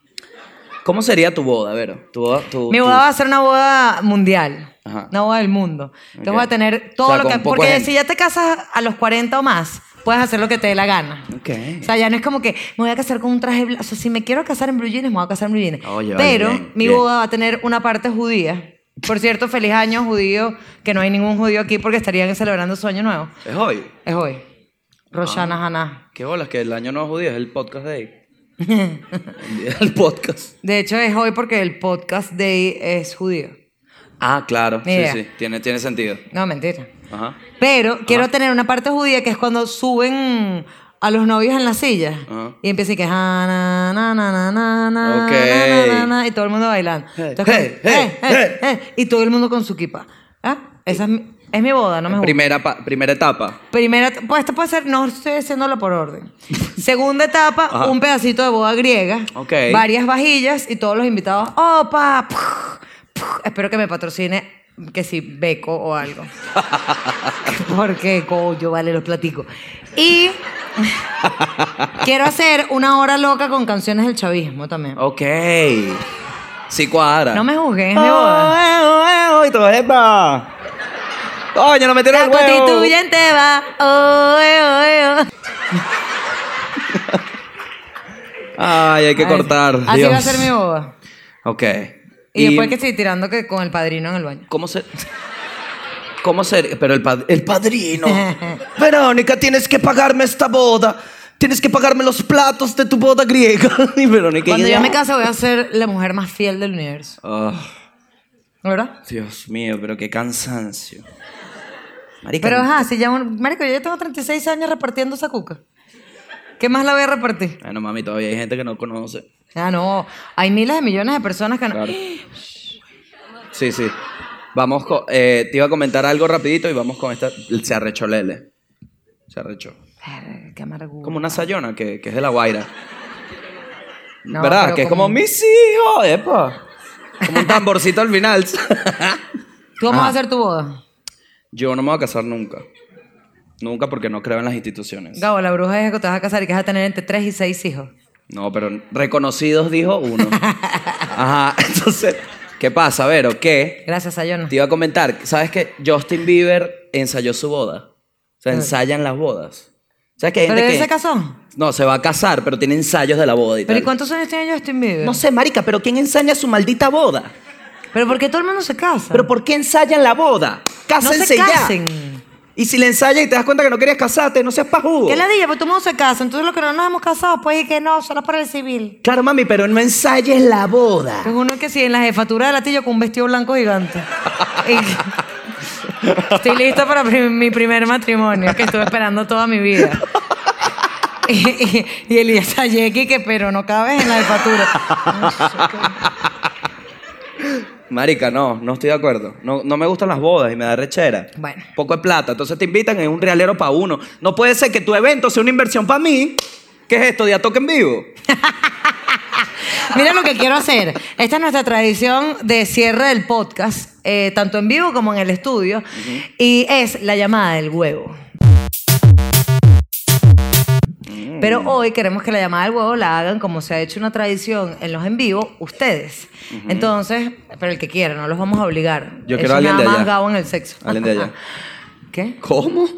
[SPEAKER 2] ¿Cómo sería tu boda, Vero? Tu boda, tu,
[SPEAKER 1] Mi
[SPEAKER 2] tu-
[SPEAKER 1] boda va a ser una boda mundial.
[SPEAKER 2] Oh, Ajá.
[SPEAKER 1] Una boda del mundo. Entonces
[SPEAKER 2] Ok.
[SPEAKER 1] voy a tener todo
[SPEAKER 2] O sea,
[SPEAKER 1] lo
[SPEAKER 2] con
[SPEAKER 1] que.
[SPEAKER 2] poco
[SPEAKER 1] Porque
[SPEAKER 2] gente.
[SPEAKER 1] si ya te casas a los 40 o más, puedes hacer lo que te dé la gana.
[SPEAKER 2] Ok.
[SPEAKER 1] O sea, ya no es como que me voy a casar con un traje blanco. O sea, si me quiero casar en blue jeans, me voy a casar en blue jeans.
[SPEAKER 2] Oye, vale,
[SPEAKER 1] Pero
[SPEAKER 2] bien,
[SPEAKER 1] mi
[SPEAKER 2] bien.
[SPEAKER 1] boda va a tener una parte judía. Por cierto, feliz año judío, que no hay ningún judío aquí porque estarían celebrando su año nuevo.
[SPEAKER 2] Es hoy.
[SPEAKER 1] Es hoy. Roshana
[SPEAKER 2] Ah.
[SPEAKER 1] Haná.
[SPEAKER 2] Qué bolas, que el año no es judío, es el podcast de ahí. el día del podcast.
[SPEAKER 1] De hecho, es hoy porque el podcast day es judío.
[SPEAKER 2] Ah, claro.
[SPEAKER 1] Ni idea.
[SPEAKER 2] Sí, sí, tiene, tiene sentido.
[SPEAKER 1] No, mentira.
[SPEAKER 2] Ajá.
[SPEAKER 1] Pero quiero tener una parte judía que es cuando suben a los novios en la silla
[SPEAKER 2] Ajá.
[SPEAKER 1] y empieza y que "Ah, na, na, na, na, na, na,
[SPEAKER 2] Ok.
[SPEAKER 1] na, na, na, na", y todo el mundo bailando.
[SPEAKER 2] Hey,
[SPEAKER 1] Entonces,
[SPEAKER 2] hey,
[SPEAKER 1] como,
[SPEAKER 2] hey,
[SPEAKER 1] "Eh, eh, eh", y todo el mundo con su kipa. ¿Ah? Esa es mi, es mi boda, no me juzgues.
[SPEAKER 2] primera, pa- primera etapa.
[SPEAKER 1] Primera, pues esto puede ser, no estoy haciéndolo por orden. Segunda etapa,
[SPEAKER 2] Ajá.
[SPEAKER 1] un pedacito de boda griega,
[SPEAKER 2] Ok.
[SPEAKER 1] varias vajillas y todos los invitados, opa, puf, puf". espero que me patrocine que si Beco o algo. Porque coño, vale, los platico. Y quiero hacer una hora loca con canciones del chavismo también.
[SPEAKER 2] Ok. Sí cuadra.
[SPEAKER 1] No me juzguen, es mi boda.
[SPEAKER 2] Oh, eh, oh, eh, oh, y todo, ¡epa! Coño, no metieron
[SPEAKER 1] La
[SPEAKER 2] el huevo.
[SPEAKER 1] constituyente va. oh, eh, oh, eh, oh.
[SPEAKER 2] Ay, hay que
[SPEAKER 1] Ay,
[SPEAKER 2] cortar.
[SPEAKER 1] Así
[SPEAKER 2] Dios.
[SPEAKER 1] va a ser mi boda.
[SPEAKER 2] Ok.
[SPEAKER 1] Y, después que estoy tirando que con el padrino en el baño.
[SPEAKER 2] ¿Cómo se...? ¿Cómo ser? Pero el, pad- el padrino. Verónica, tienes que pagarme esta boda. Tienes que pagarme los platos de tu boda griega. Y Verónica,
[SPEAKER 1] Cuando
[SPEAKER 2] y-
[SPEAKER 1] yo me case voy a ser la mujer más fiel del universo.
[SPEAKER 2] Ah,
[SPEAKER 1] ¿Verdad?
[SPEAKER 2] Dios mío, pero qué cansancio. Marica,
[SPEAKER 1] Pero ajá, si ya un... Marico, yo ya tengo 36 años repartiendo esa cuca. ¿Qué más la voy a repartir?
[SPEAKER 2] Bueno, mami, todavía hay gente que no conoce.
[SPEAKER 1] Ah, no. Hay miles de millones de personas que no...
[SPEAKER 2] Claro. Sí, sí. Vamos con... eh, te iba a comentar algo rapidito y vamos con esta... Se arrechó Lele. Se arrechó.
[SPEAKER 1] Verga, Qué amargura.
[SPEAKER 2] Como una sayona que, que es de la Guaira.
[SPEAKER 1] No,
[SPEAKER 2] ¿Verdad?
[SPEAKER 1] pero
[SPEAKER 2] Que es
[SPEAKER 1] como-
[SPEAKER 2] como mis hijos, epa. Como un tamborcito al final.
[SPEAKER 1] ¿Tú cómo vas a
[SPEAKER 2] Ajá.
[SPEAKER 1] hacer tu boda?
[SPEAKER 2] Yo no me voy a casar nunca. Nunca porque no creo en las instituciones.
[SPEAKER 1] Gabo, la bruja es que te vas a casar y que vas a tener entre 3 y 6 hijos.
[SPEAKER 2] No, pero reconocidos dijo uno. Ajá, entonces, ¿qué pasa, Vero? Que
[SPEAKER 1] Gracias, Sayona.
[SPEAKER 2] te iba a comentar, ¿sabes que Justin Bieber ensayó su boda? O sea, ensayan las bodas. ¿Sabes que hay
[SPEAKER 1] Ah. ¿Pero
[SPEAKER 2] gente
[SPEAKER 1] él
[SPEAKER 2] que-
[SPEAKER 1] se casó?
[SPEAKER 2] No, se va a casar, pero tiene ensayos de la boda y
[SPEAKER 1] ¿Pero y
[SPEAKER 2] tal.
[SPEAKER 1] cuántos años tiene Justin Bieber?
[SPEAKER 3] No sé, marica, pero ¿quién ensaña su maldita boda?
[SPEAKER 1] ¿Pero por qué todo el mundo se casa?
[SPEAKER 3] ¿Pero por qué ensayan la boda?
[SPEAKER 1] no
[SPEAKER 3] Cásense
[SPEAKER 1] se casen.
[SPEAKER 3] ya. Y si le ensayan y te das cuenta que no querías casarte, no seas pajudo.
[SPEAKER 1] ¿Qué ladilla? Pues todo el mundo se casa. Entonces los que no nos hemos casado, pues y que no, solo por el civil.
[SPEAKER 3] Claro, mami, pero no ensayes la boda.
[SPEAKER 1] Entonces uno que sí, en la jefatura de latillo con un vestido blanco gigante. Y- Estoy lista para pri- mi primer matrimonio, que estuve esperando toda mi vida. Y, y, y Elías Ayeki, que pero no cabes en la jefatura.
[SPEAKER 2] Marica, no, no estoy de acuerdo. No, no me gustan las bodas y me da rechera.
[SPEAKER 1] Bueno.
[SPEAKER 2] Poco de plata. Entonces te invitan en un realero para uno. No puede ser que tu evento sea una inversión para mí. ¿Qué es esto? ¿De a toque en vivo?
[SPEAKER 1] Mira lo que quiero hacer. Esta es nuestra tradición de cierre del podcast, eh, tanto en vivo como en el estudio, y es la llamada del huevo.
[SPEAKER 2] Mm.
[SPEAKER 1] Pero hoy queremos que la llamada del huevo la hagan como se ha hecho una tradición en los en vivo, ustedes. Entonces, pero el que quiera, no los vamos a obligar.
[SPEAKER 2] Yo
[SPEAKER 1] Eso
[SPEAKER 2] quiero a alguien
[SPEAKER 1] nada
[SPEAKER 2] de
[SPEAKER 1] más
[SPEAKER 2] allá.
[SPEAKER 1] Gabo en el sexo.
[SPEAKER 2] Alguien de allá.
[SPEAKER 1] ¿Qué?
[SPEAKER 2] ¿Cómo?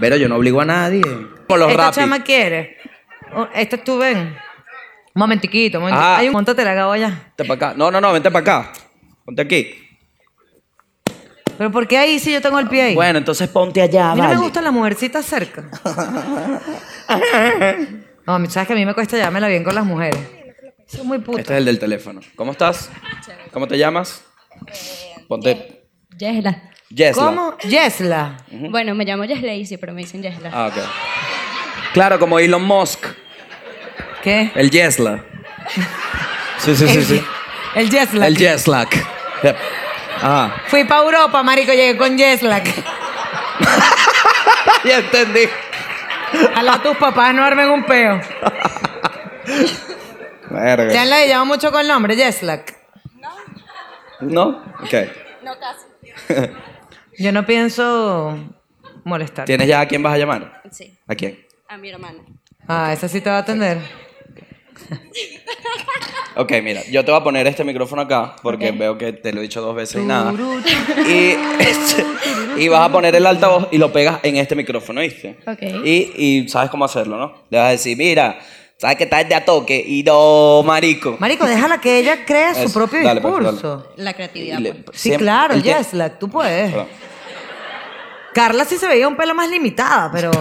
[SPEAKER 2] Pero yo no obligo a nadie. Con los
[SPEAKER 1] Esta
[SPEAKER 2] rapis.
[SPEAKER 1] chama quiere. Oh, Esta tú ven. Un momentiquito, un momentiquito.
[SPEAKER 2] Ah.
[SPEAKER 1] Ay, montate la Gabo allá.
[SPEAKER 2] Vente para acá. No, no, no, vente para acá. Ponte aquí.
[SPEAKER 1] Pero ¿por qué ahí si yo tengo el pie ahí?
[SPEAKER 2] Bueno, entonces ponte allá,
[SPEAKER 1] a mí no
[SPEAKER 2] vale.
[SPEAKER 1] me gustan las mujercitas cerca. No, mí- sabes que a mí me cuesta llevármela bien con las mujeres. Soy muy
[SPEAKER 2] Este
[SPEAKER 1] puta.
[SPEAKER 2] es el del teléfono. ¿Cómo estás? ¿Cómo te llamas? Ponte.
[SPEAKER 9] Yesla.
[SPEAKER 2] Yesla.
[SPEAKER 1] Eh, ¿Cómo? Yesla.
[SPEAKER 9] Bueno, me llamo Yesla Easy, pero me dicen Yesla.
[SPEAKER 2] Ah, ok. Claro, como Elon Musk.
[SPEAKER 1] ¿Qué?
[SPEAKER 2] El Yesla. Sí, sí, sí, sí.
[SPEAKER 1] El Yesla.
[SPEAKER 2] El Yeslack. Yep. Ah.
[SPEAKER 1] Fui para Europa, marico, llegué con Yesla.
[SPEAKER 2] Ya entendí.
[SPEAKER 1] A los tus papás no armen un peo. ¿Te
[SPEAKER 2] Verga.
[SPEAKER 1] han ladillado mucho con el nombre, Yesla?
[SPEAKER 2] ¿No? Ok.
[SPEAKER 1] Yo no pienso molestar.
[SPEAKER 2] ¿Tienes ya a quién vas a llamar?
[SPEAKER 9] Sí,
[SPEAKER 2] ¿A quién?
[SPEAKER 9] a mi hermana.
[SPEAKER 1] Ah, esa sí te va a atender.
[SPEAKER 2] Ok, mira, yo te voy a poner este micrófono acá porque veo que te lo he dicho dos veces y nada. Y, y vas a poner el altavoz y lo pegas en este micrófono, ¿viste?
[SPEAKER 9] Ok.
[SPEAKER 2] Y, y sabes cómo hacerlo, ¿no? Le vas a decir, mira, sabes que estás de a toque y no, marico.
[SPEAKER 1] Marico, déjala que ella crea su
[SPEAKER 2] Eso,
[SPEAKER 1] propio
[SPEAKER 2] dale, pues,
[SPEAKER 1] discurso.
[SPEAKER 9] La creatividad.
[SPEAKER 2] Y le-
[SPEAKER 9] pues.
[SPEAKER 1] Sí,
[SPEAKER 2] siempre-
[SPEAKER 1] claro,
[SPEAKER 2] el que-
[SPEAKER 1] Yesla, tú
[SPEAKER 9] eh.
[SPEAKER 1] puedes.
[SPEAKER 2] Perdón.
[SPEAKER 1] Carla sí se veía un pelo más limitada, pero.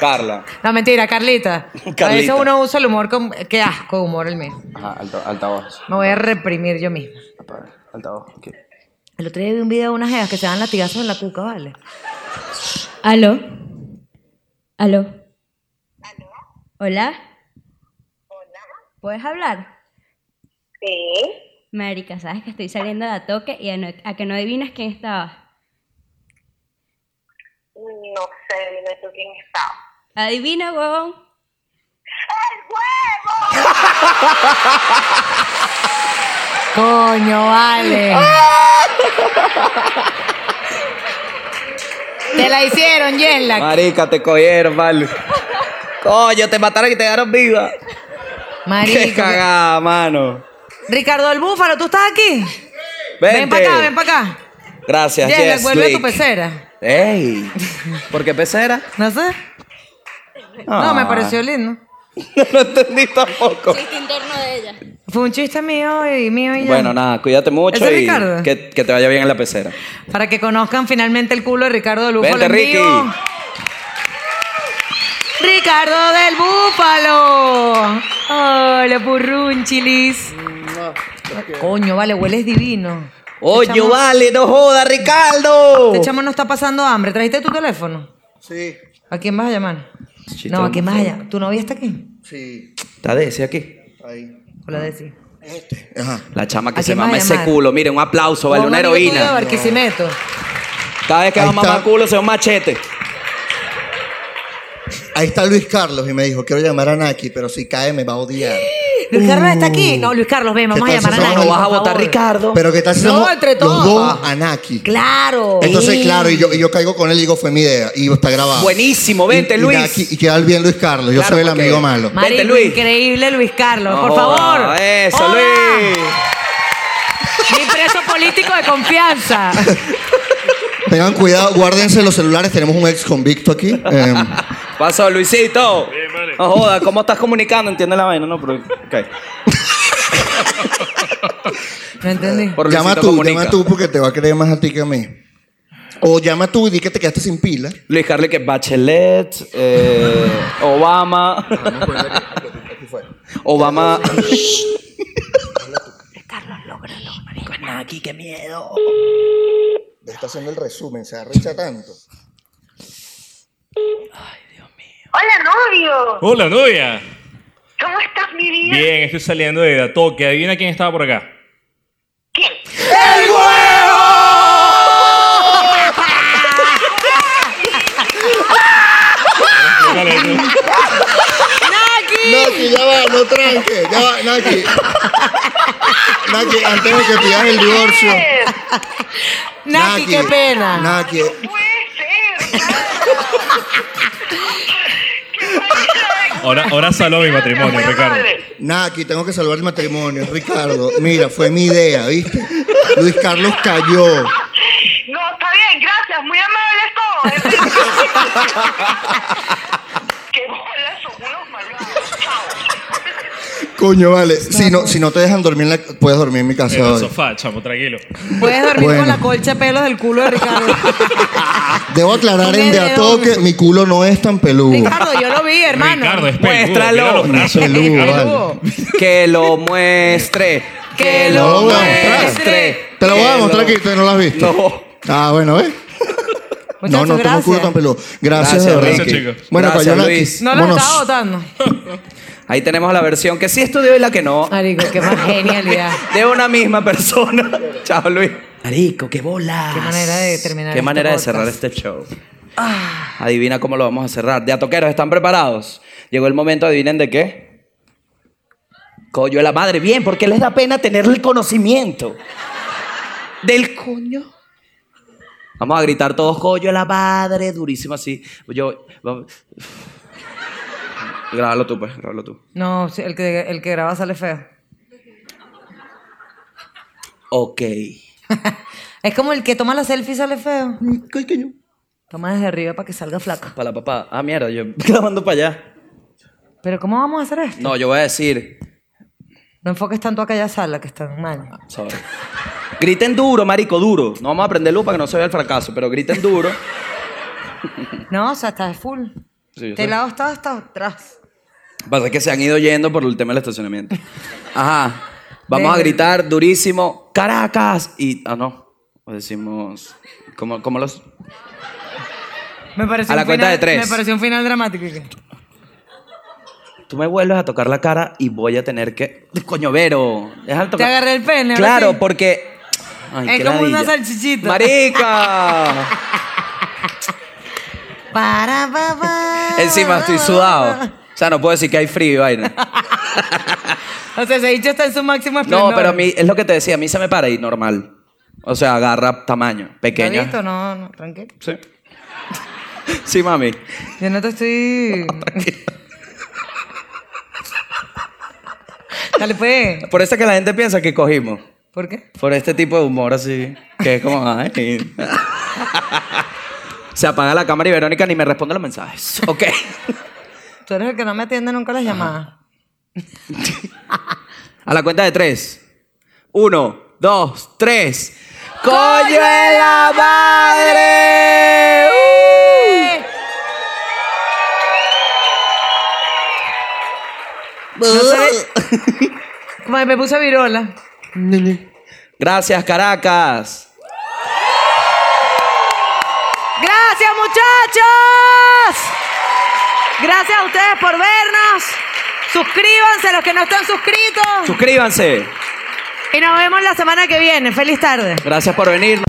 [SPEAKER 2] Carla.
[SPEAKER 1] No, mentira, Carlita.
[SPEAKER 2] Carlita.
[SPEAKER 1] A veces uno usa el humor con. Qué asco de humor el mío.
[SPEAKER 2] Ajá, alta- altavoz.
[SPEAKER 1] Me voy a reprimir yo misma.
[SPEAKER 2] Apaga, Altavoz. aquí.
[SPEAKER 1] El otro día vi un video de unas jevas que se dan latigazos en la cuca, ¿vale?
[SPEAKER 9] Aló. Aló. Aló. Hola. Hola. ¿Puedes hablar? Sí. Marica, sabes que estoy saliendo de a toque y a, no- a que no adivinas quién estaba.
[SPEAKER 10] No sé, dime tú quién está.
[SPEAKER 9] Adivina, huevón.
[SPEAKER 1] Coño, vale. Te la hicieron, Yesla.
[SPEAKER 2] Marica, te cogieron, vale. Coño, te mataron y te dejaron viva. Qué
[SPEAKER 1] Marico.
[SPEAKER 2] cagada, mano.
[SPEAKER 1] Ricardo el Búfalo, ¿tú estás aquí?
[SPEAKER 2] Vente.
[SPEAKER 1] Ven para acá, ven para acá.
[SPEAKER 2] Gracias,
[SPEAKER 1] Yesla,
[SPEAKER 2] Jess
[SPEAKER 1] vuelve a tu
[SPEAKER 2] Lick.
[SPEAKER 1] pecera.
[SPEAKER 2] ¡Ey! ¿Por qué pecera? Ah.
[SPEAKER 1] No sé. No, me pareció lindo.
[SPEAKER 2] No lo entendí tampoco.
[SPEAKER 9] Chiste interno de ella.
[SPEAKER 1] Fue un chiste mío y mío y ya.
[SPEAKER 2] Bueno, nada, cuídate mucho
[SPEAKER 1] ¿Ese
[SPEAKER 2] y
[SPEAKER 1] Ricardo?
[SPEAKER 2] que, que te vaya bien en la pecera.
[SPEAKER 1] Para que conozcan finalmente el culo de Ricardo del Búfalo
[SPEAKER 2] Vente,
[SPEAKER 1] en
[SPEAKER 2] Ricky.
[SPEAKER 1] vivo. Ricardo del Búfalo. Hola, purrunchilis. Coño, vale, hueles divino.
[SPEAKER 2] ¡Oye,
[SPEAKER 1] chamo-
[SPEAKER 2] vale! ¡No joda, Ricardo!
[SPEAKER 1] Este chamo no está pasando hambre. ¿Trajiste tu teléfono?
[SPEAKER 8] Sí,
[SPEAKER 1] ¿A quién vas a llamar?
[SPEAKER 2] Chiste,
[SPEAKER 1] No, ¿a quién vas a llamar? ¿Tu novia está aquí?
[SPEAKER 8] sí,
[SPEAKER 2] Está Desi aquí.
[SPEAKER 8] ahí.
[SPEAKER 1] Hola, Desi.
[SPEAKER 8] Ajá.
[SPEAKER 2] La chama
[SPEAKER 1] ¿A
[SPEAKER 2] que se
[SPEAKER 1] quién vas a
[SPEAKER 2] mama ese
[SPEAKER 1] llamar?
[SPEAKER 2] culo. Mire, un aplauso, vale,
[SPEAKER 1] O
[SPEAKER 2] una
[SPEAKER 1] amigo tuyo de
[SPEAKER 2] heroína.
[SPEAKER 1] Barquisimeto.
[SPEAKER 2] Cada vez que
[SPEAKER 11] Ahí
[SPEAKER 2] va a mamar
[SPEAKER 11] está.
[SPEAKER 2] culo se da un machete.
[SPEAKER 11] Ahí está Luis Carlos y me dijo, quiero llamar a Naki, pero si cae me va a odiar.
[SPEAKER 1] Luis Carlos está aquí. No, Luis Carlos, ven, vamos a
[SPEAKER 11] Uh. ¿Qué tal
[SPEAKER 1] llamar a
[SPEAKER 11] si
[SPEAKER 1] Naki.
[SPEAKER 2] No
[SPEAKER 11] somos- Ay,
[SPEAKER 1] por
[SPEAKER 2] vas a votar,
[SPEAKER 1] favor.
[SPEAKER 2] Ricardo.
[SPEAKER 11] Pero que tal si
[SPEAKER 1] No,
[SPEAKER 11] somos
[SPEAKER 1] entre todos.
[SPEAKER 11] los dos a Naki.
[SPEAKER 1] Claro.
[SPEAKER 11] Entonces, claro, y yo, y yo caigo con él y digo, fue mi idea. Y está grabado.
[SPEAKER 2] Buenísimo,
[SPEAKER 11] Y-
[SPEAKER 2] vente,
[SPEAKER 11] y
[SPEAKER 2] Luis.
[SPEAKER 11] Naki- y queda bien Luis Carlos, yo
[SPEAKER 2] Claro,
[SPEAKER 11] soy el
[SPEAKER 2] porque-
[SPEAKER 11] amigo malo.
[SPEAKER 2] Vente,
[SPEAKER 1] Marico,
[SPEAKER 2] Luis.
[SPEAKER 1] increíble Luis Carlos,
[SPEAKER 2] No
[SPEAKER 1] por
[SPEAKER 2] joda,
[SPEAKER 1] favor.
[SPEAKER 2] Eso,
[SPEAKER 1] Hola,
[SPEAKER 2] Luis.
[SPEAKER 1] Mi preso político de confianza.
[SPEAKER 11] Tengan cuidado, guárdense los celulares, tenemos un ex convicto aquí. Eh,
[SPEAKER 2] Pasó, Luisito. No joda, ¿cómo estás comunicando? Entiende la vaina, ¿no? Pero, ok.
[SPEAKER 1] No entendí.
[SPEAKER 11] llama tú, llama tú porque te va a creer más a ti que a mí. O llama tú y di que te quedaste sin pila.
[SPEAKER 2] Luis Carly, que Bachelet, eh, Obama.
[SPEAKER 11] Pues,
[SPEAKER 2] Obama.
[SPEAKER 3] Aquí, qué miedo.
[SPEAKER 11] Está haciendo el resumen, se arrecha tanto.
[SPEAKER 10] Hola, novio.
[SPEAKER 12] Hola, novia.
[SPEAKER 10] ¿Cómo estás, mi vida?
[SPEAKER 12] Bien, estoy saliendo de Datoque. Adivina quién estaba por acá.
[SPEAKER 10] ¡El
[SPEAKER 11] Naki, ya va, no tranque. Ya va, Naki. Naki, antes de que pidas el divorcio.
[SPEAKER 1] Naki, qué pena.
[SPEAKER 11] Naki.
[SPEAKER 12] Ahora, ahora saló mi matrimonio, Ricardo.
[SPEAKER 11] Naki, tengo que salvar el matrimonio. Ricardo, mira, fue mi idea, ¿viste? Luis Carlos cayó.
[SPEAKER 10] No, está bien, gracias. Muy amable todo. Qué bolas son unos malvados.
[SPEAKER 11] Coño, vale. Si no, si no te dejan dormir, en la, puedes dormir en mi casa
[SPEAKER 8] Eh,
[SPEAKER 12] En el
[SPEAKER 11] hoy.
[SPEAKER 12] sofá, chamo, tranquilo.
[SPEAKER 1] Puedes dormir
[SPEAKER 11] Bueno.
[SPEAKER 1] con la colcha de pelos del culo de Ricardo.
[SPEAKER 11] Debo aclarar en de a toque, mi culo no es tan peludo.
[SPEAKER 1] Ricardo, yo lo vi, hermano.
[SPEAKER 2] Ricardo, es peludo, Muéstralo. mira los
[SPEAKER 11] No es peludo, vale.
[SPEAKER 2] Que lo muestre. Que
[SPEAKER 11] No
[SPEAKER 2] lo
[SPEAKER 11] lo voy a mostrar.
[SPEAKER 2] muestre.
[SPEAKER 11] Te lo voy a
[SPEAKER 2] Que lo-
[SPEAKER 11] mostrar aquí, tú no lo has visto.
[SPEAKER 2] No.
[SPEAKER 11] Ah, bueno, ¿ves? no, no tengo
[SPEAKER 1] gracias.
[SPEAKER 11] culo tan peludo.
[SPEAKER 2] Gracias,
[SPEAKER 11] Gracias, de verdad.
[SPEAKER 2] Ricky. Gracias, chicos.
[SPEAKER 11] Bueno,
[SPEAKER 2] Gracias,
[SPEAKER 11] cayó la-
[SPEAKER 2] Luis.
[SPEAKER 1] No lo
[SPEAKER 11] Vámonos.
[SPEAKER 1] estaba votando.
[SPEAKER 2] Ahí tenemos la versión que sí estudió y la que no.
[SPEAKER 1] Marico, qué más genialidad.
[SPEAKER 2] De una misma persona. Chao, Luis. Marico, qué bola.
[SPEAKER 1] Qué manera de terminar.
[SPEAKER 2] Qué
[SPEAKER 1] este
[SPEAKER 2] manera de
[SPEAKER 1] podcast.
[SPEAKER 2] cerrar este show. Adivina cómo lo vamos a cerrar. De atoqueros, ¿están preparados? Llegó el momento, adivinen de qué. Coño de la madre, bien, porque les da pena tener el conocimiento. Del coño. Vamos a gritar todos, coño de la madre, durísimo así. Yo. vamos. Grábalo tú, pues, grábalo tú.
[SPEAKER 1] No, sí, el que, el que graba sale feo.
[SPEAKER 2] Ok.
[SPEAKER 1] Es como el que toma la selfie y sale feo. Toma desde arriba para que salga flaco.
[SPEAKER 2] Para la papá. Ah, mierda, yo grabando para allá.
[SPEAKER 1] Pero ¿cómo vamos a hacer esto?
[SPEAKER 2] No, yo voy a decir.
[SPEAKER 1] No enfoques tanto a aquella sala que están mal.
[SPEAKER 2] Sorry. Griten duro, marico, duro. No vamos a aprender luz para que no se vea el fracaso, pero griten duro.
[SPEAKER 1] No, o sea, está de full.
[SPEAKER 2] Sí, yo
[SPEAKER 1] Este
[SPEAKER 2] sé.
[SPEAKER 1] lado está hasta atrás.
[SPEAKER 2] Pasa que se han ido yendo por el tema del estacionamiento. Ajá. Vamos a
[SPEAKER 1] Venga.
[SPEAKER 2] gritar durísimo, Caracas. Y, ah, no. O decimos, como, como los...
[SPEAKER 1] Me pareció
[SPEAKER 2] A la
[SPEAKER 1] un
[SPEAKER 2] cuenta de
[SPEAKER 1] final-
[SPEAKER 2] tres.
[SPEAKER 1] Me pareció un final dramático.
[SPEAKER 2] Tú me vuelves a tocar la cara y voy a tener que... Coño, Vero. deja de tocar-
[SPEAKER 1] agarré el pene, ahora
[SPEAKER 2] Claro,
[SPEAKER 1] sí.
[SPEAKER 2] porque... Ay,
[SPEAKER 1] es
[SPEAKER 2] qué
[SPEAKER 1] como una
[SPEAKER 2] ladilla.
[SPEAKER 1] salchichita.
[SPEAKER 2] ¡Marica!
[SPEAKER 1] Para, pa, pa.
[SPEAKER 2] Encima estoy sudado. O sea, no puedo decir que hay frío y vaina.
[SPEAKER 1] O sea, ese dicho está en su máximo esplendor.
[SPEAKER 2] No, pero a mí, es lo que te decía, a mí se me para y normal. O sea, agarra tamaño, pequeño.
[SPEAKER 1] Carlito, no, no, tranquilo.
[SPEAKER 2] Sí. Sí, mami.
[SPEAKER 1] Yo no te estoy... Dale, pues.
[SPEAKER 2] Por eso es que la gente piensa que cogimos.
[SPEAKER 1] ¿Por qué?
[SPEAKER 2] Por este tipo de humor así, que es como, ay. Se apaga la cámara y Verónica ni me responde los mensajes. Ok.
[SPEAKER 1] Tú eres el que no me atiende nunca las llamadas.
[SPEAKER 2] A la cuenta de tres. Uno, dos, tres. ¡Coño de la madre! ¡Uh! ¡Uh!
[SPEAKER 1] No sé- Como me puse virola.
[SPEAKER 2] Gracias, Caracas.
[SPEAKER 1] Gracias muchachos. Gracias a ustedes por vernos. Suscríbanse los que no están suscritos.
[SPEAKER 2] Suscríbanse.
[SPEAKER 1] Y nos vemos la semana que viene. Feliz tarde.
[SPEAKER 2] Gracias por venir.